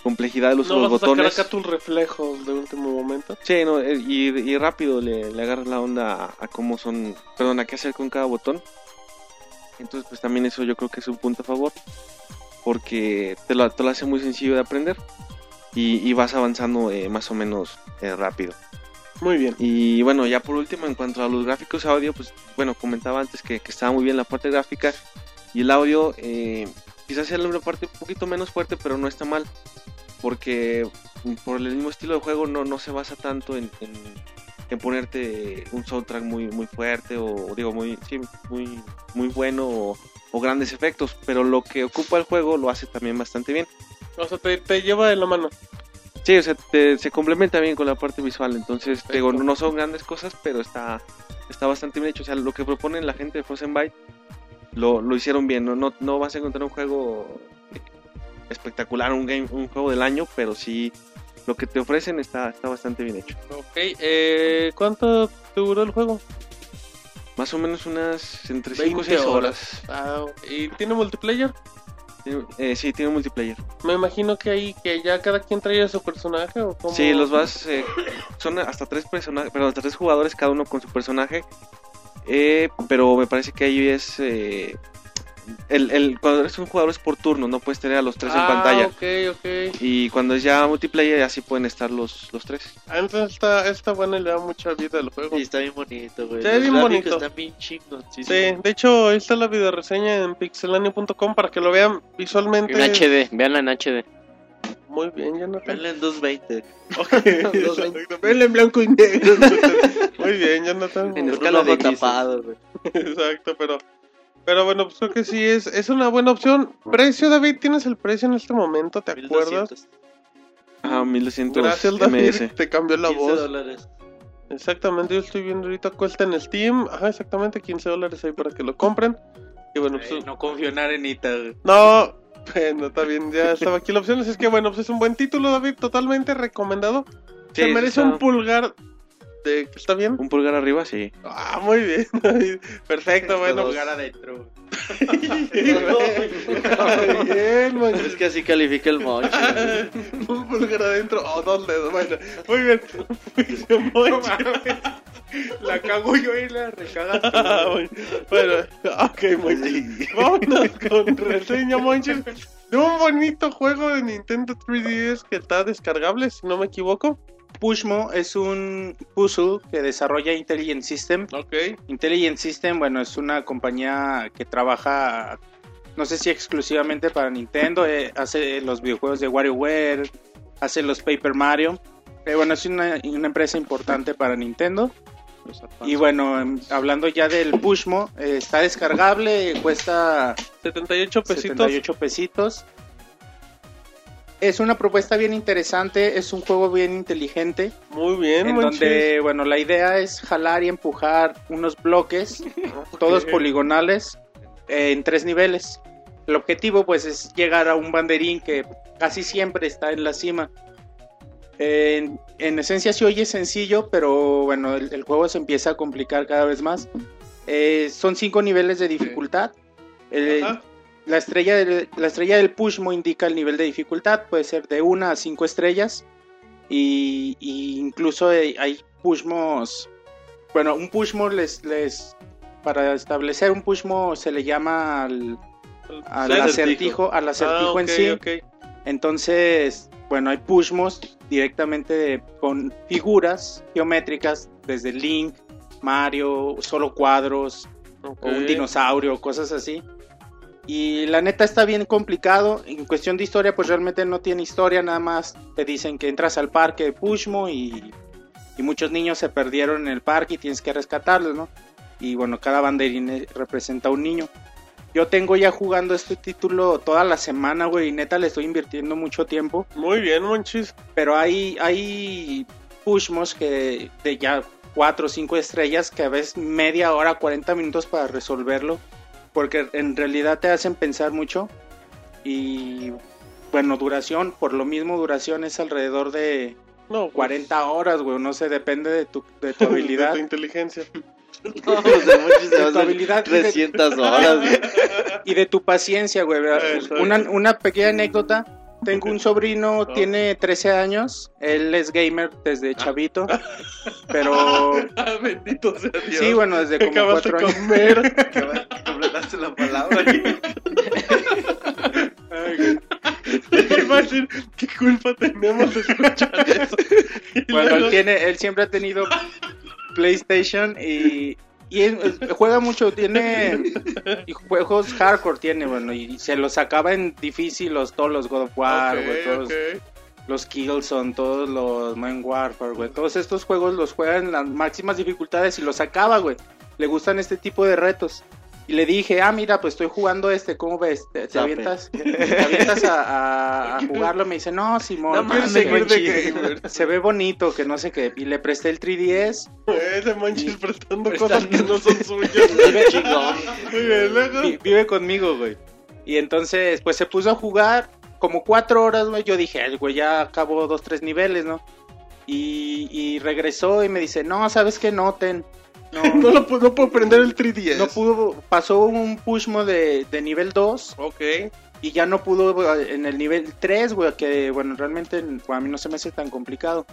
S5: complejidad el uso
S2: No
S5: de los
S2: vas a sacar
S5: botones.
S2: acá tus reflejos de último momento.
S5: Sí, no, eh, y, y rápido le, le agarras la onda a, a cómo son, perdón, a qué hacer con cada botón. Entonces, pues también eso yo creo que es un punto a favor, porque te lo, te lo hace muy sencillo de aprender y, y vas avanzando eh, más o menos eh, rápido.
S2: Muy bien.
S5: Y bueno, ya por último, en cuanto a los gráficos audio, pues bueno, comentaba antes que, que estaba muy bien la parte gráfica y el audio, eh, quizás sea una parte un poquito menos fuerte, pero no está mal, porque mm, por el mismo estilo de juego no, no se basa tanto en, en, en ponerte un soundtrack muy, muy fuerte o, o digo, muy, sí, muy, muy bueno o, o grandes efectos, pero lo que ocupa el juego lo hace también bastante bien.
S2: O sea, te, te lleva de la mano.
S5: Sí, o sea, te- se complementa bien con la parte visual. Entonces, te digo, no son grandes cosas, pero está, está bastante bien hecho. O sea, lo que proponen la gente de Frozen Byte lo, lo hicieron bien. No, no, no vas a encontrar un juego eh, espectacular, un, game, un juego del año, pero sí lo que te ofrecen está, está bastante bien hecho.
S2: Ok, eh, ¿cuánto te duró el juego?
S5: Más o menos unas entre 5 o
S2: 20
S5: 6 horas.
S2: Ah, ¿Y tiene multiplayer?
S5: Tiene- eh, sí, tiene multiplayer.
S2: Me imagino que ahí que ya cada quien traía su personaje o cómo?
S5: Sí, los vas. eh, son hasta tres personajes, perdón, hasta tres jugadores, cada uno con su personaje. Eh, pero me parece que ahí es. eh, el, el- cuando eres un jugador es por turno, no puedes tener a los tres en
S2: Ah,
S5: pantalla.
S2: Ok, ok.
S5: Y cuando es ya multiplayer, así pueden estar los, los tres.
S2: Ah, entonces está, está bueno y le da mucha vida al juego.
S3: Y está bien bonito, güey.
S2: Está bien
S3: Los gráficos
S2: bonito.
S3: Están bien chingos. Sí,
S2: Sí, de hecho, ahí está la videoreseña en pixelania.com para que lo vean visualmente.
S6: En HD, veanla en HD.
S2: Muy bien, Jonathan.
S3: Venla en 220.
S2: *laughs* Ok, exacto. Venla en blanco y negro. *laughs* Muy bien, Jonathan.
S5: En
S3: Con un
S5: escala de
S3: ojo
S5: grises.
S3: tapado, güey.
S2: Exacto, pero pero bueno, pues creo que sí es es una buena opción. Precio, David, tienes el precio en este momento, ¿te acuerdas?
S3: 1200.
S5: Ah, 1200
S2: Gracias, David, *laughs*
S5: MS.
S2: te cambió la
S3: 15
S2: voz.
S3: dólares.
S2: Exactamente, yo estoy viendo ahorita cuesta en Steam, ajá, exactamente 15 dólares ahí para que lo compren. Y bueno, pues
S4: Eh, no confío en Arenita, güey.
S2: no, bueno, está bien, ya estaba aquí la opción, así es que bueno, pues es un buen título, David, totalmente recomendado.
S5: Sí,
S2: Se merece
S5: está-
S2: un pulgar de está bien.
S5: Un pulgar arriba,
S3: *laughs*
S5: sí.
S2: Ah, muy bien, *laughs* David.
S4: Este
S2: Perfecto, bueno. pues-
S4: Lugar adentro.
S2: *laughs* Muy bien, man.
S3: Es que así califica el mocho.
S2: *laughs* un pulgar adentro o dos dedos. Bueno, muy bien. *laughs*
S4: No mames. la cago yo y la recagas. tú,
S2: Ah,
S4: güey.
S2: bueno, ok, muy bien. Vámonos con reseña, Monchis. De un bonito juego de Nintendo 3DS que está descargable, si no me equivoco.
S4: Pushmo es un puzzle que desarrolla Intelligent System.
S2: Ok.
S4: Intelligent System, bueno, es una compañía que trabaja, no sé si exclusivamente para Nintendo, eh, hace los videojuegos de WarioWare, hace los Paper Mario. Eh, bueno, es una, una empresa importante para Nintendo. Y bueno, em, hablando ya del Pushmo, eh, está descargable, cuesta
S2: 78 pesitos.
S4: 78 pesitos. Es una propuesta bien interesante, es un juego bien inteligente
S2: Muy bien,
S4: en
S2: Monchis.
S4: donde, bueno, la idea es jalar y empujar unos bloques, todos poligonales, eh, en tres niveles. El objetivo, pues, es llegar a un banderín que casi siempre está en la cima. En, en esencia se oye sencillo, pero bueno, el, el juego se empieza a complicar cada vez más. Eh, son cinco niveles de dificultad. Eh, El-
S2: Ajá.
S4: la estrella, del, la estrella del Pushmo indica el nivel de dificultad, puede ser de 1 a 5 estrellas. Y, y incluso hay, hay Pushmos. Bueno, un Pushmo les, les. Para establecer un Pushmo se le llama al, al acertijo, al
S2: Ah,
S4: acertijo
S2: ok,
S4: en sí.
S2: ok.
S4: Entonces, bueno, hay Pushmos directamente con figuras geométricas, desde Link, Mario, solo cuadros,
S2: ok.
S4: o un dinosaurio, cosas así. Y la neta está bien complicado. En cuestión de historia, pues realmente no tiene historia, nada más te dicen que entras al parque de Pushmo y, y muchos niños se perdieron en el parque y tienes que rescatarlos, ¿no? Y bueno, cada banderín eh, representa a un niño. Yo tengo ya jugando este título toda la semana, güey, y neta le estoy invirtiendo mucho tiempo
S2: Muy bien, Monchis.
S4: pero hay, hay pushmos que de ya 4 o 5 estrellas que a veces media hora, 40 minutos para resolverlo, porque en realidad te hacen pensar mucho y Bueno, duración, por lo mismo duración es alrededor de
S2: No, pues,
S4: 40 horas, güey, no sé, depende de tu,
S2: *laughs*
S4: de tu
S2: güey, de
S4: habilidad.
S2: tu inteligencia.
S3: No, pues de muchos se
S4: De
S3: va a
S4: tu
S3: hacer
S4: habilidad.
S3: 300 horas, güey.
S4: y de tu paciencia, güey. ¿verdad?
S2: Eso es.
S4: Una, una pequeña anécdota. Tengo un sobrino,
S2: Ah.
S4: tiene 13 años. Él es gamer desde chavito.
S2: *laughs*
S4: Pero
S2: Ah, Bendito sea Dios.
S4: sí, bueno, desde
S2: ¿Qué
S4: como
S2: acabaste
S4: 4
S2: de
S4: años.
S2: comer?
S3: Completaste la palabra, güey.
S2: Imagín, ¿Qué culpa tenemos de escuchar eso? Y
S4: Bueno,
S2: luego-
S4: él, tiene, él siempre
S2: *laughs*
S4: ha tenido PlayStation y, y es- es- juega
S2: *laughs*
S4: mucho, tiene y juegos hardcore, tiene, bueno, y se los sacaba en difícil los, todos los God of War,
S2: Ok, Eh,
S4: güey, todos
S2: ok.
S4: los Killzone, todos los Modern Warfare, güey. Todos estos juegos los juegan en las máximas dificultades y los sacaba, güey. Le gustan este tipo de retos. Y le dije, ah, mira, pues estoy jugando este, ¿cómo ves? ¿Te, te
S3: Zape.
S4: avientas, te avientas a, a-
S3: *laughs*
S4: a jugarlo? Me dice, no, Simón,
S3: No
S4: pues,
S3: mames,
S4: se, ve,
S3: Monchi.
S4: se ve bonito, que no sé qué. Y le presté el 3DS.
S2: Ese manches prestando cosas
S3: Prestando-
S2: que no son suyas.
S3: Chingón.
S2: Muy bien, luego.
S4: Vi- vive conmigo, güey. Y entonces, pues se puso a jugar como cuatro horas, güey. Yo dije, "Ay, güey, ya acabó dos, tres niveles, ¿no? Y, y regresó y me dice, no, ¿sabes qué? No, ten. *laughs* No,
S2: No, lo, pu- no puedo prender el 3DS.
S4: no pudo, pasó un pushmo de, de nivel 2
S2: Ok.
S4: y ya no pudo güey, en el nivel 3, güey, que bueno, realmente güey, a mí no se me hace tan complicado.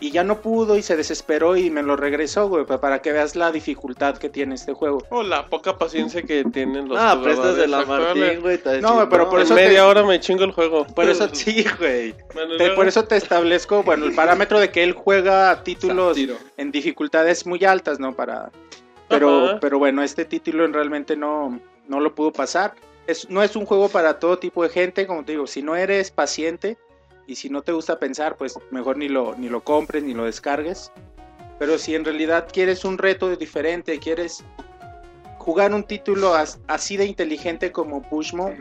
S4: Y ya no pudo y se desesperó y me lo regresó, güey, pa- para que veas la dificultad que tiene este juego.
S2: O Oh, la poca paciencia que tienen los
S3: No, prestas de la
S2: jugadores
S3: Martín,
S2: actuales.
S3: güey. te va
S4: No,
S3: a decir,
S4: güey, pero por
S2: En
S4: eso te-
S2: media hora me chingo el juego.
S4: *laughs*
S2: eh,
S4: Por eso
S2: *laughs*
S4: sí, güey.
S2: Bueno,
S4: Te-
S2: luego-
S4: por eso te establezco, bueno, el parámetro de que él juega títulos
S7: Tiro.
S4: en dificultades muy altas, ¿no? Para, pero,
S2: Ajá.
S4: pero bueno, este título realmente no, no lo pudo pasar. Es, no es un juego para todo tipo de gente, como te digo, si no eres paciente y si no te gusta pensar, pues mejor ni lo, ni lo compres, ni lo descargues. Pero si en realidad quieres un reto diferente, quieres jugar un título as- así de inteligente como Pushmo,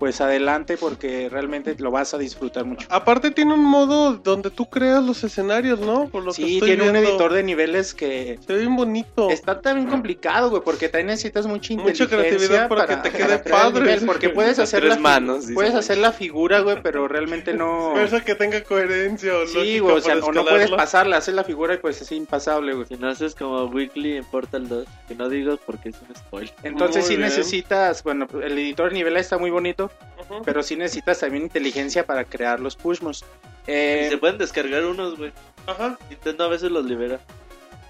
S4: pues adelante porque realmente lo vas a disfrutar mucho.
S2: Aparte tiene un modo donde tú creas los escenarios, ¿no? Por lo que
S4: Sí,
S2: estoy
S4: tiene un
S2: viendo. Oh.
S4: editor de niveles que
S2: Se ve bien bonito.
S4: está también complicado, güey, porque también necesitas mucha
S2: Mucha
S4: inteligencia.
S2: creatividad para que te quede
S4: para crear el
S2: padre. *laughs*
S4: nivel, porque puedes
S6: Las
S4: hacer,
S6: tres
S4: la,
S6: manos. dice.
S4: puedes hacer la figura, güey, pero
S2: *laughs*
S4: realmente no.
S2: Fuerza que tenga coherencia o
S4: Sí,
S2: lógica
S4: güey, o sea,
S2: para
S4: o no puedes
S2: escalarlo.
S4: pasarla, haces la figura y pues es impasable, güey.
S3: Si no haces como Weekly en Portal 2, que no digo porque es un spoiler.
S4: Entonces
S2: Muy
S4: sí
S2: bien.
S4: necesitas, bueno, el editor de niveles está muy bonito,
S2: Ujú.
S4: pero sí necesitas también inteligencia para crear los pushmos.
S3: Y se pueden descargar unos, güey.
S2: Ajá.
S3: Nintendo a veces los libera.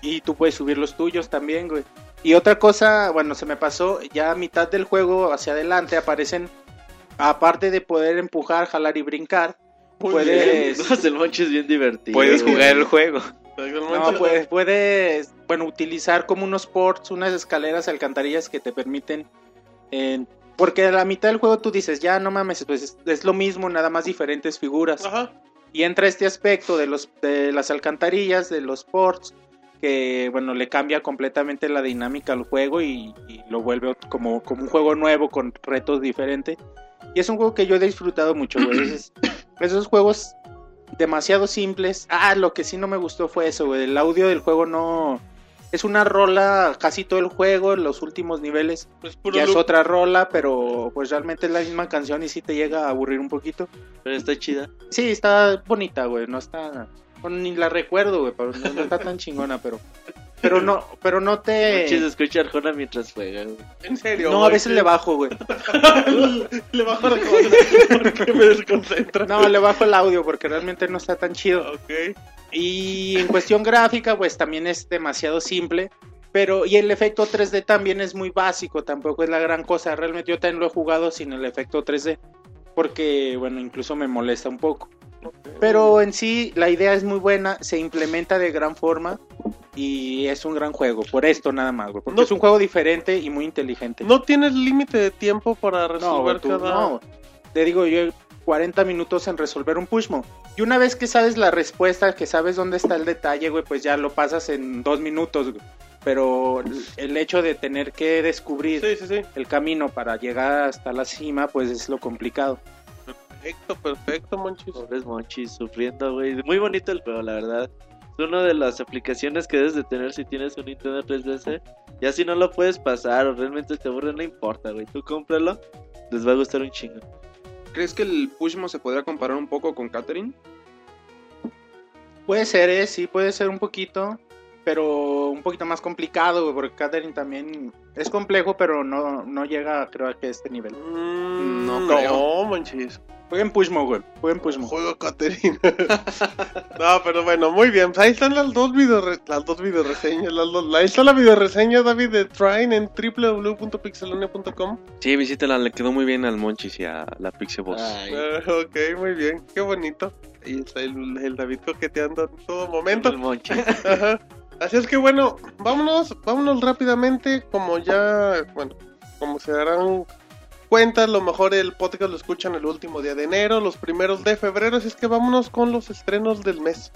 S4: Y tú puedes subir los tuyos también, güey. Y otra cosa, bueno, se me pasó, ya a mitad del juego hacia adelante aparecen, aparte de poder empujar, jalar y brincar,
S2: Muy
S4: puedes...
S3: *laughs* No, el monche es bien divertido.
S6: Puedes
S3: güey.
S6: jugar el juego.
S2: Exactamente.
S4: No, pues puedes, bueno, utilizar como unos ports, unas escaleras, alcantarillas que te permiten... eh, porque a la mitad del juego tú dices, ya no mames, pues es, es lo mismo, nada más diferentes figuras.
S2: Ajá.
S4: Y entra este aspecto de, los, de las alcantarillas, de los ports, que bueno, le cambia completamente la dinámica al juego y, y lo vuelve ot- como, como un juego nuevo con retos diferentes. Y es un juego que yo he disfrutado mucho, güey. Es- esos juegos demasiado simples. Ah, lo que sí no me gustó fue eso, güey. El audio del juego no... Es una rola casi todo el juego, los últimos niveles.
S2: Pues puro
S4: Ya es
S2: loop.
S4: otra rola, pero pues realmente es la misma canción y sí te llega a aburrir un poquito.
S3: Pero está chida.
S4: Sí, está bonita, güey. No está. bueno, ni la recuerdo, güey. Pero no, no está tan chingona, pero. Pero no, pero
S2: *laughs*
S4: no
S3: Monchis
S4: te.
S3: escucha Arjona mientras juega, güey.
S2: En serio.
S4: No, a
S2: güey,
S4: veces
S2: sí.
S4: le bajo, güey.
S2: *laughs* le bajo la cosa porque me desconcentra.
S4: No, le bajo el audio porque realmente no está tan chido.
S2: Ok.
S4: Y en cuestión gráfica, pues también es demasiado simple. Pero, y el efecto 3D también es muy básico, tampoco es la gran cosa. Realmente yo también lo he jugado sin el efecto 3D. Porque, bueno, incluso me molesta un poco. Pero en sí, la idea es muy buena, se implementa de gran forma. Y es un gran juego, por esto nada más, güey. Porque
S2: No.
S4: es un juego diferente y muy
S2: *laughs*
S4: inteligente.
S2: No tienes límite de tiempo para
S4: No,
S2: resolver
S4: güey, tú-
S2: cada.
S4: no. Te digo, yo 40 minutos en resolver un pushmo. Y una vez que sabes la respuesta, que sabes dónde está el detalle, güey, pues ya lo pasas en dos minutos, güey. Pero el hecho de tener que descubrir
S2: Sí, sí, sí.
S4: el camino para llegar hasta la cima, pues es lo complicado.
S2: Perfecto, perfecto, manches.
S3: Pobres Monchis sufriendo, güey. Muy bonito el juego, la verdad. Es una de las aplicaciones que debes de tener si tienes un Nintendo 3DS. Ya si no lo puedes pasar o realmente te aburre, no importa, güey. Tú cómpralo, les va a gustar un chingo.
S7: ¿crees que el Pushmo se podría comparar un poco con Catherine?
S4: Puede ser, eh, sí, puede ser un poquito, pero un poquito más complicado, güey, porque Catherine también es complejo, pero no, no llega, creo, a que este nivel.
S2: Mm,
S7: No
S2: no,
S7: creo.
S2: manches.
S4: Jueguen Pushmo, güey, jueguen Pushmo.
S2: Juego Caterina. *laughs* no, pero bueno, muy bien. Pues Ahí están las dos video las dos videoreseñas. Las dos... Ahí está la videoreseña, David, de Trine en www.pixelonia.com.
S5: Sí, visítala, le quedó muy bien al Monchis y a la Pixie
S6: Pues,
S5: Boss.
S2: Ah, ok, muy bien. Qué bonito. Ahí está el, el David coqueteando en todo momento.
S3: El Monchis.
S2: *laughs* Ajá. Así es que bueno, vámonos, vámonos rápidamente, como ya, bueno, como se darán cuenta, a lo mejor el podcast lo escuchan el último día de enero, los primeros de febrero, así es que vámonos con los estrenos del mes.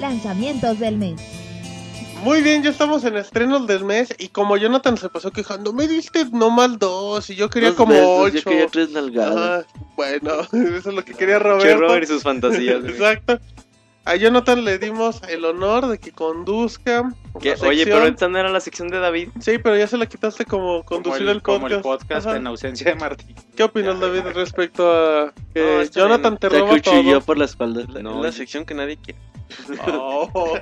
S1: Lanzamientos del mes.
S2: Muy bien, ya estamos en estrenos del mes y como Jonathan se pasó quejando, me diste nomás dos y yo quería
S3: Dos
S2: como
S3: besos,
S2: ocho.
S3: Yo quería tres nalgadas.
S2: Ah, bueno, *laughs* eso es lo que quería Roberto.
S6: Che, Robert y sus
S5: *laughs*
S6: fantasías. güey.
S2: Exacto. A Jonathan le dimos el honor de que conduzca.
S6: Que,
S2: la
S6: Oye,
S2: sección.
S6: pero esta no era la sección de David.
S2: Sí, pero ya se la quitaste como
S4: Como
S2: conducir
S4: el,
S2: el,
S4: como
S2: podcast.
S4: el podcast
S2: Ajá.
S4: en ausencia de Martín.
S2: ¿Qué opinas, David, respecto a que
S6: No, está
S2: Jonathan te
S3: Te
S2: roba
S3: acuchilló
S2: todo?
S3: por la espalda.
S5: No, la sección que nadie quiere.
S2: *laughs* Oh,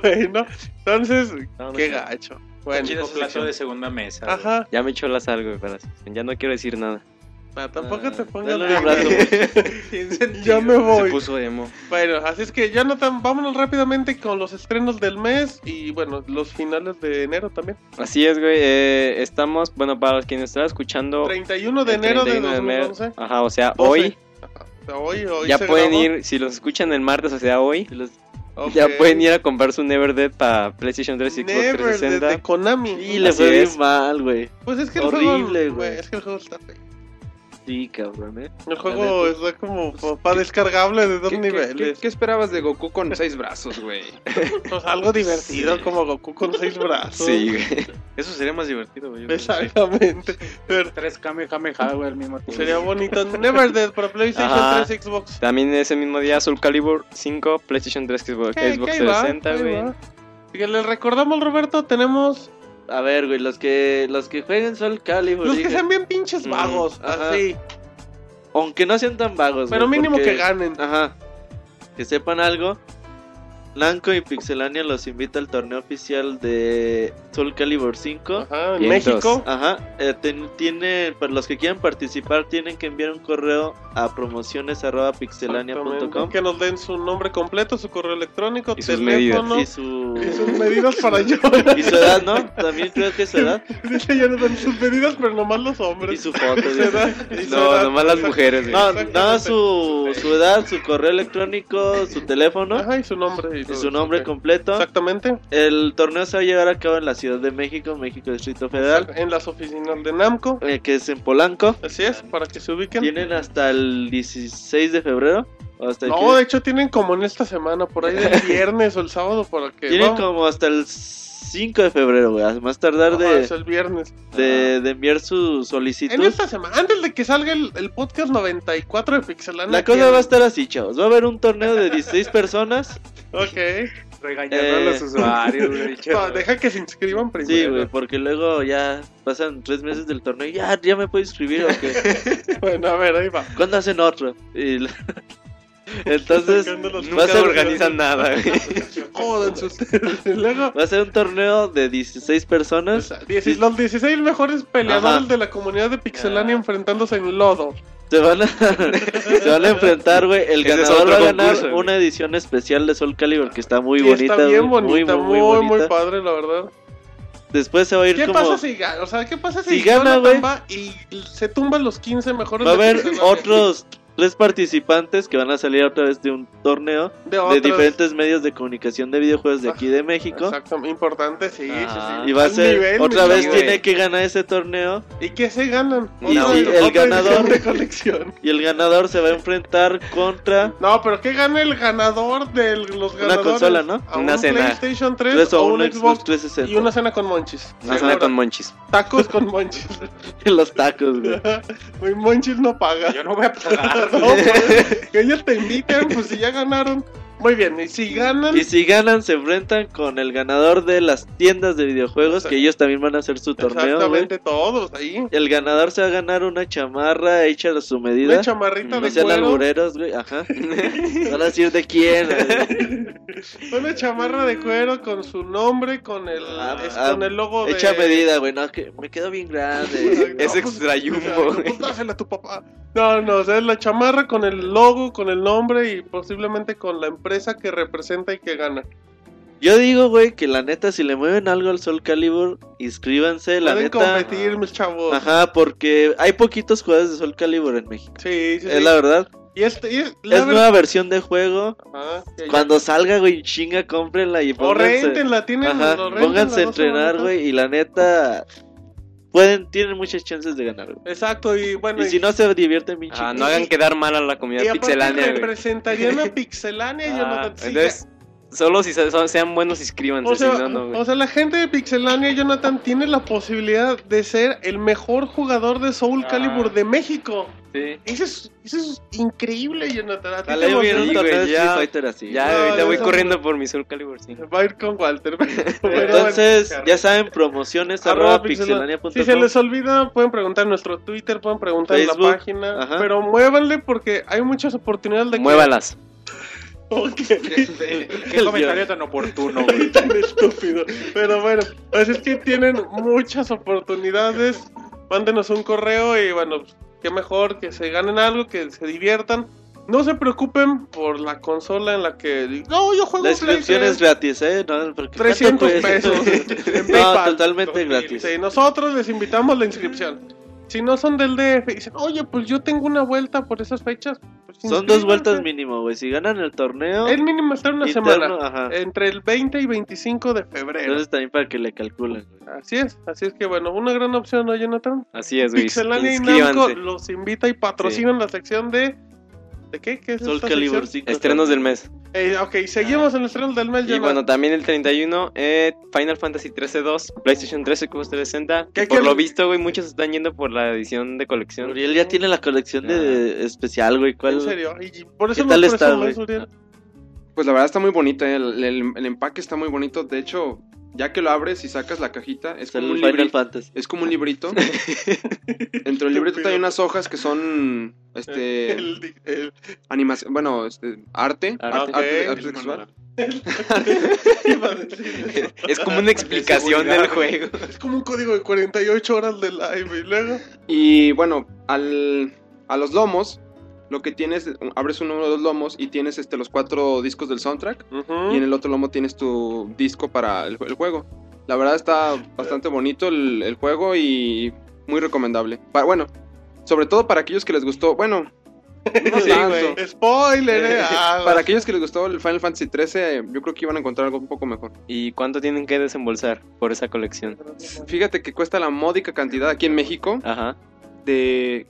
S2: bueno, entonces,
S6: No, no
S2: qué
S6: sé.
S2: gacho. Bueno,
S6: Chido.
S2: pues,
S6: plato de
S4: segunda mesa.
S2: ajá,
S6: Ya me echó las algo, güey, para la sección. Ya no quiero decir nada.
S2: pero Ah, tampoco te pongas
S6: Ah, dale un
S5: *laughs*
S2: de *laughs* Ya me
S5: Se
S2: voy.
S5: puso emo.
S2: Bueno, así es que Jonathan, vámonos rápidamente con los estrenos del mes y bueno, los finales de enero también.
S6: Así es, güey. eh, estamos, bueno, para quien está
S5: Oh.
S6: escuchando.
S2: 31 de
S6: el
S2: enero de
S6: 31 de enero.
S2: 2011.
S6: Ajá, o sea,
S2: 12.
S6: hoy.
S2: Ajá, Hoy, hoy
S6: ya
S2: se
S6: pueden
S2: grabó.
S6: ir, si los escuchan el martes, o sea, hoy.
S2: Ok.
S6: Ya pueden ir a comprar su Never Dead para PlayStation 3 y Xbox
S2: Never, desde
S6: 360.
S2: Konami.
S3: Y le
S6: Así
S3: fue
S6: es.
S3: bien mal, güey.
S2: Pues es que el
S3: Horrible,
S2: juego,
S3: güey.
S2: Es que el juego está feo.
S3: Sí, cabrón, eh.
S2: El juego está como para descargable de dos
S7: ¿Qué, qué- qué-
S2: niveles.
S7: qué esperabas de Goku con seis brazos, güey?
S2: *laughs* Pues algo divertido como Goku con seis brazos.
S6: Sí, güey.
S5: Eso sería más divertido, güey. yo creo.
S2: Exactamente. Pero
S4: Tres Kame Kame Ha, güey, al mismo tiempo.
S2: sería bonito. Never Dead para PlayStation
S6: Ajá.
S2: 3 Xbox.
S6: También ese mismo día Soul Calibur 5, PlayStation 3, Xbox,
S2: Que-
S6: Xbox
S2: que ahí va,
S6: 360,
S2: ahí
S6: güey.
S2: va. Y que les recordamos, Roberto, tenemos
S3: A ver, güey, los que, los que jueguen Sol Calibur.
S2: los que
S3: digan-
S2: sean bien pinches vagos,
S3: Pues ajá.
S2: así.
S3: Aunque no sean tan vagos,
S2: Pero
S3: güey,
S2: mínimo
S3: porque-
S2: que ganen.
S3: Ajá. Que sepan algo. Blanco y Pixelania los invita al torneo oficial de Soul Calibur 5.
S2: Ajá, en
S6: Vientos.
S2: México.
S3: Ajá, eh, ten- tiene, para los que quieran participar tienen que enviar un correo a promociones.pixelania.com
S2: Que nos den su nombre completo, su correo electrónico,
S6: Y sus
S2: teléfono.
S3: y su...
S2: Y sus medidas
S3: *laughs*
S2: para yo.
S3: y
S2: *laughs*
S3: su edad, ¿no? También creo que su edad
S2: Dice Jonathan, sus medidas, pero nomás los
S3: y
S2: hombres.
S3: su foto.
S2: *laughs* Su
S3: dice.
S2: edad,
S3: *laughs*
S2: y su
S6: No,
S2: edad.
S6: nomás las mujeres, güey.
S3: No, nada, su, su edad, su correo electrónico, su teléfono
S2: Ajá, y su nombre.
S3: y
S2: todo
S3: su
S2: eso,
S3: nombre
S2: ok.
S3: completo.
S2: Exactamente.
S3: El torneo se va a llevar a cabo en la Ciudad de México, México Distrito Federal,
S2: En las oficinas de Namco.
S3: eh, que es en Polanco.
S2: Así es, para que se ubiquen.
S3: Tienen hasta el 16 de febrero. o hasta el
S2: No,
S3: que-
S2: de hecho tienen como en esta semana, por ahí
S3: *laughs*
S2: del viernes o el sábado, para que...
S3: Tienen
S2: vamos.
S3: como hasta el 5 de febrero, güey. a Más tardar
S2: Ajá,
S3: de,
S2: es el viernes.
S3: de, de enviar su
S2: En
S3: solicitud.
S2: esta semana, antes de que salga el, el podcast 94 de Pixelana.
S3: La cosa va a estar así, chavos. Va a haber un torneo
S2: *laughs*
S3: de 16 personas. *laughs*
S2: Ok.
S4: Regañando
S3: Eh.
S4: a los usuarios, güey.
S2: No, deja que se inscriban primero.
S3: Sí, güey, porque luego ya pasan tres meses del torneo y ya, ya me puedo inscribir. ¿o
S2: *laughs*
S3: qué?
S2: *laughs* Bueno, a ver, ahí va.
S3: ¿Cuándo hacen otro? Y la- *laughs* Entonces,
S2: Sacando los-
S3: va a,
S6: Nunca
S3: ser,
S6: organizan nada, güey.
S2: Jódanse ustedes. Y luego,
S3: *laughs* va a ser un torneo de 16
S2: pues,
S3: personas.
S2: 16 los 16 mejores peleadores
S3: Ajá. Ah.
S2: de la comunidad de Pixelania enfrentándose en lodo.
S3: Se van a, *laughs* se van a enfrentar, güey. El
S6: Ese es
S3: ganador
S6: otro
S3: va a ganar
S6: concurso, güey.
S3: una edición especial de Soul Calibur que está muy
S2: y
S3: bonita.
S2: está bien
S3: güey,
S2: bonita, muy, muy,
S3: bonita.
S2: padre, la verdad.
S3: Después se va a ir
S2: ¿Qué
S3: como...
S2: pasa si gana? O sea, ¿qué pasa si,
S3: Si gana,
S2: Jonathan
S3: güey.
S2: va y se tumban los 15 mejores
S3: Va a
S2: de
S3: haber
S2: Pixelania?
S3: otros tres participantes que van a salir otra vez de un torneo
S2: de,
S3: de
S2: otros.
S3: diferentes medios de comunicación de videojuegos de aquí de México.
S2: Exacto, importante, sí,
S6: Ah.
S2: sí, sí.
S3: Y va a
S2: Al
S3: ser,
S2: nivel,
S3: otra
S2: nivel,
S3: vez
S2: güey.
S3: tiene que ganar ese torneo
S2: ¿Y qué se ganan?
S3: Y
S2: Otra-
S3: si el
S2: otra edición
S3: ganador-
S2: de colección.
S3: y el ganador se va a enfrentar contra
S2: *laughs* No, pero ¿qué gana el ganador de los ganadores?
S3: consola, ¿no?
S2: A
S6: Una
S2: un
S6: cena.
S2: PlayStation 3,
S3: tres
S2: o un Xbox
S3: 360.
S2: y una cena con monchis.
S6: Una
S2: Seguro.
S6: cena con monchis.
S2: Tacos con monchis.
S3: *laughs* Los tacos,
S2: *laughs*
S3: güey.
S2: Muy monchis *laughs* no paga.
S4: Yo no voy a pagar.
S2: No, pues, que ellos te invitan, pues si ya ganaron. Muy bien, y si ganan,
S3: Y este si ganan, se enfrentan con el ganador de las tiendas de videojuegos, que ellos también van a hacer su torneo. güey.
S2: exactamente todos ahí.
S3: El ganador se va a ganar una chamarra hecha a su medida.
S2: Una chamarrita
S3: no
S2: de
S3: sean
S2: cuero.
S3: albureros, güey.
S6: *laughs*
S3: Ajá. Van a decir de quién. güey.
S2: Una chamarra de cuero con su nombre, con el,
S3: Ah,
S2: es-
S3: ah,
S2: con el logo de...
S3: Hecha a medida, güey. No, que me quedo
S2: *laughs*
S3: bien grande.
S6: Es extra
S2: pues,
S6: jumbo,
S2: güey.
S6: güey.
S2: a tu papá. No, no, o sea, es la chamarra con el logo, con el nombre y posiblemente con la empresa que representa y que gana.
S3: Yo digo, güey, que la neta, si le mueven algo al Sol Calibur, inscríbanse, la
S2: Pueden
S3: neta.
S2: competir, mis chavos.
S3: Ajá, porque hay poquitos jugadores de Sol Calibur en México.
S2: Sí, sí, sí.
S3: Es la verdad.
S2: Y es, y es- la
S3: Es
S2: ver-
S3: nueva versión de juego.
S2: Ajá, ya, ya.
S3: Cuando salga, güey, chinga, cómprenla y
S2: O
S3: pónganse.
S2: rentenla, tienen
S3: Ajá,
S2: lo rentan
S3: pónganse a
S2: las dos
S3: entrenar,
S2: semanas.
S3: güey, y la neta. Pueden, tienen muchas chances de ganar, güey.
S2: Exacto, y bueno,
S3: Y si no se divierten, mi
S6: Ah, no hagan quedar mal a la comunidad
S2: y aparte
S6: pixelánea, güey.
S2: representarían a Pixelania y
S6: Ah,
S2: Jonathan. Sí,
S6: entonces, solo si se- so- sean buenos, inscríbanse.
S2: O sea,
S6: si no, no, güey.
S2: o sea, la gente de Pixelania, Jonathan, tiene la posibilidad de ser el mejor jugador de Soul
S6: Ah.
S2: Calibur de México.
S6: Sí.
S2: Eso es, eso es increíble, Jonathan. A ti
S3: Ojalá
S2: te
S3: yo hubiera
S2: emociona.
S3: un
S6: Sí,
S3: torneo de
S6: güey, ya.
S3: Street Fighter así.
S6: Ya,
S2: No,
S6: ahorita
S2: ya
S6: voy
S2: son-
S6: corriendo por mi Soul Calibur, sí.
S2: Va a ir con Walter. pero
S6: *laughs*
S2: bueno.
S3: Entonces, ya
S2: Arroba
S3: saben, promociones arroba
S2: pixelania.
S3: pixelania.com.
S2: Si se les olvida, pueden preguntar en nuestro Twitter, pueden preguntar en
S3: Facebook,
S2: la página.
S3: ajá.
S2: Pero muévanle porque hay muchas oportunidades de que...
S6: Muévalas.
S3: *laughs*
S2: Ok.
S4: Qué comentario tan oportuno, güey.
S2: tan estúpido. Pero bueno, pues es que tienen muchas oportunidades. Mándenos un correo y bueno, pues, qué mejor que se ganen algo, que se diviertan. No se preocupen por la consola en la que. No, yo juego
S3: La
S2: en Play
S3: inscripción es
S2: 3".
S3: gratis, ¿eh? No, porque
S2: 300
S3: ¿cuánto cuesta? *laughs*
S2: pesos. En
S3: No,
S2: PayPal.
S3: totalmente gratis.
S2: Sí, nosotros les invitamos la inscripción. Si no son del DF y dicen, oye, pues yo tengo una vuelta por esas fechas. pues,
S3: Son dos
S2: inscríbanse.
S3: vueltas mínimo, güey. Si ganan el torneo,
S2: El mínimo está en una
S3: interno,
S2: semana. Eh,
S3: ajá.
S2: Entre el 20 y 25 de febrero.
S3: Entonces también para que le calculen, güey.
S2: Así es, así es que bueno, una gran opción, ¿no, Jonathan?
S6: Así
S3: Pues,
S6: es, güey.
S2: Pixelania y Namco
S6: Inscríbanse.
S2: los invita y patrocinan la sección de. ¿De qué? ¿Qué es
S3: Sol
S2: esta
S3: Calibur
S2: sección?
S3: 5.
S6: Estrenos del mes.
S2: Eh, ok, seguimos en el estreno del mes,
S6: Y
S2: Jonathan.
S6: bueno, también el 31, eh, Final Fantasy 13 2, PlayStation 13, Xbox 360.
S2: ¿Qué-
S6: que por
S2: qué-
S6: lo visto, güey, muchos están yendo por la edición de colección.
S3: Uriel ya tiene la colección de, de- especial, güey. ¿Cuál?
S2: En serio, y por eso
S3: ¿Qué tal
S2: lo
S3: está,
S2: presumes,
S3: güey?
S2: Uriel.
S7: Pues la verdad está muy bonita, ¿eh? el, el- el empaque está muy bonito. De hecho, ya que lo abres y sacas la cajita, es
S3: Es el
S7: como un
S3: Final
S7: librito.
S3: Fantasy.
S7: Es como un librito.
S3: *laughs*
S7: Dentro del librito hay unas hojas que son
S2: *laughs*
S7: este
S2: El- el- ah,
S7: animación, bueno, este, arte,
S6: Arte.
S7: arte,
S2: Ok.
S7: arte- arte sexual.
S2: iba a decir,
S6: Es
S2: *laughs*
S6: como una explicación del juego.
S2: Es como un código de 48 horas de live y luego.
S7: Y bueno, al, a los lomos, lo que tienes, abres uno de los lomos y tienes este, los cuatro discos del soundtrack. Y en el otro lomo tienes tu disco para el, el juego. La verdad está bastante bonito el, el juego y muy recomendable. Pa- bueno, sobre todo para aquellos que les gustó, bueno,
S2: *laughs*
S7: no
S2: Sí,
S7: tanto. *laughs*
S2: güey. Spoiler, eh. Ah,
S7: Para aquellos que les gustó el Final Fantasy XIII, yo creo que iban a encontrar algo un poco mejor.
S6: ¿Y cuánto tienen que desembolsar por esa colección?
S7: Fíjate que cuesta la módica cantidad aquí en México
S6: Ajá.
S7: de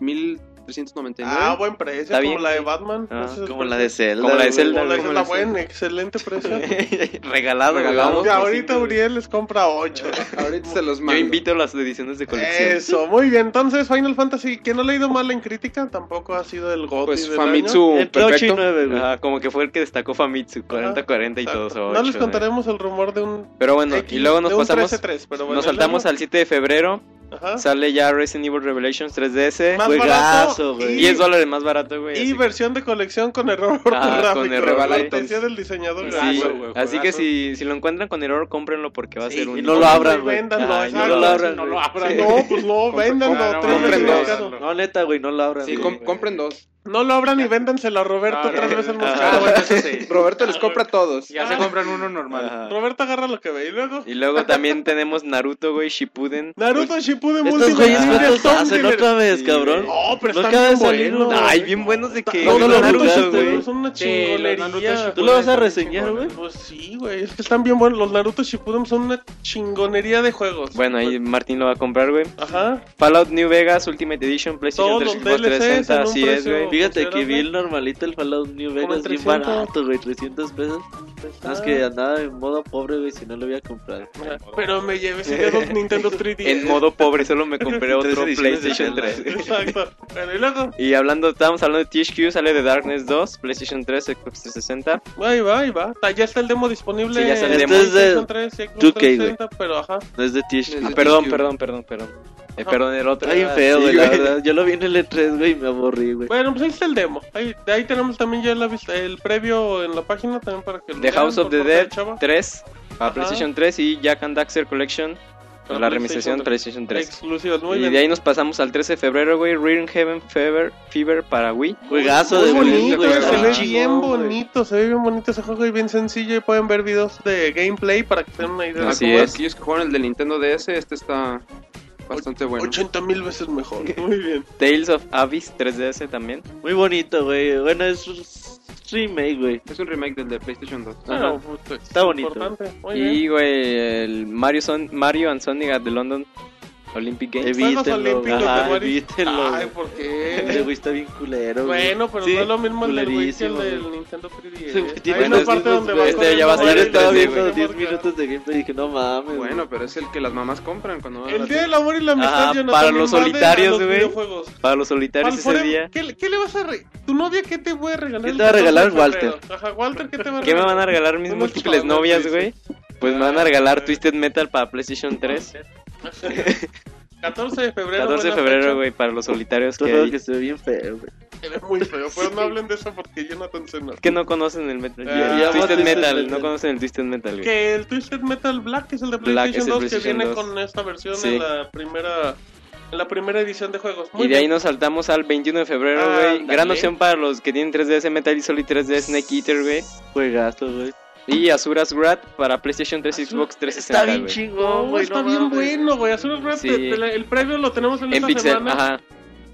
S7: 1399.
S2: Ah, buen precio,
S6: Está
S2: como
S6: bien.
S2: la de Batman.
S6: Ah,
S2: No sé,
S3: Como la de Zelda.
S6: Como la de
S3: güey.
S6: Zelda.
S2: Como la de
S7: como
S2: Zelda,
S7: la de Zelda.
S2: buen, excelente
S5: *laughs*
S2: precio.
S6: *laughs* Regalado, güey,
S7: Regalado.
S6: vamos
S2: Y
S6: por
S2: ahorita
S6: cinco, güey.
S2: Uriel les compra 8.
S7: Ahorita se los
S6: pues, Yo
S7: mando.
S6: invito a las ediciones de colección.
S2: Eso, muy bien. Entonces, Final Fantasy, que no le ha ido mal en crítica, tampoco ha sido el GOTY
S7: Pues
S2: del año.
S7: Famitsu,
S3: Entre 8 y
S7: perfecto.
S3: 9, güey.
S6: Ajá, como que fue el que destacó Famitsu, 40-40 y
S2: Exacto.
S6: todos. ocho,
S2: no les
S6: güey.
S2: contaremos el rumor de un
S6: Pero bueno,
S2: X,
S6: eh. y luego nos
S2: de un
S6: pasamos.
S2: 13-3, pero bueno,
S6: nos saltamos al 7 de febrero.
S2: Ajá.
S6: Sale ya Resident Evil Revelations 3DS.
S2: Ah. Más
S3: Juegazo,
S2: barato
S3: güey.
S2: y-
S6: 10 dólares más barato, güey.
S2: Y
S6: así que-
S2: versión de colección con error
S6: *laughs* Ah,
S2: ortográfico.
S6: con
S2: la
S6: error, güey.
S2: cortesía del diseñador.
S6: Sí,
S2: gráfico.
S4: güey,
S6: así
S4: juegazo.
S6: que si, si lo encuentran con error, cómprenlo porque va a
S3: Sí,
S6: ser un.
S3: y no lo
S6: icono.
S3: abran,
S2: Y
S3: güey.
S2: véndanlo,
S6: Ay, no
S2: exacto.
S6: lo abran,
S4: No lo
S2: Ahora,
S4: abran.
S2: No, pues no,
S4: Ah,
S2: véndanlo.
S4: no,
S2: tres
S4: compren
S2: veces
S7: dos.
S2: más caro.
S3: No, neta, güey, no la abran.
S7: Sí,
S3: güey.
S7: com- compren dos.
S2: No lo abran y véndanselo a Roberto
S4: Ah,
S2: tres
S4: no.
S2: veces más
S4: Ah,
S2: caro.
S4: bueno, eso sí.
S7: Roberto les compra a
S4: *laughs*
S7: todos.
S4: Ya se compran uno normal.
S6: Ajá.
S2: Roberto agarra lo que ve y luego.
S6: Y luego también tenemos Naruto, güey, Shippuden.
S2: Naruto Shippuden
S3: Estos
S2: Multiverse
S3: güeyes
S2: Ninja
S3: cuántos hacen
S2: Stormtrooper.
S3: otra vez,
S6: Sí,
S3: cabrón.
S2: No, pero
S3: No
S2: están
S3: acaba de
S2: bien
S3: salir
S2: buenos.
S3: uno.
S6: Ay, bien buenos de que.
S2: No, no, los
S3: Naruto
S2: Naruto
S3: Shippuden,
S2: Shippuden
S3: güey.
S2: son una
S4: Sí, los Naruto
S2: chingonería.
S4: Shippuden
S3: ¿Tú lo vas a
S4: están
S3: reseñar,
S4: chingones.
S3: güey?
S2: Pues sí, güey, es que están bien buenos. Los Naruto Shippuden son una chingonería de juegos. Pues,
S6: Bueno, ahí Martín lo va a comprar, güey.
S2: Ajá.
S6: Fallout New Vegas Ultimate Edition, PlayStation
S2: Todos
S6: 3,
S2: los
S6: Xbox
S2: DLCs en
S6: 360,
S2: un
S6: así es,
S2: precio
S6: güey.
S3: Fíjate que
S2: consideras,
S3: vi el normalito, el Fallout New
S2: Como
S3: Vegas,
S2: en
S3: bien
S2: 300.
S3: barato, güey, 300 pesos.
S2: güey?
S3: Más que andaba en modo pobre, güey, si no lo había comprado.
S2: Ajá, Pero me llevé si tengo un Nintendo 3D.
S6: *laughs* En modo pobre, solo me compré otro
S5: Tres ediciones de
S6: PlayStation
S5: Zelda.
S6: 3.
S2: Exacto. Bueno, y luego,
S6: Y hablando, estábamos hablando de THQ, sale de Darkness 2, PlayStation 3, Xbox 360.
S2: ahí va, ahí va. Ta- Ya está el demo disponible.
S6: Sí, ya está el
S2: en
S6: demo.
S2: PlayStation 3, Xbox
S3: 2K,
S2: 360, pero ajá.
S3: No es de THQ.
S6: Ah, perdón, perdón, perdón, perdón. Eh,
S2: Ajá.
S6: perdón, el
S2: Ah,
S6: otro.
S3: Está bien
S6: era-
S3: feo,
S6: sí,
S3: güey, la verdad. Yo lo vi en el E3, güey, y me aburrí, güey.
S2: Bueno, pues ahí está el demo. Ahí, de ahí tenemos también ya la vista- el previo en la página también para que lo
S6: The
S2: vean
S6: House of
S2: por
S6: the
S2: parte del
S6: Dead
S2: chavo.
S6: 3 para
S2: Ajá.
S6: PlayStation 3 y Jack and Daxter Collection para la
S2: PlayStation
S6: remasterización PlayStation 3.
S2: Exclusivas, muy
S6: Y
S2: bien.
S6: de ahí nos pasamos al 13 de febrero, güey, Rearing Heaven Fever, Fever para Wii.
S3: Juegazo
S2: Muy
S3: de
S2: bonito,
S3: güey.
S2: se ve
S3: Ah,
S2: bien
S3: no, güey.
S2: bonito, se ve bien bonito ese juego y bien sencillo y pueden ver videos de gameplay para que tengan una idea. de
S6: Así
S2: cómo
S7: Como
S6: es.
S7: Aquellos que jugaron el del Nintendo DS, este está bastante bueno.
S2: 80 mil veces mejor, muy bien.
S6: Tales of Abyss 3DS también.
S3: Muy bonito, güey. Bueno, es un remake, güey.
S7: Es un remake del de PlayStation 2.
S2: Bueno, pues, es
S3: Está bonito.
S2: importante, muy bien.
S6: Y, güey, el Mario, Son Mario and Sonic at the London Olympic Games.
S2: Juegos
S3: Evítenlo,
S2: Olímpicos
S3: güey.
S2: de
S3: Ajá,
S2: Mario.
S3: evítenlo.
S2: Ay,
S3: güey.
S2: ¿por
S3: Ese
S2: qué?
S3: güey está bien culero, güey.
S2: bueno, pero
S3: Sí,
S2: no es lo mismo el del Wii que el
S3: culerísimo,
S2: del
S3: güey.
S2: Nintendo 3DS.
S3: Ese güey
S2: Hay
S3: tiene
S2: una
S3: unos
S2: parte
S3: mismos,
S2: donde
S3: güey.
S2: va con
S6: Este ya
S2: el
S6: va a
S3: Ayer
S6: estar
S2: Mario
S6: en
S3: estaba
S2: y el
S6: 3D,
S3: viendo
S2: Mario
S3: 10
S2: Kart.
S3: minutos de gameplay y dije, no mames. güey.
S7: Bueno, pero es el que las mamás compran cuando van a
S2: El
S7: la
S2: día del amor y la amistad,
S6: Ajá,
S2: Jonathan,
S6: para
S2: y
S6: los
S2: Madden a
S6: solitarios,
S2: los
S6: güey.
S2: videojuegos.
S6: Para los solitarios
S2: Pal,
S6: ese
S2: fuera-
S6: día.
S2: ¿Qué, le- qué le vas a re- ¿Tu novia qué te puede regalar?
S3: ¿Qué
S2: el
S3: te va a
S2: 14 de
S3: regalar,
S2: febrero?
S3: Walter?
S2: Ajá, Walter, ¿qué te va a regalar?
S6: ¿Qué me van a regalar mis
S2: Unos
S6: múltiples
S2: chavos,
S6: novias,
S2: sí,
S6: güey? Pues me van a
S2: Ah.
S6: regalar Twisted Metal para PlayStation 3.
S2: 14 de febrero.
S6: 14 de
S2: buena fecha.
S6: febrero, güey, para los solitarios
S3: Esto
S6: que
S3: es algo
S6: hay.
S3: que se ve bien feo, güey.
S2: Era muy feo, pero no hablen de eso porque Jonathan se enoja.
S6: que no conocen el Metal
S5: Eh,
S2: Ah,
S6: Gear.
S2: ya
S6: Twisted
S3: va,
S6: Metal,
S3: Twisted
S6: no
S3: Metal.
S6: conocen el Twisted Metal, güey.
S2: Que el Twisted Metal Black es el de
S6: Black
S2: PlayStation
S6: es el
S2: 2 que
S6: PlayStation
S2: viene
S6: 2.
S2: con esta versión
S6: Sí.
S2: en la primera en la primera edición de juegos. Muy
S6: Y de ahí
S2: bien.
S6: nos saltamos al 21 de febrero,
S2: Ah,
S6: güey. Gran
S2: ándale.
S6: opción para los que tienen 3DS Metal Gear Solid 3D Snake Eater, güey.
S3: Juegazo, güey.
S6: Y Azura's Wrath para PlayStation 3 y Xbox
S3: Está
S6: 360,
S3: bien
S6: güey.
S3: chingón, güey.
S2: está bien
S3: mames.
S2: bueno, güey. Hacer un rap,
S6: Sí.
S2: te- te la- el previo lo tenemos en,
S6: En
S2: esta
S6: Pixel,
S2: semana.
S6: ajá.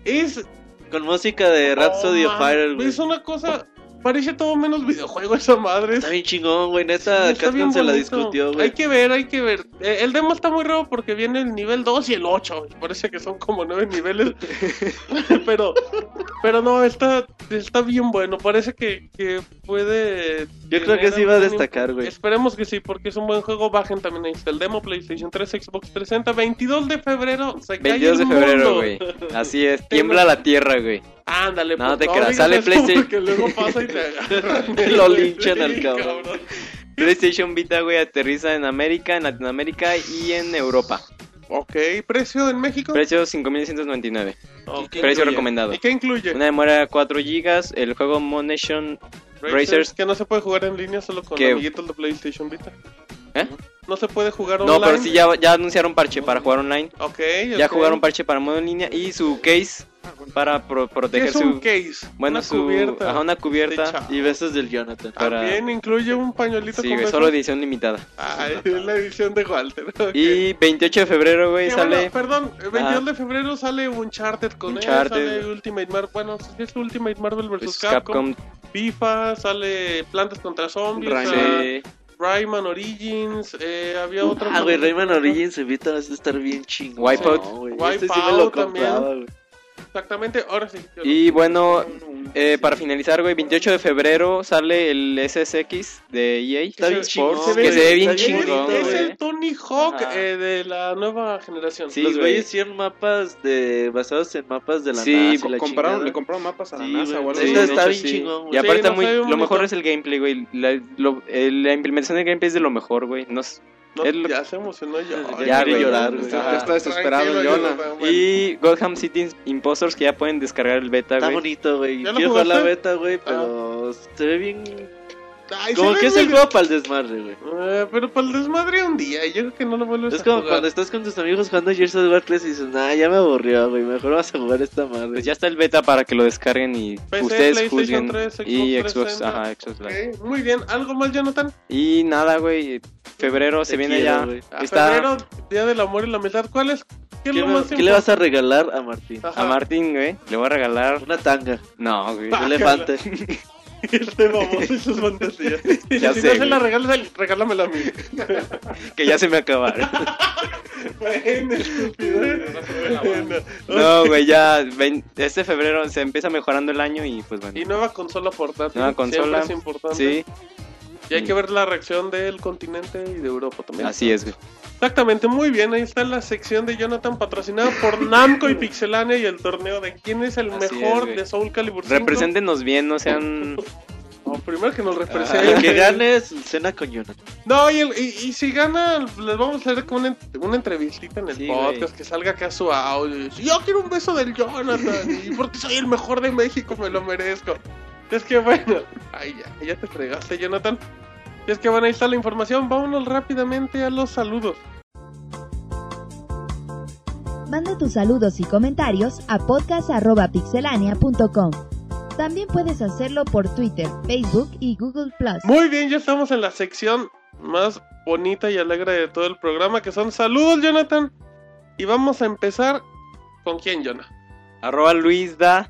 S2: Es
S3: Con música de Rhapsody
S2: Oh,
S3: of
S2: man,
S3: Fire, güey.
S2: Es una cosa. Parece todo menos videojuego esa madre.
S3: Está bien chingón, güey.
S2: Sí,
S3: Neta,
S2: está bien
S3: Capcom se la
S2: bonito.
S3: discutió,
S2: Hay
S3: güey.
S2: que ver, hay que ver. Eh, el demo está muy raro porque viene el nivel 2 y el 8. y Parece que son como 9
S3: *laughs*
S2: niveles. pero pero no, está, está bien bueno. Parece que, que puede.
S3: Yo creo que sí va a destacar, güey.
S2: Esperemos que sí, porque es un buen juego. Bajen también ahí está el demo PlayStation 3, Xbox 360. 22 de febrero. Se cae
S6: 22 de
S2: el
S6: febrero,
S2: mundo.
S6: güey.
S2: *laughs*
S6: Así es, tiembla la tierra, güey.
S2: Ándale,
S6: No te creas,
S2: digas
S6: sale
S2: eso
S6: PlayStation.
S2: Porque luego pasa y
S3: *laughs*
S2: te agarran.
S3: Lo linchan
S2: *laughs*
S3: al
S2: Sí,
S3: cabrón.
S6: PlayStation Vita, güey, aterriza en América, en Latinoamérica y en Europa.
S2: Ok, precio en México.
S6: Precio 5.199.
S2: Ok.
S6: Precio recomendado.
S2: ¿Y qué incluye?
S6: Una memoria de 4 GB, el juego Monation Racers.
S2: Que no se puede jugar en línea solo con
S6: Que-
S2: amiguitos de PlayStation Vita.
S6: ¿Eh?
S2: No se puede jugar online.
S6: No, pero sí ya, ya anunciaron parche para jugar online.
S2: Ok,
S6: Ya
S2: ok.
S6: jugaron parche para modo en línea y su case para pro-
S2: ¿Qué
S6: proteger
S2: es un
S6: su
S2: case?
S6: bueno
S2: una
S6: su
S2: cubierta.
S6: ajá, una cubierta.
S2: Techa.
S3: Y besos del Jonathan.
S6: para-
S2: También incluye un pañuelito con
S6: Sí, güey,
S2: besos.
S6: solo edición limitada.
S2: Ay, es la edición de Walter. ok.
S6: Y 28 de febrero, güey,
S2: Que
S6: sale
S2: bueno, perdón, el 22 de febrero sale Uncharted con
S6: Uncharted.
S2: él, sale Ultimate Marvel, bueno, sí, es Ultimate Marvel vs.
S6: pues,
S2: Capcom,
S6: Capcom,
S2: FIFA, sale Plantas contra Zombies,
S7: Rayman.
S2: sale
S6: sí.
S2: Rayman Origins, eh, había otro...
S3: Ah, güey,
S2: por-
S3: Rayman Origins Vita va a estar bien chingón.
S6: Wipeout.
S3: No, güey,
S2: Wipeout
S3: este sí me lo
S2: también.
S3: compraba, güey.
S2: Exactamente, ahora sí. yo
S6: Y bueno, eh, para finalizar, güey, 28 de febrero sale el SSX de E EA.
S3: Está bien
S2: se-
S3: chingón.
S6: se ve-
S3: güey,
S6: que se ve bien
S3: está
S2: Es-
S6: chingón,
S3: bonito,
S2: es
S6: güey.
S2: el Tony Hawk
S6: Ajá.
S2: eh, de la nueva generación.
S6: Sí,
S3: Los
S6: güey.
S3: güeyes hicieron mapas de basados en mapas de la
S6: Sí,
S3: NASA. y la
S7: compraron,
S3: chingada.
S7: le compraron mapas a la
S3: Sí,
S7: NASA
S3: güey,
S7: o algo
S3: sí,
S7: así.
S6: de
S3: está
S6: hecho,
S3: bien chingón, güey.
S6: Y aparte,
S2: Sí, no
S6: muy-
S2: sé, bonito.
S6: lo mejor es el gameplay, güey. La, lo- eh, la implementación del gameplay es de lo mejor, güey. No sé.
S2: No,
S6: es lo-
S2: Ya se emocionó yo.
S6: Ya,
S3: quiere
S6: güey.
S3: llorar, güey.
S6: Ajá.
S7: Ya está desesperado el
S2: Tranquilo,
S7: Jonah.
S2: Jonathan, bueno.
S6: Y Gotham City Impostors que ya pueden descargar el beta,
S3: Está
S6: güey.
S3: bonito, güey.
S2: ¿Ya lo
S3: Quiero jugar la
S2: jugaste? Ah.
S3: beta, güey, pero se ve bien.
S2: Ay,
S3: Como
S2: se
S3: que
S2: ve
S3: es el
S2: muy-
S3: juego para el desmadre, güey.
S2: Eh, pero para el desmadre un día, yo creo que no lo vuelves
S3: Es
S2: a
S3: como
S2: jugar.
S3: cuando estás con tus amigos jugando Gears of War 3 y dices, nah, ya me aburrió, güey, mejor vas a jugar esta madre.
S6: Pues ya está el beta para que lo descarguen y
S2: PC,
S6: ustedes
S2: PlayStation
S6: juzguen.
S2: 3, Xbox
S6: y Xbox,
S2: 360.
S6: ajá, Xbox Live.
S2: Ok, Muy bien, ¿algo más, Jonathan?
S6: Y nada, güey. Febrero este
S3: Te
S6: se viene
S3: quiero,
S6: ya.
S3: güey.
S2: A
S6: Está
S2: febrero, Día del Amor y la Amistad, ¿cuál es? ¿Qué, es
S3: ¿Qué,
S2: lo
S3: me-
S2: más
S3: qué le vas a regalar a Martín?
S2: importante?
S6: a
S2: Ajá.
S6: Martín, güey. Le voy a regalar.
S3: Una tanga,
S6: No, güey.
S3: un
S6: *laughs*
S3: elefante.
S2: *laughs* Este baboso y sus fantasías. Y
S6: Ya
S2: si
S6: sé,
S2: no se la
S6: güey.
S2: regalas, regálamela a mí.
S5: *laughs*
S6: Que ya se me acabaron.
S2: Bueno, estúpido. Bueno.
S6: No, güey, ya. vein- Este febrero se empieza mejorando el año y pues bueno.
S2: Y nueva consola portátil.
S6: Nueva
S2: Siempre
S6: consola.
S2: es importante.
S6: Sí,
S2: Y hay que ver la reacción del continente y de Europa también.
S6: así es, güey.
S2: Exactamente, muy bien. Ahí está la sección de Jonathan patrocinado por Namco y Pixelania y el torneo de quién es el
S6: Así es,
S2: mejor
S6: güey.
S2: de Soul Calibur 5.
S6: Represéntenos bien,
S2: *laughs*
S6: no sean.
S2: No, primero
S6: Ah,
S2: que nos represente.
S3: El que ganes, cena con Jonathan.
S2: No, y, el- y- y si gana, les vamos a hacer como una, ent- una entrevistita en el
S6: Sí,
S2: podcast,
S6: güey.
S2: que salga acá su audio. y dice, Yo quiero un beso del Jonathan, y porque soy el mejor de México, me lo merezco. Es que bueno, ay, ya, ya te fregaste, Jonathan. Es que bueno, ahí está la información. Vámonos rápidamente a los saludos.
S1: Manda tus saludos y comentarios a podcast.pixelania.com. También puedes hacerlo por Twitter, Facebook y Google Plus.
S2: Muy bien, ya estamos en la sección más bonita y alegre de todo el programa, que son saludos, Jonathan. Y vamos a empezar con quién, Jonah.
S6: Arroba Luisda.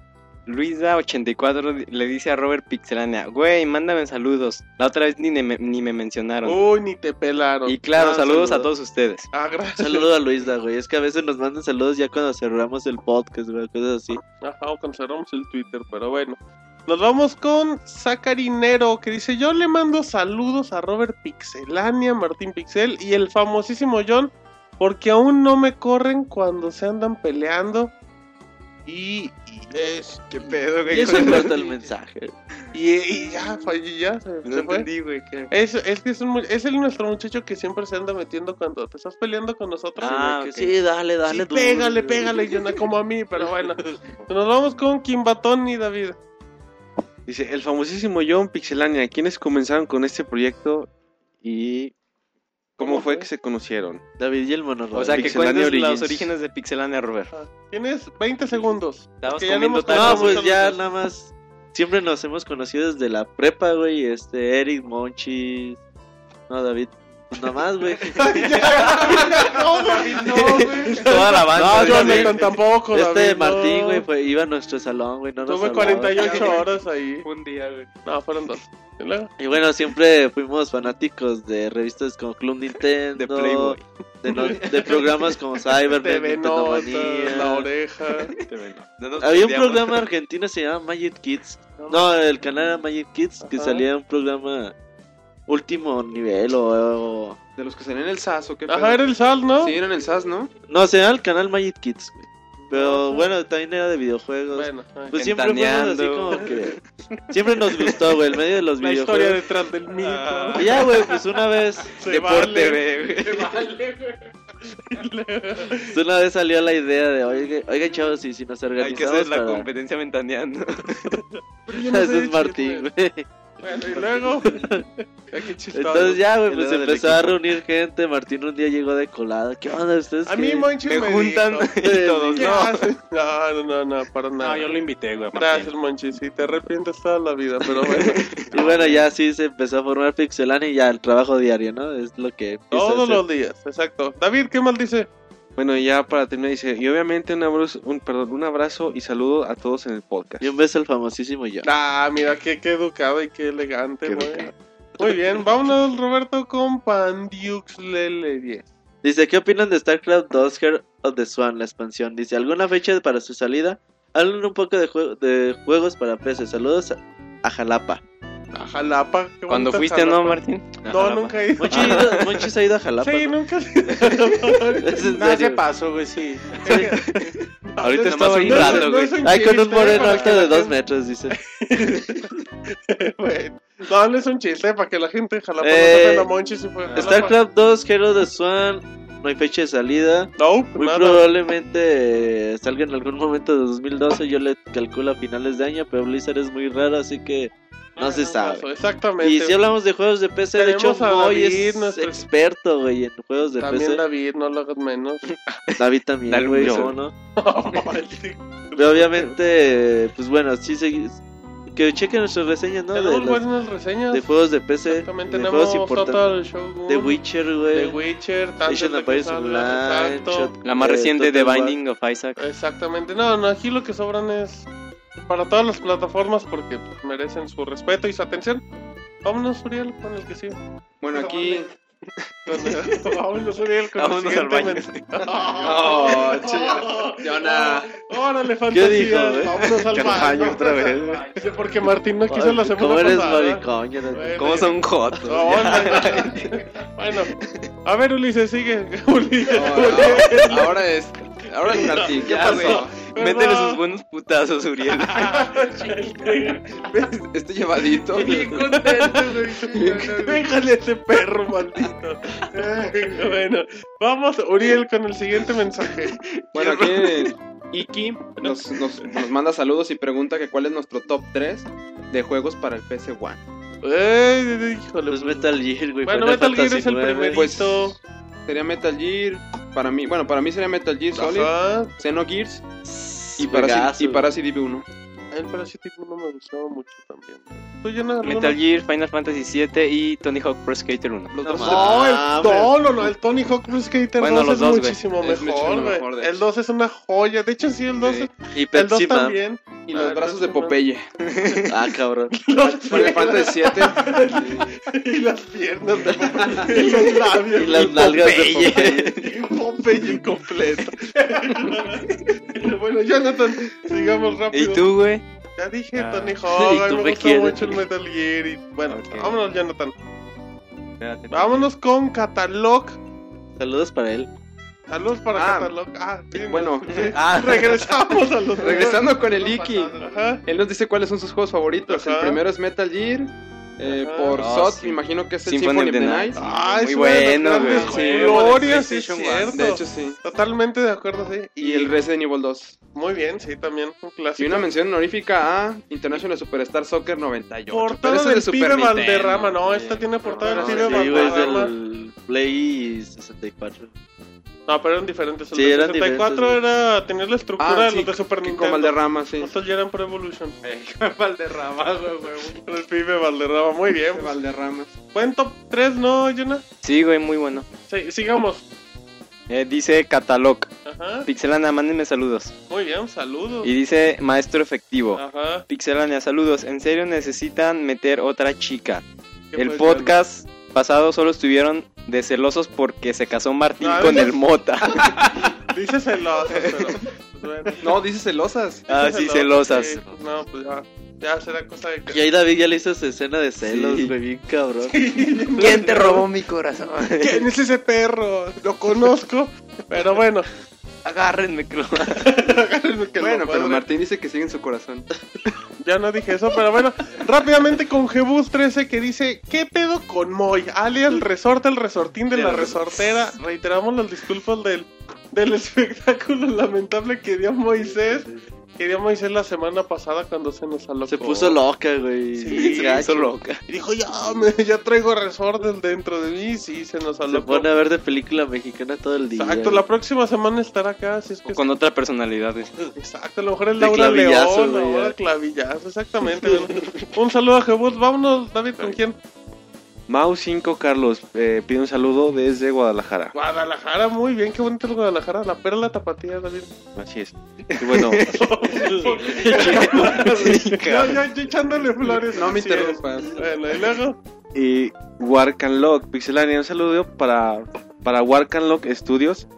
S6: Luisda84 le dice a Robert Pixelania: Güey, mándame saludos. La otra vez ni, ne- me, ni me mencionaron.
S2: Uy, ni te pelaron.
S6: y claro,
S3: Ah,
S6: saludos a
S3: saludos.
S6: todos ustedes.
S2: Ah, gracias.
S3: Saludo a Luisda, güey. Es que a veces nos mandan saludos ya cuando cerramos el podcast, güey. Cosas así.
S2: Ajá, o cancelamos el Twitter, pero bueno. Nos vamos con Sacarinero, que dice: Yo le mando saludos a Robert Pixelania, Martín Pixel y el famosísimo John, porque aún no me corren cuando se andan peleando. Y. y- es- ¿Qué pedo,
S3: Y eso importa el mensaje.
S2: Y, y ya, fallé, ya. Se, se fue.
S6: güey.
S2: Es, es que es, un mu- es el nuestro muchacho que siempre se anda metiendo cuando te estás peleando con nosotros.
S6: Ah,
S3: Que
S6: ok.
S3: Sí, dale,
S2: Sí,
S3: dale. tú.
S2: pégale, pégale, Jonah, como a mí, pero *laughs* bueno. Nos vamos con Kimbatón y David.
S5: Dice, el famosísimo John Pixelania, quienes comenzaron con este proyecto y
S2: ¿Cómo
S5: cómo, fue
S2: fue?
S5: que se conocieron.
S3: David y el monorrobo.
S6: O sea, que
S5: Pixelania
S6: cuentes
S5: Origins.
S6: los orígenes de Pixelania, Robert.
S2: Tienes 20 segundos.
S6: Estabas
S2: Que ya no
S6: comiendo
S2: hemos
S6: tacos.
S3: No, pues
S2: Saludos.
S3: ya nada más. Siempre nos hemos conocido desde la prepa, güey. Este, Eric, Monchi. No, David. Nada más, güey.
S2: *laughs* no, Ah, güey, no, güey.
S6: *laughs* Toda la banda.
S2: No,
S6: de-
S2: Jonathan tampoco.
S3: Este
S2: David,
S3: Martín,
S2: no.
S3: güey, fue- iba a nuestro salón, güey. No nos
S2: Tuve
S3: hablaba.
S2: 48 *laughs* horas ahí.
S4: Un día, güey.
S2: No, fueron dos. Y luego,
S3: Y bueno, siempre fuimos fanáticos de revistas como Club Nintendo,
S6: de Playboy.
S3: de, no- de programas
S2: *laughs*
S3: como Cyberman,
S2: TV Notas,
S3: Nintendomanía.
S2: La Oreja.
S6: No nos
S3: Había un
S6: perdíamos.
S3: programa argentino se llamaba Magic Kids. No, el canal era Magic Kids que
S2: Ajá.
S3: salía un programa último nivel o, o-
S7: De los que salían en el SAS, ¿o qué pedo?
S2: Ajá, era el Sal, ¿no?
S7: Sí, eran en el SAS, ¿no?
S3: no, se llamaba el canal Magic Kids, güey. Pero
S2: Ajá.
S3: bueno, también era de videojuegos.
S2: Bueno, ay.
S3: pues siempre fuimos así
S6: Ventaneando.
S3: como que siempre nos gustó, güey, el medio de los
S2: la historia
S3: videojuegos.
S2: detrás del mito.
S6: Ah.
S3: Y Ya, güey, pues una
S6: *laughs*
S3: vez
S2: Se
S6: Deporte,
S2: vale.
S6: güey.
S2: Se vale, güey.
S3: Pues Una vez salió la idea de, oiga, oiga chavos, y si nos
S6: Hay que
S3: organizamos
S6: hacer la
S3: para... *laughs*
S5: *laughs*
S6: competencia ventaneando.
S2: Pero yo no sé
S3: Ese es
S2: decir,
S3: Martín,
S2: güey.
S3: güey.
S2: Bueno, y luego. Ay, qué chistoso.
S3: Entonces ya, güey,
S6: El
S3: pues
S6: dedo del
S3: empezó a
S6: equipo.
S3: reunir gente. Martín un día llegó de colada. ¿Qué onda ustedes?
S2: A
S3: qué?
S2: mí, Monchi
S6: Me
S2: me,
S3: *laughs*
S6: juntan
S2: dijo,
S6: y todos,
S2: "¿Qué
S6: no.
S2: haces?" no, no, no, no, para nada.
S4: No, yo lo invité, güey.
S2: Gracias, Monchi. Sí, te arrepientes toda la vida, pero bueno.
S3: Y bueno, ya sí se empezó a formar Pixelania y ya el trabajo diario, ¿no? Es lo que... empieza a
S2: Todos
S3: hacer.
S2: los días, exacto. David, ¿qué mal dice?
S5: Bueno, y ya para terminar, dice, y obviamente un abrazo, un, perdón, un abrazo y saludo a todos en el podcast.
S3: Y un beso al famosísimo yo.
S2: Ah, mira, qué, qué educado y qué elegante,
S3: Qué
S2: güey. Muy bien, vámonos, Roberto, con Pandiux Lele 10.
S3: Dice, ¿qué opinan de StarCraft 2 Heart of the Swan, la expansión? Dice, ¿alguna fecha para su salida? Hablen un poco de, jue- de juegos para PC. Saludos a, a Jalapa.
S2: A Jalapa. qué
S6: Cuando
S2: bonita
S6: fuiste,
S2: Jalapa.
S6: ¿no, Martín?
S2: No, nunca he ido.
S3: Monchi, ha ido- Monchi se ha ido a Jalapa.
S2: Sí,
S3: ¿no?
S2: nunca he ido.
S3: Es en
S4: No, ese
S3: serio.
S4: paso, güey, sí.
S6: Ahorita
S2: No,
S6: estaba
S2: no,
S6: ahí
S2: no,
S6: rato,
S2: no
S6: güey.
S2: es un
S3: Ay, con un
S2: chiste,
S3: moreno
S2: para
S3: alto
S2: que
S3: de
S2: la
S3: dos metros, dice.
S2: Bueno, no, no es un chiste para que la gente de Jalapa
S3: Eh,
S2: no se la pues, monche si fue. a Jalapa.
S3: StarCraft 2, Hero de Swan, no hay fecha de salida.
S2: No,
S3: Muy
S2: nada.
S3: probablemente eh, salga en algún momento de 2012. Yo le calculo a finales de año, pero Blizzard es muy raro, así que no se sabe.
S2: Exactamente.
S3: Y si hablamos de juegos de PC, de hecho,
S2: Tenemos a
S3: Moy
S2: David,
S3: es
S2: nuestro-
S3: experto, güey, en juegos de
S2: También
S3: PC.
S2: David, no lo hagas
S3: *laughs*
S2: menos. *laughs*
S3: David también,
S6: Dale
S3: güey,
S6: yo.
S3: ¿cómo no?
S2: Tenemos
S3: Pero obviamente, pues bueno, sí, se- que chequen nuestras reseñas, ¿no? De, las-
S2: buenas reseñas.
S3: de juegos de PC,
S2: Exactamente,
S3: de juegos
S2: tenemos
S3: importantes.
S2: Total Shogun.
S3: The Witcher,
S2: The
S3: güey.
S2: Witcher,
S3: Age
S2: Tantos
S3: of
S2: de
S3: Empires
S2: Cruzada,
S3: Online,
S2: exacto.
S3: Shot-
S6: La más
S3: eh,
S6: reciente de
S3: Total War.
S6: Binding of Isaac.
S2: Exactamente. No, no, aquí lo que sobran es para todas las plataformas porque pues, merecen su respeto y su atención. Vámonos, Uriel, con el que sigue.
S7: Bueno, aquí
S2: *laughs* Vámonos, Uriel, con
S3: Vámonos
S2: el
S3: al
S2: siguiente
S3: baño.
S2: men- *laughs*
S3: *laughs*
S7: Oh, chido. Jonah.
S2: Órale,
S3: ¿Qué
S2: fantasía.
S3: dijo, eh?
S2: Vámonos al
S3: Carpaño
S2: baño. *laughs*
S3: otra vez, güey.
S2: Porque Martín no quiso la semana
S3: ¿Cómo eres
S2: pasada.
S3: maricón? Ya no-
S2: Bueno,
S6: ¿Cómo
S2: ya.
S6: son jotos?
S2: No, no,
S3: *laughs*
S2: no. *laughs* Bueno, a ver, Ulises, sigue. *laughs* Ulises,
S7: Ahora- Ahora es. Ahora es Martín. ¿Qué
S6: Ya, güey.
S7: pasó?
S6: Métele
S2: *laughs*
S6: sus buenos putazos, Uriel.
S7: Estoy
S2: *laughs*
S7: Este llevadito.
S2: Déjale a ese perro, maldito. *laughs* Ay, bueno, vamos, Uriel, con el siguiente mensaje.
S7: Bueno, aquí
S2: *laughs*
S7: Iki nos, nos- nos manda saludos y pregunta que cuál es nuestro top 3 de juegos para el PS One.
S2: Ay, híjole.
S3: Pues Metal Gear, güey.
S2: Bueno,
S3: Final
S2: Metal Gear
S3: Fantasy
S2: es el
S3: nueve.
S2: primerito.
S7: Pues sería Metal Gear. Para mí, bueno, para mí sería Metal Gear Solid,
S2: Ajá.
S7: Xenogears y
S3: Juegazo,
S7: Parasite, y
S3: güey.
S7: Parasite Eve 1.
S2: El Parasite tipo no me gustaba mucho también. Pues ¿Tú, Jonah,
S6: Metal Gear, Final Fantasy VII y Tony Hawk Pro Skater 1.
S7: Los
S3: No
S7: dos
S3: mames.
S2: No, el,
S3: Ah,
S2: no, no, no, el Tony Hawk Pro Skater
S6: Bueno,
S2: 2
S6: los
S2: es
S6: dos, güey.
S2: muchísimo
S7: Es mucho
S2: mejor,
S7: mejor,
S2: güey.
S7: de
S2: El 2 es una joya. De hecho, sí, el 2
S7: Sí.
S2: es-
S3: Y
S2: el 2
S3: Pepsi Man.
S2: también.
S7: y
S2: Ah,
S7: los
S2: el
S7: brazos
S2: Pepsi
S7: de
S2: Man.
S7: Popeye.
S3: Ah, cabrón.
S2: Los
S7: Final Fantasy 7.
S2: *laughs* y las piernas de Popeye. Y los labios.
S3: Y las nalgas de Popeye.
S2: Y Popeye incompleto. bueno, Jonathan, sigamos rápido.
S6: ¿Y tú, güey?
S2: Ya dije
S6: Ah.
S2: Tony
S3: ¿Y
S2: Hawk,
S3: tú
S2: me
S3: qué
S2: gusta
S3: quieres?
S2: mucho el Metal Gear. Y... Bueno,
S6: Ok.
S2: vámonos, Jonathan.
S6: Espérate.
S2: Vámonos con Catalog.
S3: Saludos para él.
S2: Saludos para
S7: Ah.
S2: Catalog. Ah, sí,
S7: Bueno,
S2: *laughs* sí.
S7: ah,
S2: regresamos a los.
S7: *laughs* regresando con el Iki.
S2: Ajá.
S7: Él nos dice cuáles son sus juegos favoritos.
S2: Ajá.
S7: El primero es Metal Gear. eh,
S2: Ajá.
S7: por
S6: Ah,
S7: SOT,
S6: sí.
S7: me imagino que es el
S6: Symphony
S7: Symphony
S6: of the
S7: of the
S6: Night.
S7: Night.
S2: Ah,
S6: Muy
S2: es una de
S6: bueno,
S2: las grandes
S6: güey.
S7: Sí,
S2: glorias, sí, es
S6: PlayStation
S2: cierto.
S7: De hecho, sí.
S2: Totalmente de acuerdo, sí.
S7: Y el Resident Evil 2.
S2: Muy bien, sí, también un
S7: Y
S2: clásico.
S7: una mención honorífica a International Superstar Soccer 98. pero
S2: Portada
S7: ese
S2: del
S7: es de Super
S2: pibe
S7: Nintendo.
S2: Valderrama, no, esta tiene portada del
S3: Sí,
S2: pibe
S3: güey, es
S2: Valderrama.
S3: del Play 64.
S2: No, pero eran diferentes. El
S3: Sí,
S2: del
S3: eran
S2: 64
S3: diferentes,
S2: era tener la estructura
S7: Ah,
S2: de
S7: sí,
S2: los de Super
S7: Que
S2: Nintendo.
S7: Con Valderrama, sí.
S2: Metal Gear and Pro Evolution.
S4: Valderrama, güey, güey.
S2: El pibe Valderrama, muy bien. pues.
S7: Valderrama.
S2: Buen top 3, ¿no, Jonah?
S6: Sí, güey, muy bueno.
S2: Sí, sigamos.
S6: Eh, dice Catalog.
S2: Ajá,
S6: Pixelana, mándenme saludos.
S2: muy bien, saludos.
S6: Y dice Maestro Efectivo.
S2: Ajá.
S6: Pixelania, saludos. En serio necesitan meter otra chica.
S2: ¿qué
S6: El
S2: puede
S6: podcast pasado solo estuvieron de celosos porque se casó Martín
S2: Ah,
S6: con
S2: ¿verdad?
S6: el Mota.
S2: ser? *laughs* Dice celosos, pero. pues, bueno.
S7: No, dice celosas.
S6: Ah, sí, celosas.
S2: sí, pues, no, pues ya. Ya será cosa de que.
S3: Y ahí David ya le hizo esa escena de celos,
S6: Sí.
S3: güey, bien cabrón.
S2: ¿Quién te robó mi corazón? ¿Quién es ese perro? Lo conozco, pero bueno.
S6: Agárrenme, creo.
S2: Agárrenme que lo
S7: Bueno, pero
S2: padre.
S7: Martín dice que sigue en
S2: *laughs*
S7: su corazón.
S2: Ya no dije eso, pero bueno. Rápidamente con Jebus 13 que dice: ¿Qué pedo con Moy? Alias el resorte, el resortín de la resortera. Reiteramos las disculpas del, del *laughs* espectáculo lamentable que dio Moisés. Que dio Moisés la semana pasada cuando se nos alocó.
S3: Se puso loca, güey.
S2: Sí,
S3: se
S2: gacho.
S3: puso loca.
S2: Y dijo: Ya, me- ya traigo resortes dentro de mí. Sí, se nos
S3: Se
S2: alocó.
S3: pone a ver de película mexicana todo el día.
S2: Exacto, la próxima semana estará acá. Si es que
S6: Con otra personalidad. güey.
S2: Exacto, a lo mejor es
S3: De
S2: Laura
S3: clavillazo,
S2: León,
S3: güey,
S2: ahora
S3: ya.
S2: clavillazo, exactamente. güey. *laughs* un saludo a Jebus, vámonos, David, ¿con quién?
S5: Mau 5 Carlos eh, pide un saludo desde Guadalajara.
S2: Guadalajara, muy bien, qué bonito es Guadalajara, la perla tapatía, David.
S5: Así es. Y bueno,
S2: *laughs* yo, yo, yo echándole flores.
S7: No me
S2: así es.
S7: interrumpas.
S2: Bueno, y luego,
S5: y Warcanlock, Pixelania, un saludo para, para Warcanlock Studios,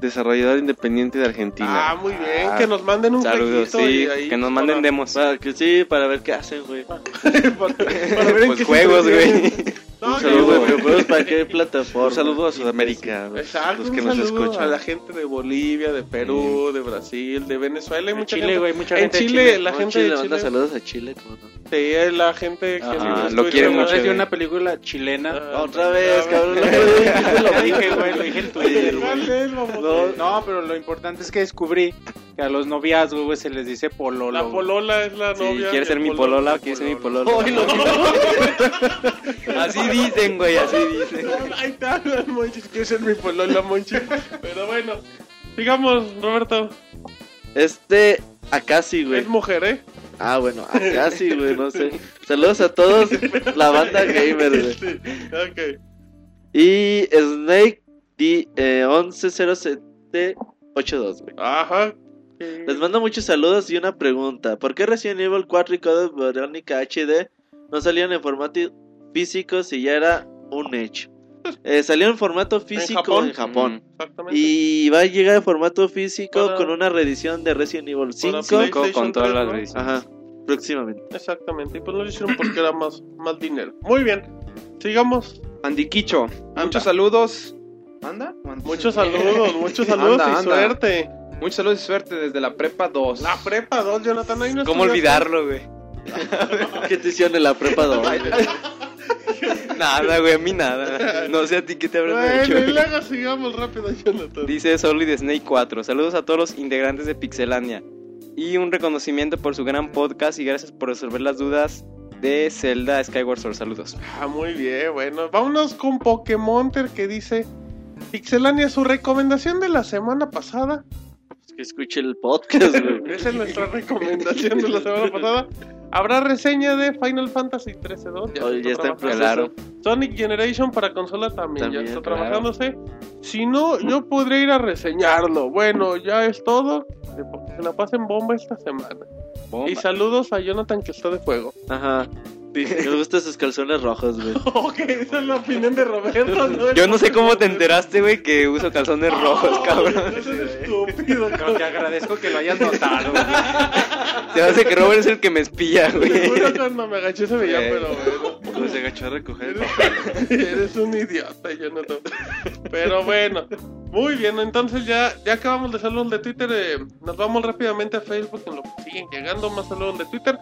S5: desarrollador independiente de Argentina.
S2: ah, muy bien, que nos manden un
S6: Saludos,
S2: jueguito
S6: sí.
S2: y ahí-
S6: Que nos manden
S2: para-
S6: demos.
S3: Para que sí, para ver qué hacen, güey.
S2: para, para ver en
S6: Pues
S2: qué se
S6: juegos,
S2: entretienen.
S6: güey.
S2: No,
S5: Un
S2: que-
S5: saludo,
S3: Pero, güey, pero pues, para qué plataforma.
S5: un saludo a Sudamérica,
S2: Exacto,
S5: los que
S2: un
S5: nos
S2: saludo
S5: escuchan.
S2: a la gente de Bolivia, de Perú, de Brasil, de Venezuela, hay
S4: En
S2: mucha
S4: Chile,
S2: gente
S4: güey, mucha
S2: en
S4: gente. de
S2: Chile,
S3: La
S2: la gente
S3: gente
S2: de
S3: le manda
S2: Chile.
S3: saludos a Chile, ¿cómo no?
S2: Sí, la gente que
S6: Ajá,
S2: nos
S6: lo
S2: escucha,
S6: quiere
S2: ¿no?
S6: mucho,
S4: Es de
S6: güey.
S4: una película chilena.
S2: Ah,
S3: Otra vez, cabrón. no
S4: Te
S2: *laughs*
S3: puedo-
S4: lo dije, güey, lo dije en Twitter, güey.
S2: Dale, vamos.
S4: No, no, pero lo importante es que descubrí que a los noviazgos, güey, se les dice pololo.
S2: La
S4: güey.
S2: polola es la
S6: Sí,
S2: novia.
S6: ¿quieres
S2: del
S6: ser mi
S2: pololo.
S6: polola? ¿Quieres ser mi polola?
S2: *laughs*
S6: Así dicen, güey, así dicen.
S2: Ahí está, la Monchis. ¿Quieres ser mi polola, Monchis? Pero bueno, digamos, Roberto,
S3: Este, a casi, güey.
S2: es mujer, ¿eh?
S3: Ah, bueno, a casi, güey, no
S2: *laughs*
S3: sé. Saludos a todos, la banda gamer, güey.
S2: Sí, ok.
S3: Y Snake D, eh, 110782, güey.
S2: Ajá.
S3: Les mando muchos saludos y una pregunta. ¿Por qué Resident Evil 4 y Code Verónica HD no salían en formato físico si ya era un hecho? Eh, salió en formato físico
S2: Japón?
S3: en
S6: Mm,
S3: Japón.
S2: Exactamente.
S3: Y va a llegar en formato físico
S2: Para-
S3: con una reedición de Resident Evil
S2: Para
S3: 5.
S2: PlayStation
S6: con todas
S2: 3,
S6: las
S2: ¿no?
S6: redes.
S3: Ajá,
S6: *laughs*
S3: próximamente.
S2: Exactamente. Y pues no lo hicieron porque era más, más dinero. Muy bien. Sigamos.
S7: Andiquicho,
S2: Anda.
S7: muchos saludos. ¿Anda? ¿O anda?
S2: Muchos saludos, muchos saludos
S7: Anda,
S2: y
S7: anda.
S2: suerte.
S7: Muchos saludos y suerte desde la prepa 2.
S2: La prepa 2, Jonathan, ahí no
S6: ¿Cómo
S2: estudiaste.
S6: olvidarlo, güey?
S3: ¿Qué te hicieron en la prepa
S6: *laughs*
S3: dos?
S6: Nada, güey, a mí nada. No sé a ti qué te habrán hecho.
S2: Bueno, y
S6: güey.
S2: luego sigamos rápido, Jonathan.
S6: Dice Solid Snake 4. Saludos a todos los integrantes de Pixelania. Y un reconocimiento por su gran podcast y gracias por resolver las dudas de Zelda Skyward Sword. Saludos.
S2: Ah, muy bien, bueno. Vámonos con Pokémonter que dice Pixelania, su recomendación de la semana pasada.
S3: Pues que escuche el podcast,
S2: *laughs*
S3: güey.
S2: Esa es nuestra recomendación de la semana pasada. Habrá reseña de Final Fantasy 13 2
S3: Oye, ya está en proceso.
S2: Sonic Generation para consola también,
S3: También,
S2: ya está
S3: claro.
S2: trabajándose. Si no, yo podría ir a reseñarlo. Bueno, ya es todo. De po- Que se la pasen bomba esta semana. Y saludos a Jonathan que está de fuego.
S3: Ajá. Me gustan sus calzones rojos, güey.
S2: ok, esa es la opinión de Roberto. es
S6: Yo no sé
S2: la
S6: cómo te
S2: opinión de-
S6: enteraste, güey, que uso calzones
S2: *laughs*
S6: rojos, cabrón.
S2: Eso es estúpido,
S4: Pero te
S2: cabrón.
S4: agradezco que lo hayas notado.
S6: Te hace que Robert es el que me espilla,
S2: Seguro
S6: güey.
S2: cuando me agaché se veía,
S6: Eh.
S2: pero bueno.
S5: Los agachó a recoger el papel.
S2: Eres, *laughs* eres un idiota, Jonathan. Pero bueno, muy bien, entonces ya, ya acabamos de saludos de Twitter. eh, nos vamos rápidamente a Facebook en lo que siguen llegando más saludos de Twitter.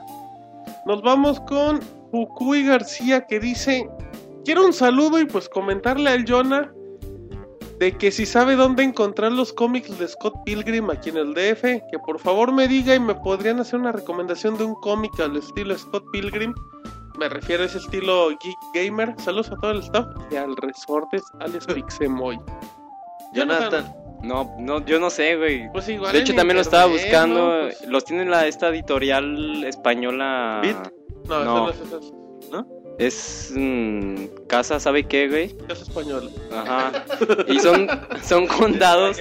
S2: Nos vamos con Fukui García que dice: Quiero un saludo y pues comentarle al Jonah de que si sabe dónde encontrar los cómics de Scott Pilgrim aquí en el DF, que por favor me diga y me podrían hacer una recomendación de un cómic al estilo Scott Pilgrim. Me refiero a ese estilo geek gamer. Saludos a todo el staff y al Resortes Alex Pixemoy.
S3: Jonathan.
S6: No, no, yo no sé, güey.
S2: Pues igual.
S6: De
S2: en
S6: hecho, también lo estaba
S2: internet,
S6: buscando. eh,
S2: ¿no? Pues-
S6: Los tiene la, esta editorial española.
S3: ¿Bit?
S2: Pues, no,
S6: no.
S2: esa no es, esa
S6: Es. mm, casa, ¿sabe qué, güey?
S2: es, esa es
S6: *laughs*
S2: española.
S6: Ajá.
S2: *laughs*
S6: Y son, son condados.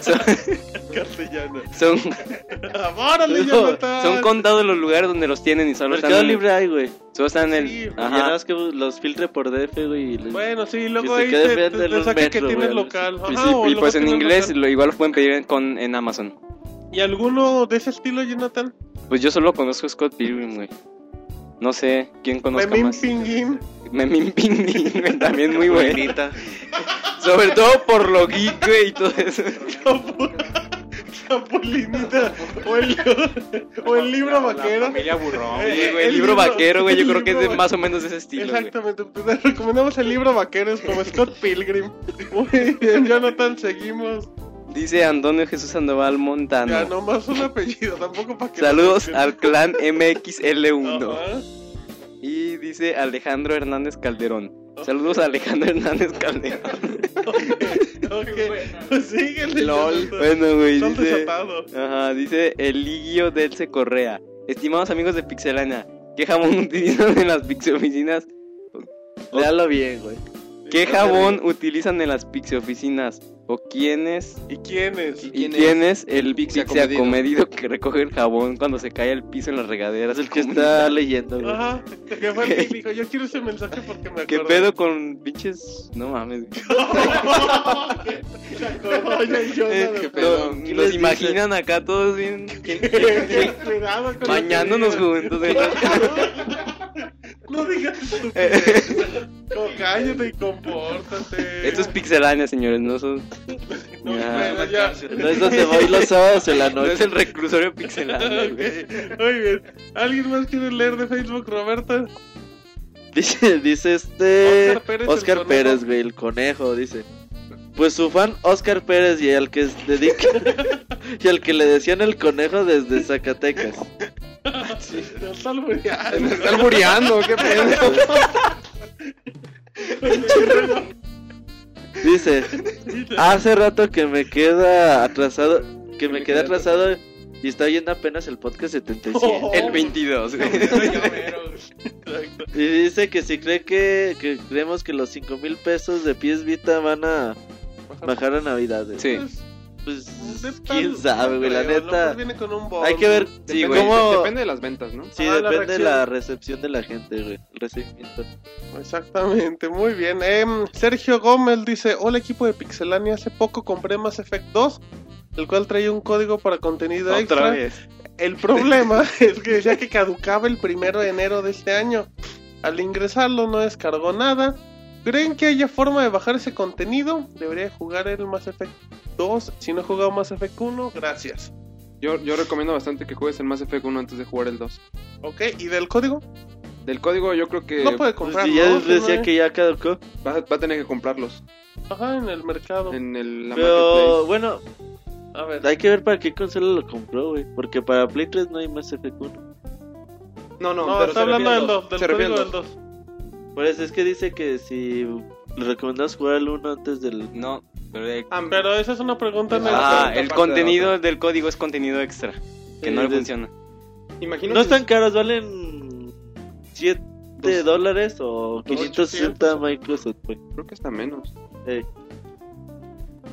S6: Son,
S2: Castellana.
S6: son,
S2: *laughs* ¡Órale, Jonathan!
S6: son condados los lugares donde los tienen y solo están.
S3: Mercado
S6: en-
S3: Libre hay, güey.
S6: Solo están en
S2: Sí,
S6: el.
S2: güey,
S3: Y ya nada
S6: Ajá.
S3: más que los filtre por DF, güey. y le-
S2: Bueno, sí, luego
S3: se
S2: ahí
S3: quede
S2: te, te,
S3: frente
S2: te
S3: en un
S2: saca que
S3: metro,
S2: tienes
S3: güey,
S2: local.
S6: Y,
S2: Ajá,
S6: sí,
S2: o
S6: y
S2: luego
S6: pues en
S2: tienes
S6: inglés
S2: local.
S6: lo, igual lo pueden pedir en, con, en Amazon.
S2: ¿Y alguno de ese estilo, Jonathan?
S6: Pues yo solo conozco a Scott Pilgrim, güey. No sé quién conozca
S2: Memín
S6: más. *laughs*
S2: Pinguín.
S6: Memín Pinguín, *laughs* güey, también muy bonita. Sobre todo por lo geek, güey, y todo eso.
S2: Chapu- *laughs* Chapulinita. o, el, *laughs* o el libro vaquero.
S4: Familia burrón.
S2: Eh,
S6: Sí, güey,
S2: el
S6: el libro vaquero, güey, yo creo que es
S2: *laughs*
S6: de
S2: libro
S6: más o menos de ese estilo. güey.
S2: Exactamente, pues, les recomendamos el libro Vaqueros como Scott Pilgrim. Muy *laughs* bien, Jonathan, seguimos.
S6: Dice Antonio Jesús Sandoval
S2: Ya
S6: Montano.
S2: nomás un apellido, tampoco para que.
S6: Ah, Saludos
S2: Ajá.
S6: al
S2: *laughs*
S6: clan MXL1.
S2: ¿eh?
S6: *laughs* Y dice Alejandro Hernández Calderón. Saludos a
S2: *laughs*
S6: Alejandro Hernández Calderón.
S2: Ok, pues síguele.
S6: LOL.
S2: Jonathan.
S6: Bueno, güey,
S2: Estás
S6: dice.
S2: desatado.
S6: Ajá, dice Eligio Delce Correa. Estimados amigos de Pixelana, ¿qué jabón *laughs* utilizan en las pixeoficinas?
S3: Léalo bien, güey.
S6: ¿Qué jabón utilizan en las pixeoficinas? ¿O quién es?
S2: ¿Y quién es?
S6: ¿Y quién es el
S7: pixie
S6: pixie
S7: acomedido?
S6: acomedido que recoge el jabón cuando se cae al piso en las regaderas?
S3: Es el que está leyendo, güey.
S2: Ajá, que fue el que dijo, Yo quiero ese mensaje porque me acuerdo.
S6: ¿Qué
S2: *laughs*
S6: pedo con pinches? No mames.
S3: *laughs*
S6: güey.
S2: Se acordó,
S6: *laughs*
S2: ya y yo,
S6: Eh,
S2: nada.
S6: lo-
S3: pedo? ¿Quién les
S6: los
S3: dice?
S6: imaginan acá todos bien.
S2: *laughs* Cuidado con lo que
S6: Bañándonos
S2: digas.
S3: *laughs*
S6: juntos. güey.
S2: No digas estupidez.
S6: *laughs*
S2: Co- Cállate y compórtate.
S6: Eh, Esto es pixelania, señores. No, son,
S2: No,
S6: Ya.
S2: bueno, ya.
S3: No es donde voy los sábados en la
S6: no es
S3: noche.
S6: el reclusorio pixelania. güey.
S2: Ok, Muy bien. ¿Alguien más quiere leer de Facebook, Roberta?
S3: Dice, dice este
S2: Oscar Pérez, el
S3: Oscar
S2: conejo.
S3: Pérez, güey, el conejo, dice. Pues su fan Oscar Pérez y al que se dedica *laughs* y al que le decían el conejo desde Zacatecas.
S2: No está albureando.
S7: Me está albureando,
S6: *laughs*
S7: qué pedo.
S3: Dice, hace rato que me queda atrasado, que me quedé atrasado y está oyendo apenas el podcast 77.
S2: *laughs*
S6: El 22. güey.
S2: Exacto.
S3: Y dice que si cree que, que creemos que los 5 mil pesos de pies Vita van a bajar a Navidad. güey.
S6: Sí.
S2: Pues,
S3: Pues,
S2: De tal-
S3: quién sabe, güey, la
S2: creo, a lo mejor
S3: neta.
S2: viene con un bono.
S3: Hay que ver sí,
S7: Depende,
S3: güey. cómo.
S7: depende de las ventas, ¿no?
S3: Sí,
S2: Ah, la
S3: depende de
S2: reacción.
S3: la recepción de la gente, güey. El recibimiento.
S2: Exactamente, muy bien. Em, Sergio Gómez dice: Hola, equipo de Pixelania. Hace poco compré Mass Effect 2, el cual traía un código para contenido extra.
S3: vez.
S2: El problema *laughs* es que decía que caducaba el primero de enero de este año. Al ingresarlo no descargó nada. ¿Creen que haya forma de bajar ese contenido? Debería jugar el Mass Effect 2. Si no he jugado Mass Effect 1, gracias.
S7: Yo, yo recomiendo bastante que juegues el Mass Effect 1 antes de jugar el 2.
S2: Ok, ¿y del código?
S7: Del código yo creo que
S2: No puede
S3: Pues
S2: comprar.
S3: si ya
S2: ¿no?
S3: decía
S2: no
S3: que ya caducó.
S7: va, va a tener que comprarlos
S2: Ajá, en el mercado.
S7: en el, la
S3: Pero bueno,
S2: A ver.
S3: hay que ver para qué consola lo compró, güey. Porque para Play 3 no hay más FQ1.
S7: marketplace. No, no,
S2: No,
S7: pero
S2: está
S7: se
S2: hablando del
S7: refiere al
S2: 2, del
S7: Se refiere
S2: código
S7: al
S2: del 2.
S3: Por eso es que dice que si le recomendamos jugar el 1 antes del.
S6: No, pero de-
S7: Ah,
S2: Pero esa es una pregunta en el-
S6: Ah, el
S7: parte
S6: contenido del código es contenido extra.
S3: Sí,
S6: Que no le
S3: de-
S6: funciona.
S7: imagino
S3: No
S7: que-
S3: están caros, valen 7 dólares o 560
S2: 800.
S3: Microsoft, güey.
S7: Creo que está menos.
S3: Ey.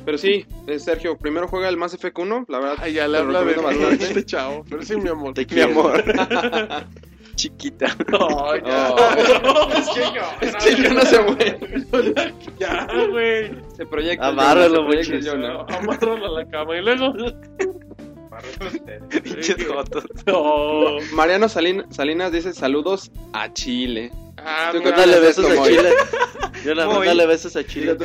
S7: Pero sí, eh, Sergio, primero juega el Mass Effect 1, la verdad.
S2: Ay, ya le
S7: Te
S2: habla de
S7: recomiendo bastante.
S2: este chavo. Pero sí, mi amor.
S3: Te
S2: mi
S3: quiero.
S2: amor. *laughs*
S6: Chiquita. *laughs*
S2: No, ya. es que yo. Es que yo no se mueve. ya, güey.
S7: Se proyecta.
S3: Amárralo,
S7: Jonah, se proyecta
S3: muchis.
S7: Jonah.
S2: Amárralo a la cama y luego.
S6: *laughs* Pinches jotos.
S2: No.
S7: Mariano Salin- Salinas dice saludos a Chile.
S2: Ah,
S7: Tú
S2: mira.
S3: Dale
S7: Dale
S3: besos
S7: como
S3: a
S7: hoy.
S3: Chile. Yo la
S6: Como hoy.
S3: dale besos a Chile.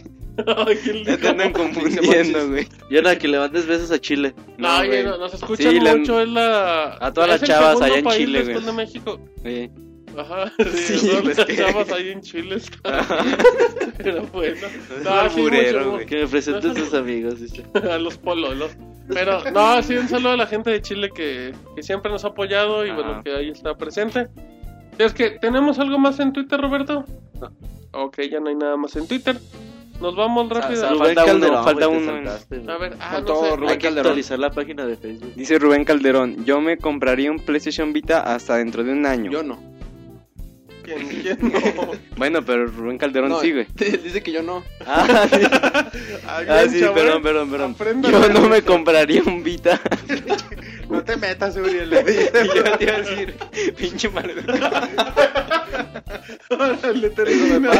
S2: *laughs* Ay, qué
S6: Ya te
S2: lindo.
S3: *laughs*
S7: *laughs*
S6: andan confundiendo, güey.
S3: Yo la que le mandes besos a Chile.
S2: No,
S6: No,
S2: oye,
S6: güey.
S2: no, nos escuchan
S6: Sí, la-
S2: mucho. Es la.
S6: a todas las
S2: es el
S6: chavas
S2: segundo
S6: allá en
S2: país
S6: Chile,
S2: después
S6: güey.
S2: de México.
S6: Sí. *laughs*
S2: Ajá.
S6: Sí,
S2: Sí, a todas
S6: güey.
S2: las chavas ahí en Chile.
S6: *laughs*
S2: Está... Pero bueno. No, sí,
S6: alburero,
S2: mucho-
S6: güey.
S3: Que me presentes a sus amigos. dice.
S2: *laughs* a los pololos. Pero no, sí, un saludo a la gente de Chile que, que siempre nos ha apoyado y
S6: Ah.
S2: bueno, que ahí está presente. Es que, ¿tenemos algo más en Twitter, Roberto? No. Ok, ya no hay nada más en Twitter. Nos vamos
S6: Sa-
S2: rápido.
S6: sa-
S3: Rubén
S6: falta uno,
S3: Calderón,
S6: falta
S3: güey, te
S6: uno.
S3: saltaste, güey.
S2: a ver, ah,
S7: Faltó
S2: no sé.
S7: Rubén
S3: Hay que
S7: Calderón.
S3: actualizar la página de Facebook.
S6: Dice Rubén Calderón, yo me compraría un PlayStation Vita hasta dentro de un año.
S7: Yo no.
S2: ¿Quién, quién
S7: *laughs*
S2: no?
S6: Bueno, pero Rubén Calderón
S7: No,
S6: sí, güey.
S7: *laughs* Dice que yo no.
S6: Ah,
S7: *laughs*
S6: sí,
S2: Ah, bien,
S6: ah, sí,
S2: chaval.
S6: perdón, perdón, perdón.
S2: Aprenda.
S6: Yo no me compraría un Vita. *laughs*
S2: No te metas, Uriel.
S4: *laughs*
S6: yo te iba a decir, pinche maleducado.
S2: Órale, termina.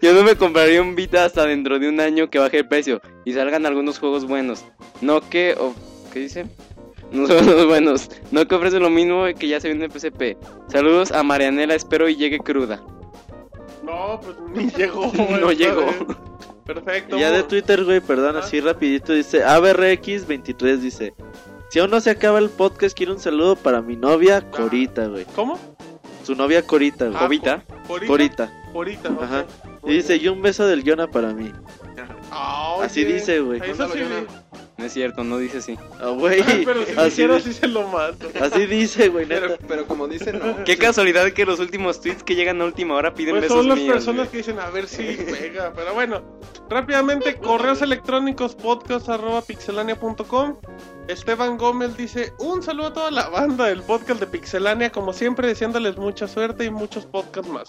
S6: Yo no me compraría un Vita hasta dentro de un año que baje el precio y salgan algunos juegos buenos. No que... o- ¿Qué dice? No son los buenos. No que ofrece lo mismo que ya se viene el PSP. Saludos a Marianela, espero y llegue cruda.
S2: No, pues ni *laughs* llegó.
S6: No
S2: está
S6: llegó.
S2: bien. Perfecto.
S3: Y ya de Twitter, güey, perdón,
S2: Ajá.
S3: así rapidito dice ABRX23 dice, si aún no se acaba el podcast, quiero un saludo para mi novia Corita, güey.
S2: ¿Cómo?
S3: Su novia Corita, güey.
S2: Ah,
S6: Jovita.
S2: Corita.
S3: Corita.
S2: Corita,
S3: Ajá.
S2: ok.
S3: Y dice, y un beso del Yona para mí.
S2: Ah,
S3: Así
S2: oye.
S3: dice, güey.
S2: Eso sí, *laughs*
S7: Mándalo,
S6: No es cierto, no dice así.
S3: Ah, güey.
S2: pero si
S3: así,
S2: quisiera,
S3: di-
S2: sí se lo mato. *laughs*
S3: así dice, güey, neta.
S7: Pero, pero como dice, no.
S6: Qué casualidad que los últimos tweets que llegan a última hora piden
S2: Ah, Pues
S6: besos
S2: son las
S6: míos,
S2: personas
S6: güey.
S2: que dicen a ver si
S6: *laughs*
S2: pega, pero bueno. Rápidamente, correos electrónicos podcast arroba pixelania.com. Esteban Gómez dice: Un saludo a toda la banda del podcast de Pixelania, como siempre, deseándoles mucha suerte y muchos podcasts más.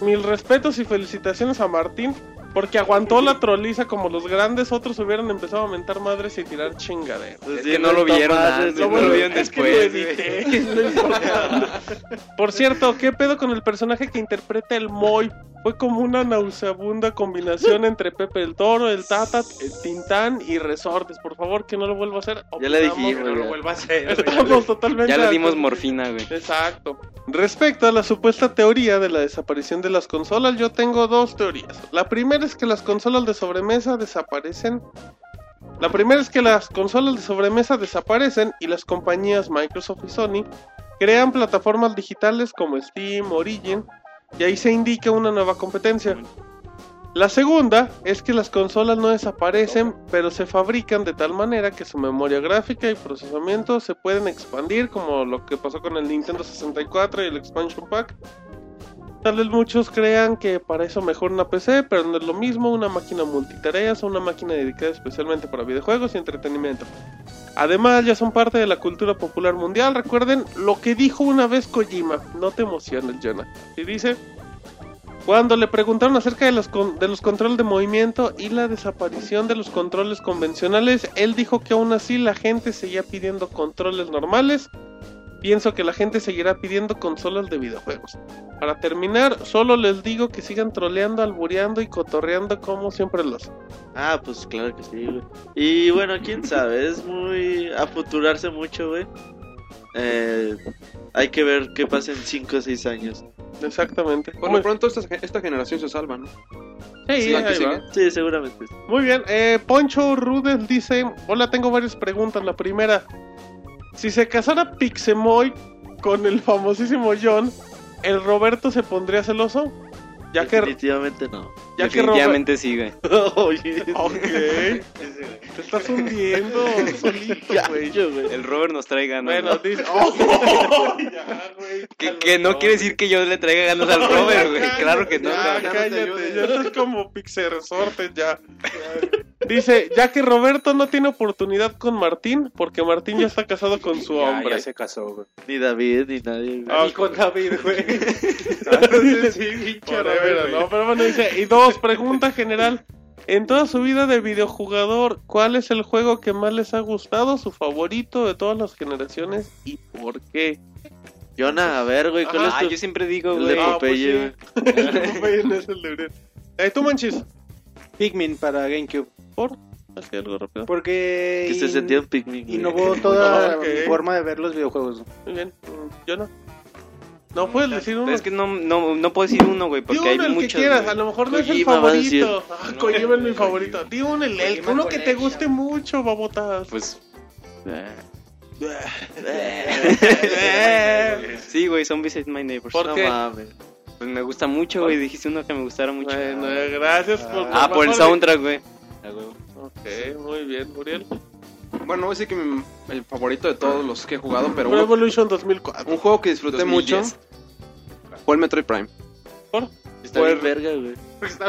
S2: Mil respetos y felicitaciones a Martín, porque aguantó la troliza como los grandes otros hubieran empezado a mentar madres y tirar chingaderas.
S3: Pues
S6: Es
S3: sí,
S6: que no lo
S3: está
S6: vieron
S3: mal,
S6: antes,
S3: es-
S6: no
S2: bueno,
S6: lo vieron
S2: es que
S6: después,
S2: lo edité, es lo importante. Por cierto, ¿qué pedo con el personaje que interpreta el Moy? Fue como una nauseabunda combinación entre Pepe el Toro, el Tata, el Tintán y Resortes. Por favor, que no lo vuelva a hacer.
S3: Ya le
S2: Opinamos-
S3: dijimos, güey.
S2: *laughs* Estamos totalmente.
S6: Ya le
S2: de
S6: dimos
S2: acuerdo.
S6: morfina, güey.
S2: Exacto. Respecto a la supuesta teoría de la desaparición de las consolas, yo tengo dos teorías. La primera es que las consolas de sobremesa desaparecen. La primera es que las consolas de sobremesa desaparecen y las compañías Microsoft y Sony crean plataformas digitales como Steam, Origin, y ahí se indica una nueva competencia. La segunda es que las consolas no desaparecen, pero se fabrican de tal manera que su memoria gráfica y procesamiento se pueden expandir, como lo que pasó con el Nintendo 64 y el Expansion Pack. Tal vez muchos crean que para eso mejor una PC, pero no es lo mismo una máquina multitareas o una máquina dedicada especialmente para videojuegos y entretenimiento. Además, ya son parte de la cultura popular mundial. Recuerden lo que dijo una vez Kojima. No te emociones, Jonah. Y dice: Cuando le preguntaron acerca de los, con- de los controles de movimiento y la desaparición de los controles convencionales, él dijo que aún así la gente seguía pidiendo controles normales. Pienso que la gente seguirá pidiendo consolas de videojuegos. Para terminar, solo les digo que sigan troleando, albureando y cotorreando como siempre los
S3: Ah, pues claro que sí, güey. Y bueno, quién sabe, es muy a futurarse mucho, güey. Eh, hay que ver qué pasa en 5 o 6 años.
S2: Exactamente.
S7: Por
S2: Muy-
S7: lo pronto esta, esta generación se salva, ¿no?
S2: Sí,
S7: sí,
S2: ahí
S7: que
S2: va.
S7: sigue.
S3: Sí, seguramente.
S2: Muy bien, eh, Poncho Rudes dice, hola, tengo varias preguntas. La primera, si se casara Pixemoy con el famosísimo John, ¿el Roberto se pondría celoso? Ya que...
S3: Definitivamente no. *laughs*
S2: Ya que Roberto...
S6: Definitivamente sí, güey.
S2: *laughs*
S3: Oye,
S2: Ok. Te estás hundiendo solito, güey.
S3: yo, güey.
S6: El Robert nos trae ganas.
S2: Bueno,
S6: ¿no?
S2: dice... *laughs* ¡Oh! ya, güey.
S6: Que, que no quiere decir que yo le traiga ganas al Robert, güey. Claro que no,
S2: Ya,
S6: cabrón.
S2: cállate, ya estás como Pixel Resortes, ya. Dice, ya que Roberto no tiene oportunidad con Martín, porque Martín ya está casado con su
S4: Ya,
S2: hombre.
S4: ya se casó, güey.
S3: Ni David, ni nadie, güey.
S2: Ah,
S4: Y con David,
S2: *laughs*
S4: güey.
S2: Entonces,
S4: sí, pinche
S2: Forever, ¿no? Pero bueno, dice, y dos, pregunta general. En toda su vida de videojugador, ¿cuál es el juego que más les ha gustado, su favorito de todas las generaciones y por qué?
S3: Jonah, a ver, güey, ¿cuál
S6: Ah,
S3: es tu...
S6: yo siempre digo,
S3: El
S6: güey.
S3: de
S5: Ah,
S3: Popeye,
S2: pues
S3: güey.
S2: No es el de Uriel. Eh, tú manches.
S4: Pikmin para GameCube.
S2: Por, así algo rápido.
S4: Porque.
S3: Que se
S4: in-
S3: sentía un picnic, güey.
S4: Innovó toda *laughs*
S2: ok.
S4: mi forma de ver los videojuegos.
S2: Muy bien. Mm, Yo no. No puedes decir uno.
S6: Es que no, no, no puedo decir uno, güey,
S2: Di
S6: porque
S2: uno
S6: hay
S2: el
S6: muchos.
S2: que quieras,
S6: güey.
S2: a lo mejor no es el
S3: Kojima va a decir.
S2: favorito. Ah, Kojima es mi favorito. Di uno el, el-
S4: Kojima
S2: uno que te
S4: Connection.
S2: guste mucho, babotas.
S6: Pues
S2: Eh,
S6: sí, güey, Zombies is My Neighbors.
S2: ¿Por
S3: no
S2: qué?
S3: mames.
S6: Pues me gusta mucho, güey. Dijiste uno que me gustara mucho.
S2: Bueno, gracias por
S6: ah, por el soundtrack, güey.
S2: Ok, muy bien, Muriel.
S7: Bueno, sí que mi- el favorito de todos los que he jugado, pero
S2: Pro
S7: uno-
S2: Evolution
S3: pues,
S2: 2004.
S7: un juego que disfruté
S6: 2010.
S7: mucho fue el Metroid Prime.
S3: Está bien verga, güey.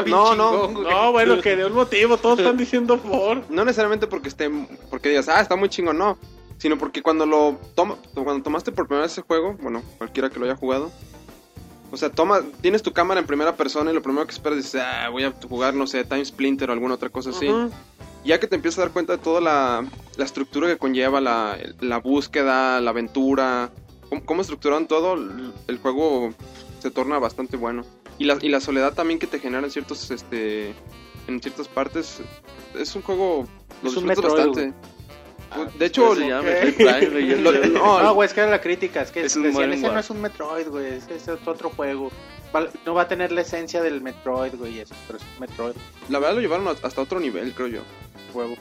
S7: No, no,
S2: No, bueno, que de un motivo, todos están diciendo por.
S7: no necesariamente porque esté porque digas, ah, está muy chingo, no, sino porque cuando lo toma, cuando tomaste por primera vez ese juego, bueno, cualquiera que lo haya jugado, o sea, toma, tienes tu cámara en primera persona y lo primero que esperas es, ah, voy a jugar, no sé, Time Splinter o alguna otra cosa así.
S2: Ujú.
S7: ya que te empiezas a dar cuenta de toda la, la estructura que conlleva la, la búsqueda, la aventura, cómo, cómo estructuraron todo, el, el juego se torna bastante bueno. Y la, y la soledad también que te genera en ciertos este en ciertas partes es un juego lo
S4: Es un
S7: disfrutas
S4: Metroid,
S7: bastante. Pues, de hecho,
S3: Yo se llama
S2: ok.
S3: Metroid Prime, güey. yo
S7: lo-
S3: sé.
S7: no,
S4: Pues, *laughs* No, güey, es que era la crítica. Es que
S6: Es un
S4: decían,
S6: Modern
S4: ese no
S6: War.
S4: es un Metroid, güey. Ese es otro juego. Va- No va a tener la esencia del Metroid, güey. y Eso, pero es un Metroid,
S7: la verdad lo llevaron a- hasta otro nivel, creo yo.
S4: huevo.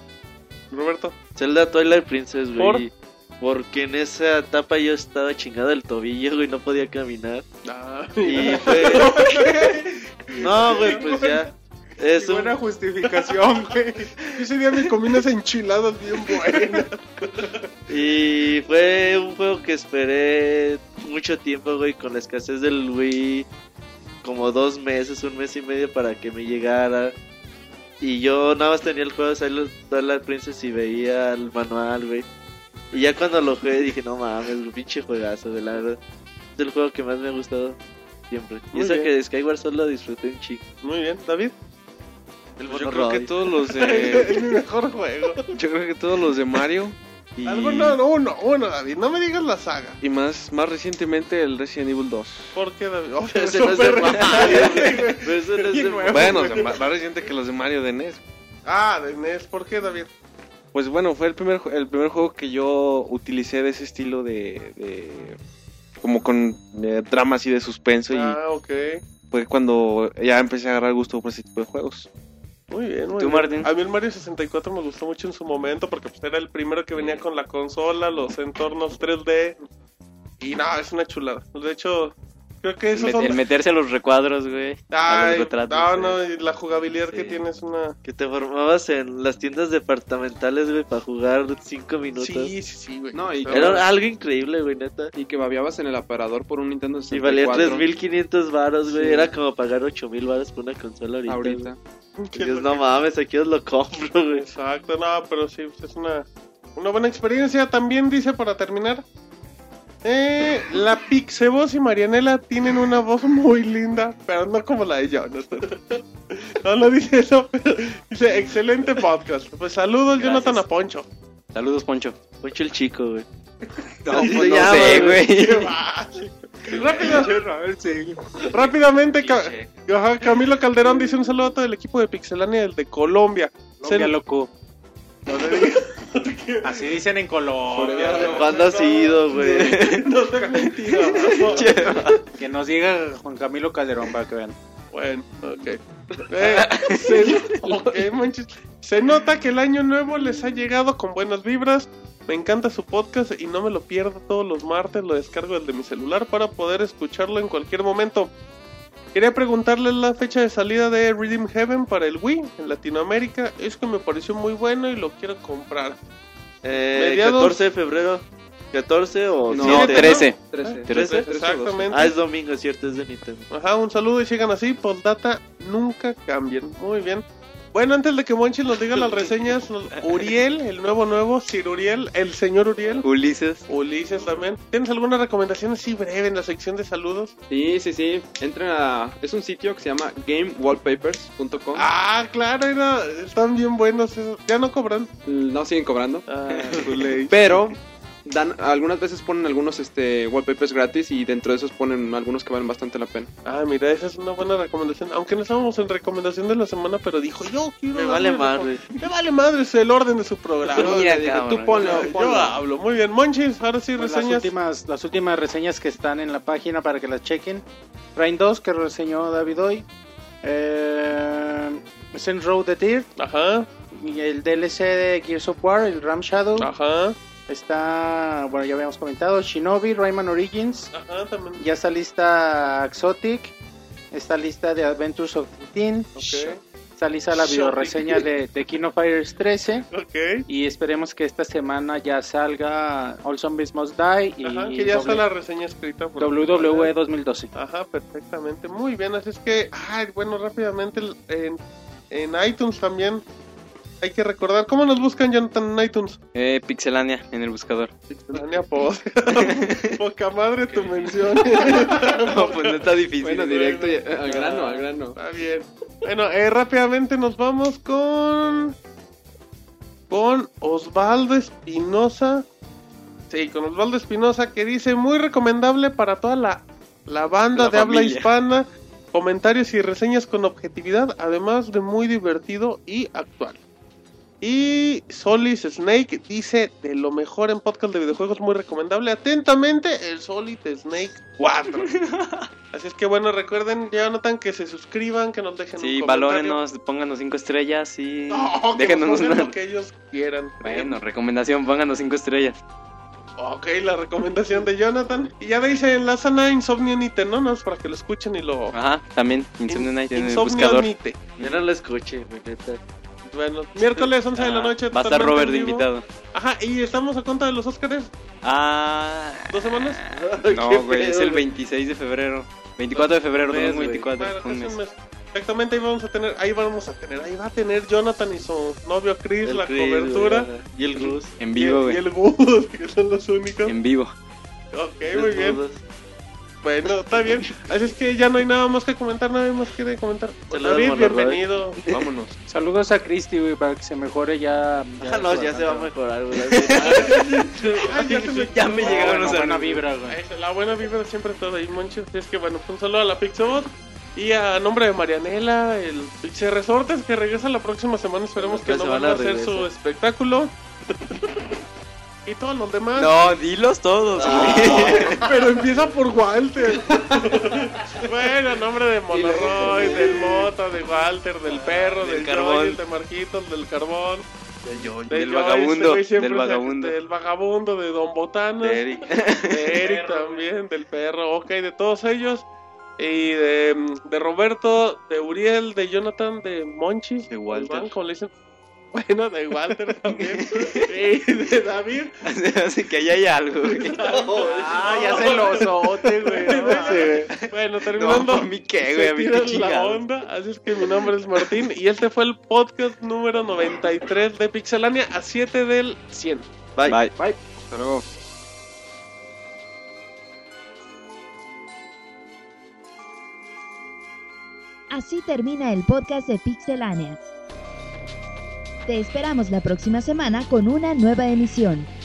S2: Roberto.
S3: Zelda Twilight Princess, güey.
S2: ¿Por?
S3: y- Porque en esa etapa yo estaba chingado del tobillo, güey, no podía caminar.
S2: Ah.
S3: Y
S2: *laughs*
S3: fue... no, güey, pues ya. Es un...
S2: justificación, *laughs* güey. Yo ese día me comí unas enchiladas bien buenas.
S3: Y fue un juego que esperé mucho tiempo, güey, con la escasez del Wii. Como dos meses, un mes y medio para que me llegara. Y yo nada más tenía el juego de Silent Twilight Princess y veía el manual, güey. Y ya cuando lo jugué dije, no mames, un pinche juegazo, güey, la verdad. Es el juego que más me ha gustado siempre. Y
S2: Muy
S3: eso
S2: bien.
S3: que Skyward solo disfruté
S2: *laughs*
S3: un chico.
S2: Muy bien, David.
S3: El
S5: pues Yo
S3: mono
S5: creo que
S3: Robbie.
S5: todos los de.
S3: *laughs*
S2: Es mi mejor juego.
S5: Yo creo que todos los de Mario. Y,
S2: *laughs* Algo, no, no, uno, uno, David. No me digas la saga.
S5: y más, más recientemente el Resident Evil 2.
S2: ¿Por qué, David? Oh,
S3: Ese no es de
S2: súper
S3: Mario, güey. Pero ese no es
S2: Bien
S3: de
S2: nuevo.
S5: Bueno,
S3: *laughs*
S5: o sea, más, más reciente que los de Mario de E NES.
S2: Ah, de NES. ¿Por qué, David?
S5: Pues bueno, fue el primer, ju- el primer juego que yo utilicé de ese estilo de. de- como con eh, tramas y de suspenso.
S2: Ah, ok.
S5: Y fue cuando ya empecé a agarrar gusto por ese tipo de juegos.
S2: Muy bien, muy
S6: ¿Tú,
S2: bien.
S6: Martín?
S2: A mí el Mario 64 me gustó mucho en su momento porque pues, era el primero que venía con la consola, los entornos 3D. Y no, es una chulada. De hecho, creo que
S6: El,
S2: esos
S6: met-
S2: son...
S6: el meterse a los recuadros, güey. a
S2: Ay,
S6: los retratos,
S2: no,
S6: güey.
S2: no, y la jugabilidad que
S6: Sí.
S2: tiene es una...
S3: Que te formabas en las tiendas departamentales, güey, para jugar cinco minutos.
S2: Sí, sí, sí, güey.
S7: No, y,
S3: Era algo increíble, güey, neta.
S7: y que babiabas en el aparador por un Nintendo
S3: Y valía
S7: 64.
S3: 3.500 varos, güey. Era como pagar 8.000 varos por una consola ahorita.
S7: ahorita.
S3: güey. Dices, no mames, aquí os lo compro, güey.
S2: Exacto, no, pero sí, pues, es una, una buena experiencia. También dice para terminar, Eh, la Pixeboss y Marianela tienen una voz muy linda, pero no como la de Jonathan. No lo dice eso, pero dice, excelente podcast. Pues saludos
S6: Gracias.
S2: Jonathan a Poncho.
S6: Saludos, Poncho.
S3: Poncho el chico, güey.
S6: No,
S3: Sí,
S6: pues,
S3: *laughs*
S6: no
S3: ya,
S6: sé, güey.
S2: *laughs* Rápido. Rápidamente, Ca- ajá, Camilo Calderón dice un saludo a todo el equipo de Pixelania, el de Colombia.
S4: Colombia,
S2: Se-
S4: loco. Así dicen en Colombia.
S3: ¿Cuándo has ido, güey? *laughs*
S2: No te he mentido. ¿no?
S4: Que nos diga Juan Camilo Calderón para que vean.
S2: Bueno, ok. Eh, se, ok, manches. Se nota que el año nuevo les ha llegado con buenas vibras. Me encanta su podcast y no me lo pierdo todos los martes. Lo descargo desde mi celular para poder escucharlo en cualquier momento. Quería preguntarles la fecha de salida de Redeem Heaven para el Wii en Latinoamérica. Es que me pareció muy bueno y lo quiero comprar.
S3: Eh,
S2: Mediados.
S3: 14 de febrero. 14 o
S7: No,
S6: No,
S3: siete,
S6: 13.
S7: 13.
S3: 13.
S2: Exactamente.
S3: Ah, es domingo, es cierto, es de Nintendo.
S2: Ajá, un saludo y sigan así. Postdata, nunca cambien. Muy bien. Bueno, antes de que Monchi nos diga las reseñas, nos- Uriel, el nuevo nuevo, Sir Uriel, el señor Uriel,
S6: Ulises.
S2: Ulises también. ¿Tienes alguna recomendación así breve en la sección de saludos?
S7: Sí, sí, sí. Entren a. Es un sitio que se llama gamewallpapers.com.
S2: Ah, claro, era- están bien buenos. esos. Ya no cobran.
S7: No siguen cobrando.
S2: Ah, culé.
S7: Pero dan algunas veces ponen algunos este wallpapers gratis y dentro de esos ponen algunos que valen bastante la pena.
S2: ah, mira, esa es una buena recomendación. Aunque no estábamos en recomendación de la semana, pero dijo yo quiero.
S3: Me
S2: darle
S3: vale
S2: recom-
S3: madre.
S2: Me vale madre, es el orden de su programa.
S3: Mira,
S7: dije,
S3: cabrón.
S7: tú ponlo,
S2: Yo
S7: ponlo.
S2: hablo. Muy bien, Monchis, ahora sí
S4: Pues las
S2: reseñas.
S4: últimas, las últimas reseñas que están en la página para que las chequen. Rain 2 que reseñó David hoy. Eh, Saints Row the Dirt.
S2: Ajá,
S4: Y el DLC de Gears of War, el Ram Shadow.
S2: ajá.
S4: Está, bueno, ya habíamos comentado. Shinobi, Rayman Origins.
S2: Ajá, también.
S4: Ya está lista Exotic. Está lista de Adventures of Teen.
S2: Ok,
S4: Está lista la
S2: Exotic.
S4: videoreseña de, de King of Fighters 13.
S2: ok.
S4: Y esperemos que esta semana ya salga All Zombies Must Die y E
S2: Ajá, que ya está
S4: W-
S2: la reseña escrita. Por
S4: WWE 2012.
S2: Ajá, perfectamente. Muy bien, así es que, ay, bueno, rápidamente el- en, en iTunes también hay que recordar. ¿Cómo nos buscan, Jonathan, en iTunes?
S6: Eh, Pixelania en el buscador.
S2: Pixelania Pod. *laughs* Poca madre tu mención. *laughs*
S6: No, pues no está difícil.
S7: Bueno, directo y- eh, *laughs* al grano,
S3: Ah,
S7: al grano.
S2: Está bien. Bueno, eh, rápidamente nos vamos con. Con Osvaldo Espinosa. Sí, con Osvaldo Espinosa que dice: Muy recomendable para toda la, la banda
S6: La
S2: de habla
S6: familia.
S2: hispana. Comentarios y reseñas con objetividad, además de muy divertido y actual. Y Solis Snake dice: De lo mejor en podcast de videojuegos, muy recomendable. Atentamente, el Solid Snake
S6: *laughs*
S2: 4. Así es que bueno, recuerden, ya notan que se suscriban, que nos dejen
S6: Sí,
S2: un comentario.
S6: valórenos, pónganos 5 estrellas y.
S2: No, que
S6: déjenos
S2: nos pongan
S6: una-
S2: lo que ellos quieran.
S6: Bueno, recomendación, pónganos 5 estrellas.
S2: Ok, la recomendación de Jonathan. Y ya de ahí se enlazan a Insomnio Nite, ¿no? Nada más para que lo escuchen y lo...
S3: Ah,
S6: Ajá, también. Insomnio
S2: In-
S6: Night en el
S2: Insomnio
S6: buscador.
S2: Nite.
S3: Yo no lo escuché, güey, neta.
S2: Bueno, miércoles 11 de la
S6: Ah,
S2: noche.
S6: Va a estar
S2: totalmente
S6: Robert
S2: en
S6: de
S2: vivo.
S6: invitado.
S2: Ajá, y estamos a cuenta de los Óscares.
S6: Ah.
S2: ¿Dos semanas?
S6: No, güey, es
S3: Ah, pedo, güey.
S6: el 26 de febrero. 24 de febrero,
S3: Un mes,
S6: no
S3: güey.
S6: 24.
S2: Bueno,
S6: Un
S2: casi
S6: mes.
S2: un mes. Exactamente, ahí vamos a tener, ahí vamos a tener, ahí va a tener Jonathan y su novio Chris
S3: El
S2: la
S3: Chris, güey,
S2: cobertura.
S3: ajá. Y el Gus.
S6: En
S2: Y-
S6: vivo,
S2: y,
S6: güey.
S2: el Wood, *laughs* que son los únicos.
S6: En vivo.
S2: Ok, muy bien. Bueno, está bien. Así es que ya no hay nada más que comentar, nadie más quiere comentar. Pues,
S3: Saludos,
S2: David,
S3: Mono Roy.
S2: bienvenido.
S5: Vámonos.
S4: Saludos a Cristi, güey, para que se mejore ya.
S3: Ah, no, ya se va a mejorar, güey.
S2: *laughs* Ay, ya se me-
S3: Ya me
S4: Llegaron
S3: llegaron los
S4: buena vibra, güey.
S2: Eso, La buena vibra siempre está ahí, Monchis. Así es que bueno, un saludo a la Pixabot. Y a nombre de Marianela, el Pixie Resortes, que regresa la próxima semana. Esperemos
S3: La
S2: que no
S3: próxima
S2: van a hacer
S3: semana
S2: su
S3: regresa.
S6: *laughs*
S2: espectáculo. y todos los demás.
S6: No, dilos todos, güey.
S2: *laughs* Pero empieza por
S6: *laughs*
S2: Walter. bueno, en nombre de Monoroy, del Mota, de Walter, del perro,
S6: Ah,
S2: del,
S6: Del Carbón.
S2: Joyce, de Marquitos, del carbón, de
S6: Del
S2: Joyce,
S6: vagabundo,
S2: güey, siempre
S6: del
S2: se-
S6: vagabundo.
S2: del vagabundo, de Don Botana,
S6: De
S2: de Eric,
S6: Eric.
S2: también, del perro, ok, de todos ellos. Y de, de Roberto, de Uriel, de Jonathan, de Monchis,
S6: De Walter.
S2: Iván, como le dicen. Bueno, de Walter
S6: *laughs*
S2: también. y de David.
S6: Así que ahí hay algo,
S2: *laughs*
S6: güey.
S4: Ah, ya se lo sote, güey. no mames.
S2: Bueno,
S6: No,
S2: terminando.
S6: ¿a mí qué, güey?
S2: se
S6: A mí
S2: tiran
S6: qué
S2: la
S6: chingados.
S2: onda. Así es que mi nombre es Martín y este fue el podcast número 93 de Pixelania a 7 del 100.
S6: Bye.
S7: Hasta luego.
S1: Así termina el podcast de Pixelania. Te esperamos la próxima semana con una nueva emisión.